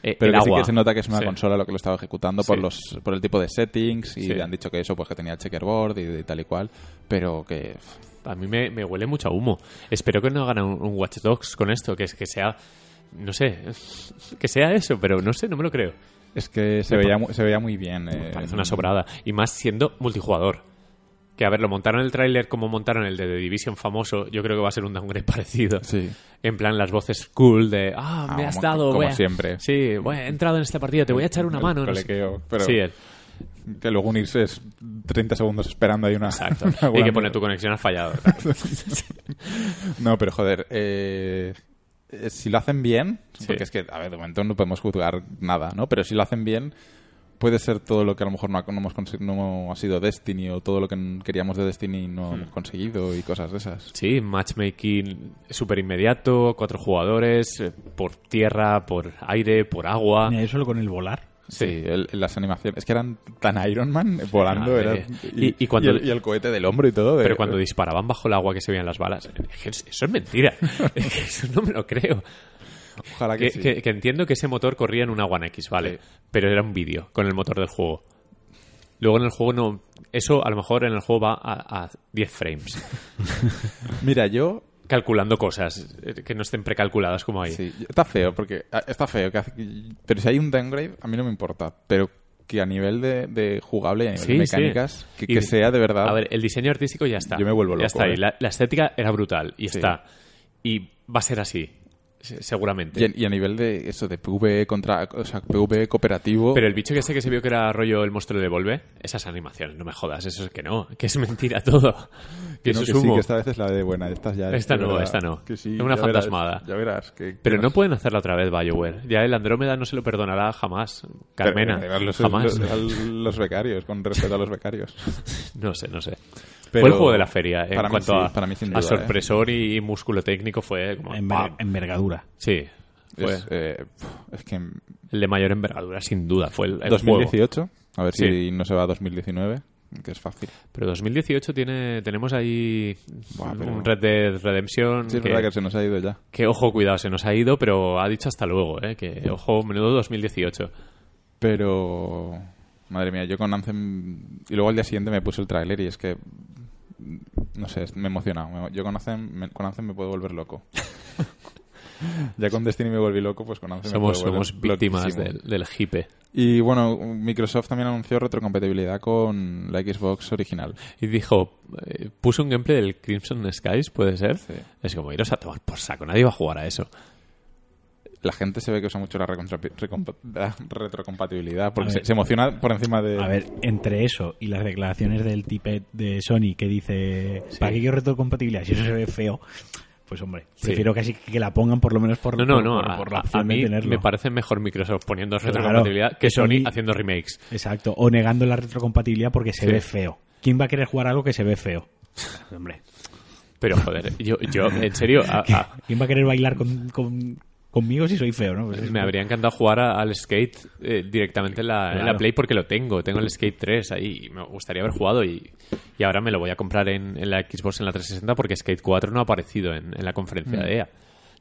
Eh, Pero el que sí agua. que se nota que es una Sí. consola lo que lo estaba ejecutando por Sí. los por el tipo de settings y Sí. han dicho que eso pues que tenía checkerboard y, y tal y cual, pero que A mí me, me huele mucho a humo. Espero que no hagan un, un Watch Dogs con esto, que, es- que sea... No sé, que sea eso, pero no sé, no me lo creo. es que se veía mu- se veía muy bien. eh, Parece una sobrada. Y más siendo multijugador. Que a ver, lo montaron en el tráiler como montaron el de The Division famoso. Yo creo que va a ser un downgrade parecido. Sí. En plan, las voces cool de. Ah, me Ah, has como- dado. como voy a- siempre. Sí, voy- he entrado en esta partida, te voy a echar una El mano. no sé. colequeo, pero- Sí, el- Que luego unirse es 30 segundos esperando ahí una. exacto. una y buena- que pone tu conexión ha fallado. No, pero joder. eh, eh, si lo hacen bien, Sí. porque es que, a ver, de momento no podemos juzgar nada, ¿no? Pero si lo hacen bien, puede ser todo lo que a lo mejor no ha, no hemos conse- no ha sido Destiny o todo lo que n- queríamos de Destiny y no Hmm. hemos conseguido y cosas de esas. Sí, matchmaking súper inmediato, cuatro jugadores, eh, por tierra, por aire, por agua. Mira, yo solo con el volar. Sí, el- las animaciones. Es que eran tan Iron Man eh, volando. Ah, era- eh, y- y cuando- el, y el cohete del hombro y todo. de- Pero cuando disparaban bajo el agua que se veían las balas, dije, eso es mentira. Es que eso no me lo creo. Ojalá Ah, que, Que, sí. que- que entiendo que ese motor corría en una One X, vale. Sí. Pero era un vídeo con el motor del juego. Luego en el juego no. Eso a lo mejor en el juego va a, a 10 frames. Mira, yo calculando cosas eh, que no estén precalculadas como ahí. Sí, está feo, porque ah, está feo. que hace- pero si hay un downgrade, a mí no me importa. Pero que a nivel de, de jugable, a nivel de Sí, mecánicas, sí. que, Y- que sea de verdad. A ver, el diseño artístico ya está. Yo me vuelvo Ya loco, está ahí. eh. La, la estética era brutal y Sí. está. Y va a ser así, se- seguramente. y, a, y a nivel de eso, de PvE contra. O sea, PvE cooperativo. Pero el bicho que sé que se vio que era rollo el monstruo de Volve, esas animaciones, no me jodas, eso es que no, que es mentira todo. Que eso que no, es que sí, humo. que esta vez es la de buena. Esta ya es Esta de no, verdad. esta no. Que sí, Es una ya verás, fantasmada. ya verás. Que, Pero no pueden hacerla otra vez BioWare. Ya el Andrómeda no se lo perdonará jamás. Carmena, los, jamás. Los, a los becarios, con respeto a los becarios. No sé, no sé. Pero fue el juego de la feria eh, en para mí cuanto sí, a, para mí sin a duda, ¿eh? sorpresor y músculo técnico. Fue como. Enver- ¡pam! envergadura. Sí, fue Es, eh, es que. en el de mayor envergadura, sin duda. Fue el, el juego. 2018, a ver Sí. si no se va a 2019, que es fácil. Pero 2018 tiene, tenemos ahí Buah, un- pero- un Red Dead Redemption. Sí, es que- verdad que se nos ha ido ya. Que ojo, cuidado, se nos ha ido, pero ha dicho hasta luego, ¿eh? Que ojo, menudo 2018. Pero. Madre mía, yo con Anthem. Y luego al día siguiente me puse el tráiler y es que. No sé, me he emocionado. Me- Yo con Anthem me, con Anthem me puedo volver loco. ya con Destiny me volví loco, pues con Anthem Somos, me puedo volver somos víctimas loquísimo. del, del hipe. Y bueno, Microsoft también anunció retrocompatibilidad con la Xbox original. Y dijo, eh, puso un gameplay del Crimson Skies, ¿puede ser? Sí. Es como iros a tomar por saco, nadie va a jugar a eso. La gente se ve que usa mucho la, recontra- recompa- la retrocompatibilidad porque A se, ver. se emociona por encima de. A ver, entre eso y las declaraciones del tipe de Sony que dice, ¿para qué quiero retrocompatibilidad? Si eso se ve feo. Pues hombre, Sí. prefiero casi que la pongan por lo menos por, No, no, por- no. por- a- por la a- a, opción de mí tenerlo. me parece mejor Microsoft poniendo Claro, retrocompatibilidad que que Sony Sony- haciendo remakes. Exacto, o negando la retrocompatibilidad porque se Sí. ve feo. ¿Quién va a querer jugar algo que se ve feo? Hombre, Pero joder, yo, yo en serio, a- a- ¿quién va a querer bailar con, con- conmigo si soy feo? ¿no? Pues es- me habría encantado jugar a- al Skate eh, directamente en la, en la Claro. Play porque lo tengo. Tengo el Skate 3 ahí y me gustaría haber jugado y, y ahora me lo voy a comprar en, en la Xbox en la 360 porque Skate 4 no ha aparecido en, en la conferencia Mm. de EA.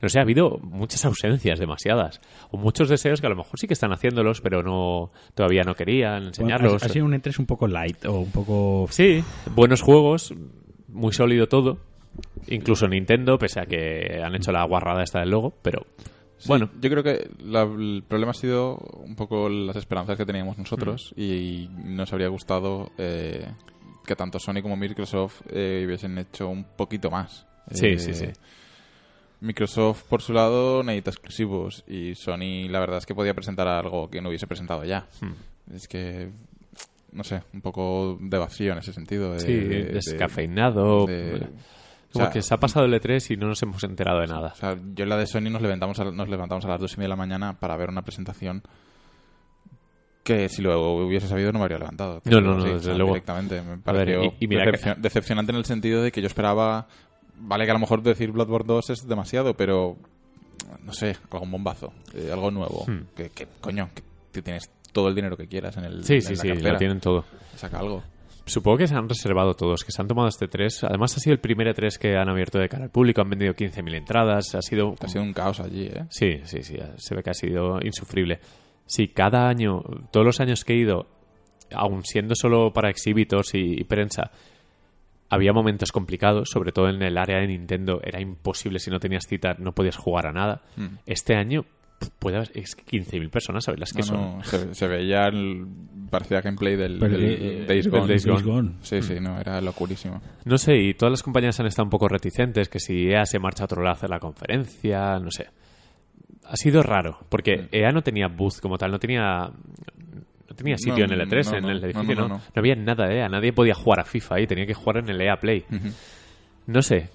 No sé, ha habido muchas ausencias, demasiadas. O muchos deseos que a lo mejor sí que están haciéndolos, pero no todavía no querían Bueno, enseñarlos. Ha, ha sido un E3 un poco light o un poco... Sí, buenos juegos, muy sólido todo. Incluso Nintendo, pese a que han hecho la guarrada esta del logo, pero bueno, Yo creo que la- el problema ha sido un poco las esperanzas que teníamos nosotros y nos habría gustado eh, que tanto Sony como Microsoft eh, hubiesen hecho un poquito más. Sí, Eh, sí, sí. Microsoft, por su lado, necesita exclusivos y Sony, la verdad es que podía presentar algo que no hubiese presentado ya. Hmm. Es que, no sé, un poco de vacío en ese sentido. de- sí, de- de- descafeinado. de- como o sea, que se ha pasado el E3 y no nos hemos enterado de nada. o sea, yo en la de Sony nos levantamos a, nos levantamos a las dos y media de la mañana para ver una presentación que si lo hubiese sabido no me habría levantado. No, no, no, Sí, o sea, desde luego. Directamente. Me ver, pareció y- y mira que- decepcion- decepcionante en el sentido de que yo esperaba... Vale que a lo mejor decir Bloodborne 2 es demasiado, pero... No sé, algún bombazo. eh, algo nuevo. Hmm. Que, que, coño, que, que tienes todo el dinero que quieras en el Sí, en sí, la sí, cartera. lo tienen todo. Saca algo. Supongo que se han reservado todos, que se han tomado este 3. Además, ha sido el primer E3 que han abierto de cara al público, han vendido 15.000 entradas, ha sido... Ha sido un caos allí, ¿eh? Sí, sí, sí, se ve que ha sido insufrible. Si cada año, todos los años que he ido, aun siendo solo para exhibitos y, y prensa, había momentos complicados, sobre todo en el área de Nintendo, era imposible si no tenías cita, no podías jugar a nada. Mm. Este año, pf, puede haber, es que 15.000 personas, ¿sabes las que No, son? no, se, se veía... el- parecía gameplay del, Pero del que- eh, Days del Gone. Days Gone. Mm. Sí, sí, no, era locurísimo. No sé, y todas las compañías han estado un poco reticentes, que si EA se marcha a otro lado a hacer la conferencia, no sé. Ha sido raro, porque EA no tenía booth como tal, no tenía no tenía sitio No, en el E3, no, en no, el no, edificio, no, no, no, no. no. había nada de EA, nadie podía jugar a FIFA ahí, tenía que jugar en el EA E Play. No sé,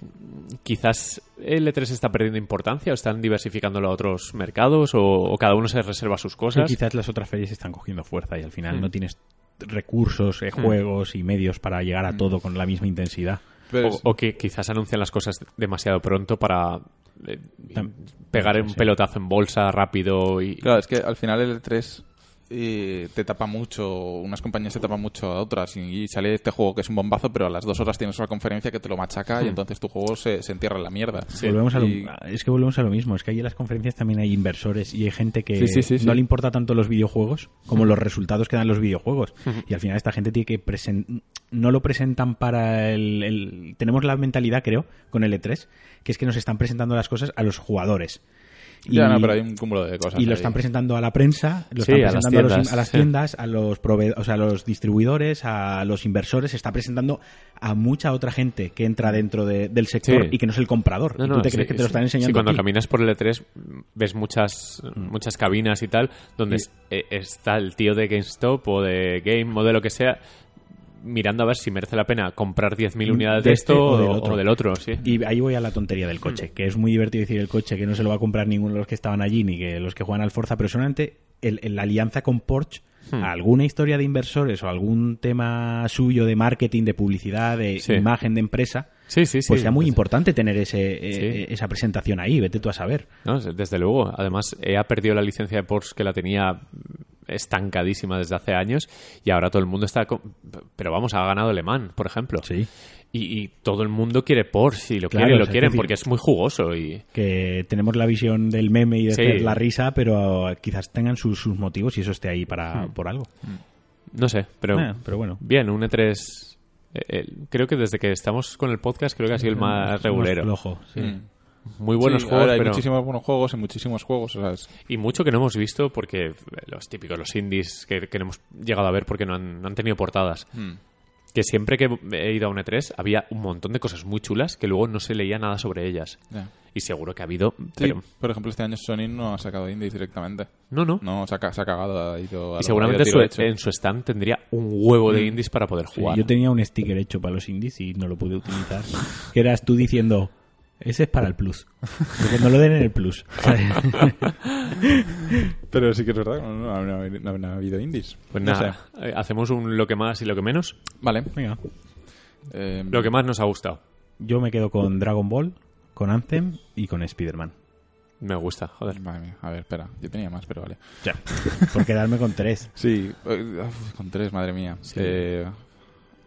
quizás el E3 está perdiendo importancia, o están diversificándolo a otros mercados, o, o cada uno se reserva sus O sea, cosas. quizás las otras ferias están cogiendo fuerza y al final Mm. no tienes recursos, eh, juegos y medios para llegar a todo con la misma intensidad. Pero o, o que quizás anuncian las cosas demasiado pronto para eh, Tam- pegar no un sé. pelotazo en bolsa rápido y... Claro, es que al final el E3 eh, te tapa mucho, unas compañías te tapan mucho a otras y, y sale este juego que es un bombazo, pero a las dos horas tienes una conferencia que te lo machaca Hmm. y entonces tu juego se, se entierra en la mierda. Volvemos a lo- Y- Es que volvemos a lo mismo. Es que ahí en las conferencias también hay inversores y hay gente que Sí, sí, sí, sí. no le importa tanto los videojuegos como los resultados que dan los videojuegos. Y al final esta gente tiene que presen- no lo presentan para el, el- Tenemos la mentalidad, creo, con el E3, que es que nos están presentando las cosas a los jugadores. Ya, no, pero hay un cúmulo de cosas. y lo ahí. están presentando a la prensa, lo Sí, están a las presentando a, los in- tiendas, a las sí. tiendas, a los, prove- o sea, a los distribuidores, a los inversores, se está presentando a mucha otra gente que entra dentro de- del sector Sí. y que no es el comprador. No, y no, tú te sí, crees que te sí. lo están enseñando. Sí, cuando aquí. caminas por el E3 mm, ves muchas, muchas cabinas Mm. y tal, donde Sí. es- eh, está el tío de GameStop o de Game o de lo que sea, mirando a ver si merece la pena comprar 10.000 unidades de, De este esto o del o, otro. o del otro, sí. Y ahí voy a la tontería del coche, que es muy divertido decir el coche que no se lo va a comprar ninguno de los que estaban allí ni que los que juegan al Forza, pero solamente el, el- la alianza con Porsche, Hmm. alguna historia de inversores o algún tema suyo de marketing, de publicidad, de Sí. imagen de empresa, sí, sí, sí. pues sea muy Desde- importante tener ese, eh, Sí. eh, esa presentación ahí, vete tú a saber. no, desde luego. Además, EA perdió la licencia de Porsche que la tenía estancadísima desde hace años y ahora todo el mundo está... con- Pero vamos, ha ganado Le Mans, por ejemplo. Y, y todo el mundo quiere Porsche y lo Claro, quiere y o lo sea, es quieren decir- porque es muy jugoso y... Que tenemos la visión del meme y de Sí. hacer la risa, pero quizás tengan sus, sus motivos y eso esté ahí para, por algo. No sé, Hmm. pero... Eh, pero bueno. Bien, un E3. eh, eh, creo que desde que estamos con el podcast, creo que ha sido el más regulero. Hmm. flojo, sí. Mm. Muy buenos Sí, juegos, ahora hay pero- muchísimos buenos juegos y muchísimos juegos. o sea, es- y mucho que no hemos visto porque los típicos, los indies que, que no hemos llegado a ver porque no han, no han tenido portadas. mm. Que siempre que he ido a un E3 había un montón de cosas muy chulas que luego no se leía nada sobre ellas. Ya. Y seguro que ha habido, Sí, pero por ejemplo, este año Sony no ha sacado indies directamente. no, no. No, se ha, ca- se ha cagado. Ha ido a y lo- seguramente ha ido a tiro su- e- hecho. en su stand tendría un huevo de indies para poder Mm. Sí, jugar. yo tenía un sticker hecho para los indies y no lo pude utilizar. Que eras tú diciendo, ese es para el plus. Que no lo den en el plus. ¿sabes? Pero sí que es verdad, no, no, no ha- no ha habido indies. Pues No nada, sé. eh, hacemos un lo que más y lo que menos. Vale. Venga. eh, Mm. Lo que más nos ha gustado. Yo me quedo con Dragon Ball, con Anthem y con Spider-Man. Me gusta, joder. Madre mía, a ver, espera. Yo tenía más, pero vale. Ya. Por quedarme con tres. Sí, eh, uf, con tres, madre mía. Eh,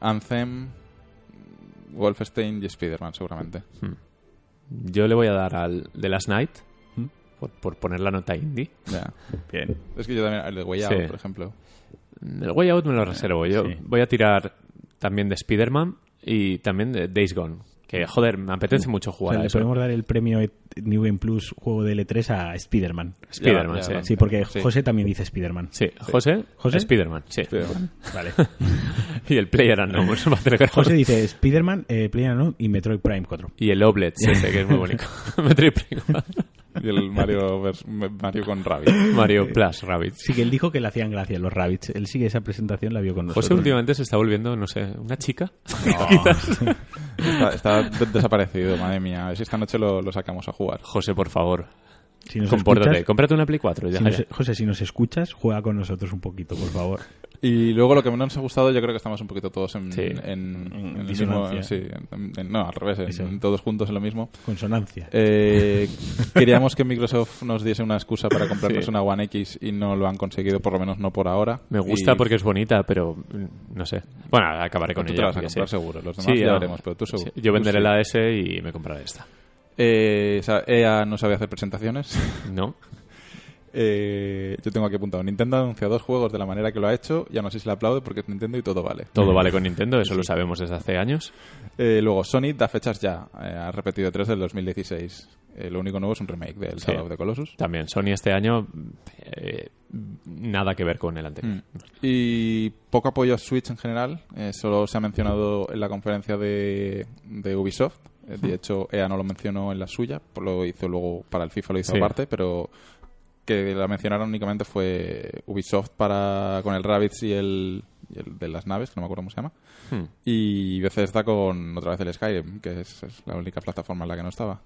Anthem, Wolfenstein y Spider-Man, seguramente. Yo le voy a dar al The Last Night ¿Mm? por, por poner la nota indie. Ya. Bien. Es que yo también, el de Way Out, Sí. por ejemplo. El Way Out me lo reservo. Yo Sí. voy a tirar también de Spider-Man y también de Days Gone. Que joder, me apetece mucho O jugar sea, a Mm. le eso. podemos dar el premio E- New Game Plus juego de L3 a Spider-Man. Spider-Man, Ya, ya, sí. Sí, porque Sí. José también dice Spider-Man. Sí, José, ¿José? Spider-Man, sí. Spider-Man. Vale. Y el Player Unknown, va a tener que jugar. José dice Spider-Man, eh, PlayerUnknown y Metroid Prime 4. Y el Oblet, sí, ese que es muy bonito. Metroid Prime. Y el Mario, vers- Mario con Rabbit. Mario Plus Rabbit. Sí, que él dijo que le hacían gracia los Rabbits. Él sí que esa presentación la vio con nosotros. José últimamente se está volviendo, no sé, una chica. Está, está de- desaparecido, madre mía. A ver si esta noche lo, lo sacamos a jugar. José, por favor, Si nos compórtate. escuchas- Cómprate una Play 4 y si deja nos- ya. José, si nos escuchas, juega con nosotros un poquito, por favor. Y luego lo que menos nos ha gustado, yo creo que estamos un poquito todos en, Sí. en, en el disonancia. mismo- sí, en- en- no, al revés, en- Eso. en todos juntos en lo mismo. Consonancia. Eh, queríamos que Microsoft nos diese una excusa para comprarnos una One X y no lo han conseguido, por lo menos no por ahora. Me gusta Y porque es bonita, pero mm, no sé. Bueno, acabaré con tú te ella. la vas a porque comprar sí. seguro, los demás Sí, ya no. veremos, pero tú seguro. Sí, Yo venderé Tú sí. la S y me compraré esta. Eh, o sea, EA no sabe hacer presentaciones. ¿No? Eh, yo tengo aquí apuntado. Nintendo anuncia dos juegos de la manera que lo ha hecho y aún así se le aplaude porque es Nintendo y todo vale. Todo vale con Nintendo, eso lo sabemos desde hace años. Eh, luego, Sony da fechas ya. Eh, ha repetido tres del 2016. Eh, lo único nuevo es un remake del Sí. Shadow of the Colossus. También Sony este año eh, nada que ver con el anterior. Y poco apoyo a Switch en general. eh, solo se ha mencionado en la conferencia de, de Ubisoft. Eh, De hecho, EA no lo mencionó en la suya. pues Lo hizo luego para el FIFA, lo hizo Sí. aparte, pero que la mencionaron únicamente fue Ubisoft para con el Rabbids y el y el de las naves, que no me acuerdo cómo se llama. Hmm. Y Bethesda con otra vez el Skyrim, que es, es la única plataforma en la que no estaba.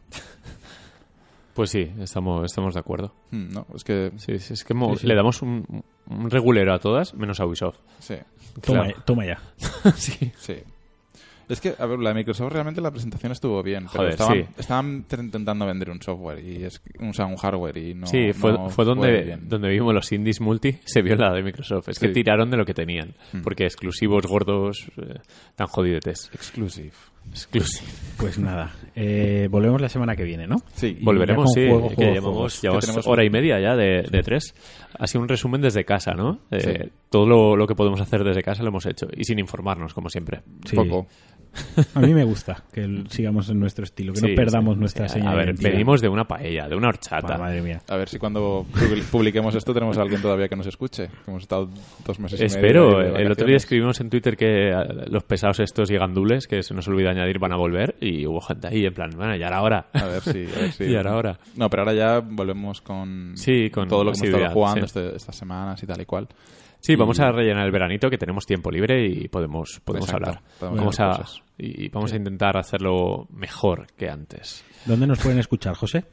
Pues sí, estamos, estamos de acuerdo. Hmm, no, es que. Sí, sí, es que mo- Sí, sí. le damos un, un regulero a todas, menos a Ubisoft. Sí, Toma, Claro. toma ya. sí. sí. Es que, a ver, la de Microsoft realmente la presentación estuvo bien. pero Joder, estaban, sí. estaban tr- intentando vender un software y es un, o sea, un hardware y no. sí, fue, no fue fue donde, bien. donde vimos los indies multi, se vio la de Microsoft. Es que Sí. tiraron de lo que tenían, Hmm. porque exclusivos gordos eh, tan jodidetes. Exclusive. Exclusive. Pues nada, eh, volvemos la semana que viene, ¿no? Sí, Vol- Volveremos, ya sí, con juego, que juego, llevamos, juegos. llevamos Que tenemos- hora y media ya de, de tres. Ha sido un resumen desde casa, ¿no? Eh, Sí. Todo lo, lo que podemos hacer desde casa lo hemos hecho y sin informarnos, como siempre. Sí. poco. A mí me gusta que el- sigamos en nuestro estilo, que Sí, no perdamos sí, nuestra sí. señal. A de ver, identidad. venimos de una paella, de una horchata. Pa- madre mía. A ver si cuando publi- publiquemos esto tenemos a alguien todavía que nos escuche. que Hemos estado dos meses. y medio Espero. El de otro día vacaciones. escribimos en Twitter que eh, los pesados estos y gandules, que se nos olvida añadir, van a volver y hubo gente ahí en plan, bueno, ya era hora. A ver si. A ver si Y ahora, ahora. No, pero ahora ya volvemos con, Sí, con todo lo que hemos estado asiduidad, jugando sí. este- estas semanas y tal y cual. Sí, Y- vamos a rellenar el veranito que tenemos tiempo libre y podemos, podemos Exacto, hablar. podemos vamos hacer a, cosas. y vamos a intentar hacerlo mejor que antes. ¿Dónde nos pueden escuchar, José?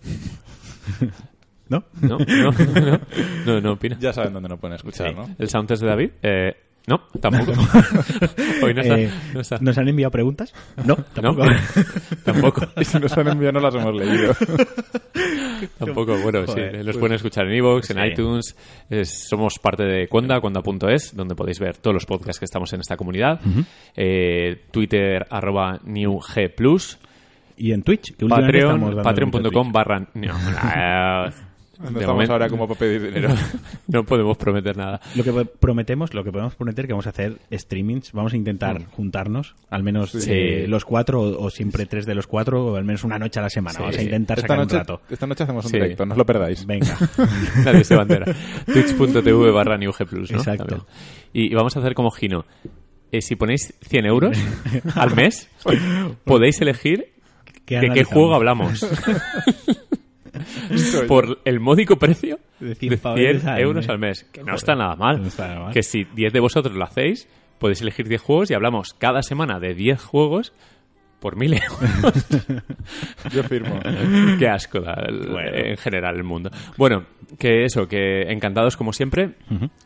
¿No? No, no, no, no, no opina. Ya saben dónde nos pueden escuchar, Sí. ¿no? ¿El soundtest de David? Eh, no, tampoco. Hoy no está. Eh, no está. ¿Nos han enviado preguntas? No, No, tampoco. tampoco. Y si nos han enviado no las hemos leído. Tampoco, bueno, Joder, sí. pues, Los pueden escuchar en Evox, en sí. iTunes. es- somos parte de Cuenda, cuenda.es, donde podéis ver todos los podcasts que estamos en esta comunidad. Eh, Twitter, arroba newg+. y en Twitch, que últimamente estamos Patreon, dándole patreon.com mucho barra... No, nah, No de estamos momento ahora como para pedir dinero. no podemos prometer nada. Twitch. Lo que prometemos, lo que podemos prometer, que vamos a hacer streamings, vamos a intentar Mm. juntarnos, al menos eh, los cuatro, o o siempre tres de los cuatro, o al menos una noche a la semana. vamos a intentar Esta sacar noche, un rato. esta noche hacemos un Sí. directo, no os lo perdáis. Venga. Nadie se bandera. Twitch.tv barra newg+. ¿no? Exacto. También. Y, y vamos a hacer como Gino. Eh, si ponéis 100 euros al mes, podéis elegir ¿Qué de qué analizamos? juego hablamos. Por el módico precio De de 100 100 pavos al euros mes. al mes. Que no está nada mal. No está nada mal. Que si 10 de vosotros lo hacéis, podéis elegir 10 juegos y hablamos cada semana de 10 juegos por 1000 euros. Yo firmo. Qué asco da el- Bueno. en general el mundo. Bueno, que eso, que encantados como siempre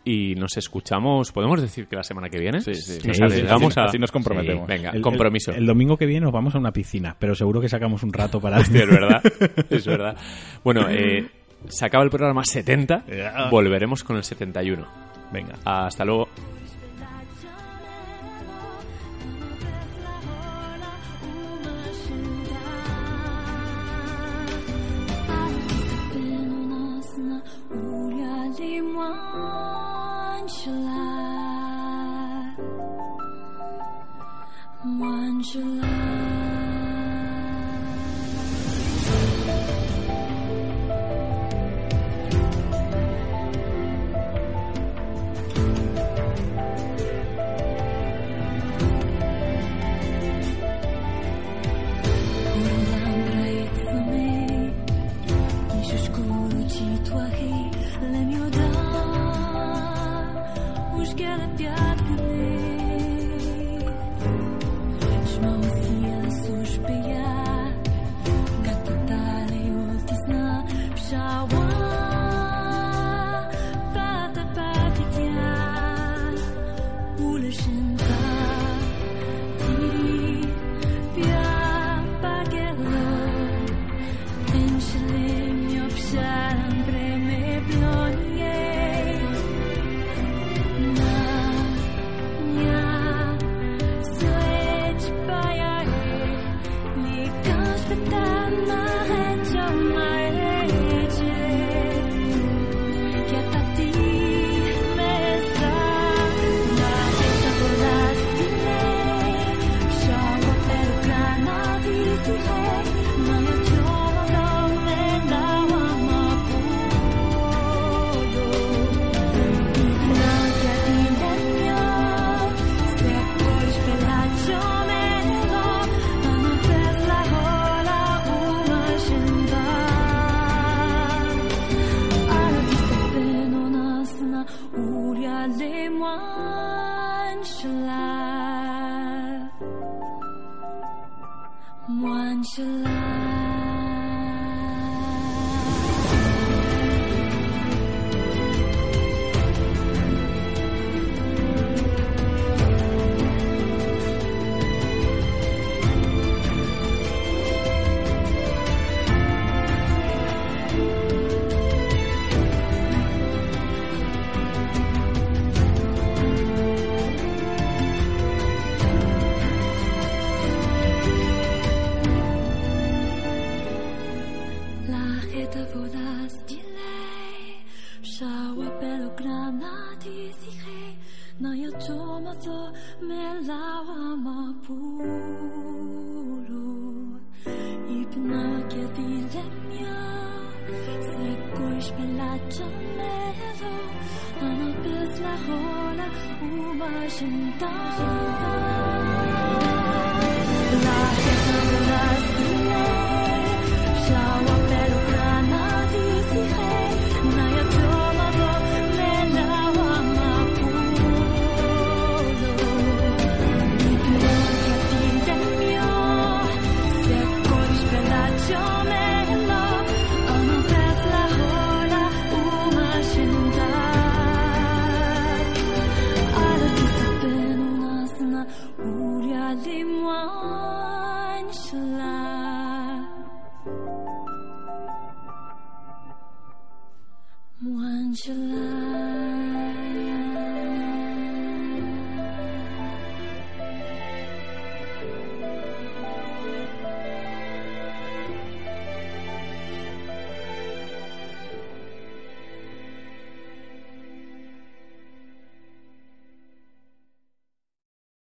y nos escuchamos. ¿Podemos decir que la semana que viene? Sí, sí. Nos Sí, arriesgamos sí. a... Así nos comprometemos. venga, El- el- compromiso. El, domingo que viene nos vamos a una piscina, pero seguro que sacamos un rato para. Sí, es verdad, es verdad. Bueno, eh, se acaba el programa 70, Ya. volveremos con el 71. Venga. Hasta luego. July. Je m'en fous, one July. L'arrêt de Vodas delay. Shower bello granati secret. Na yo toma to me la ama pulu. Ipna que dile mia. Se cois pela chamevo. Ana pes la rola uma genta. L'arrêt de Vodas delay. Shower bello granati secret. Na yo toma to me la ama pulu. Lim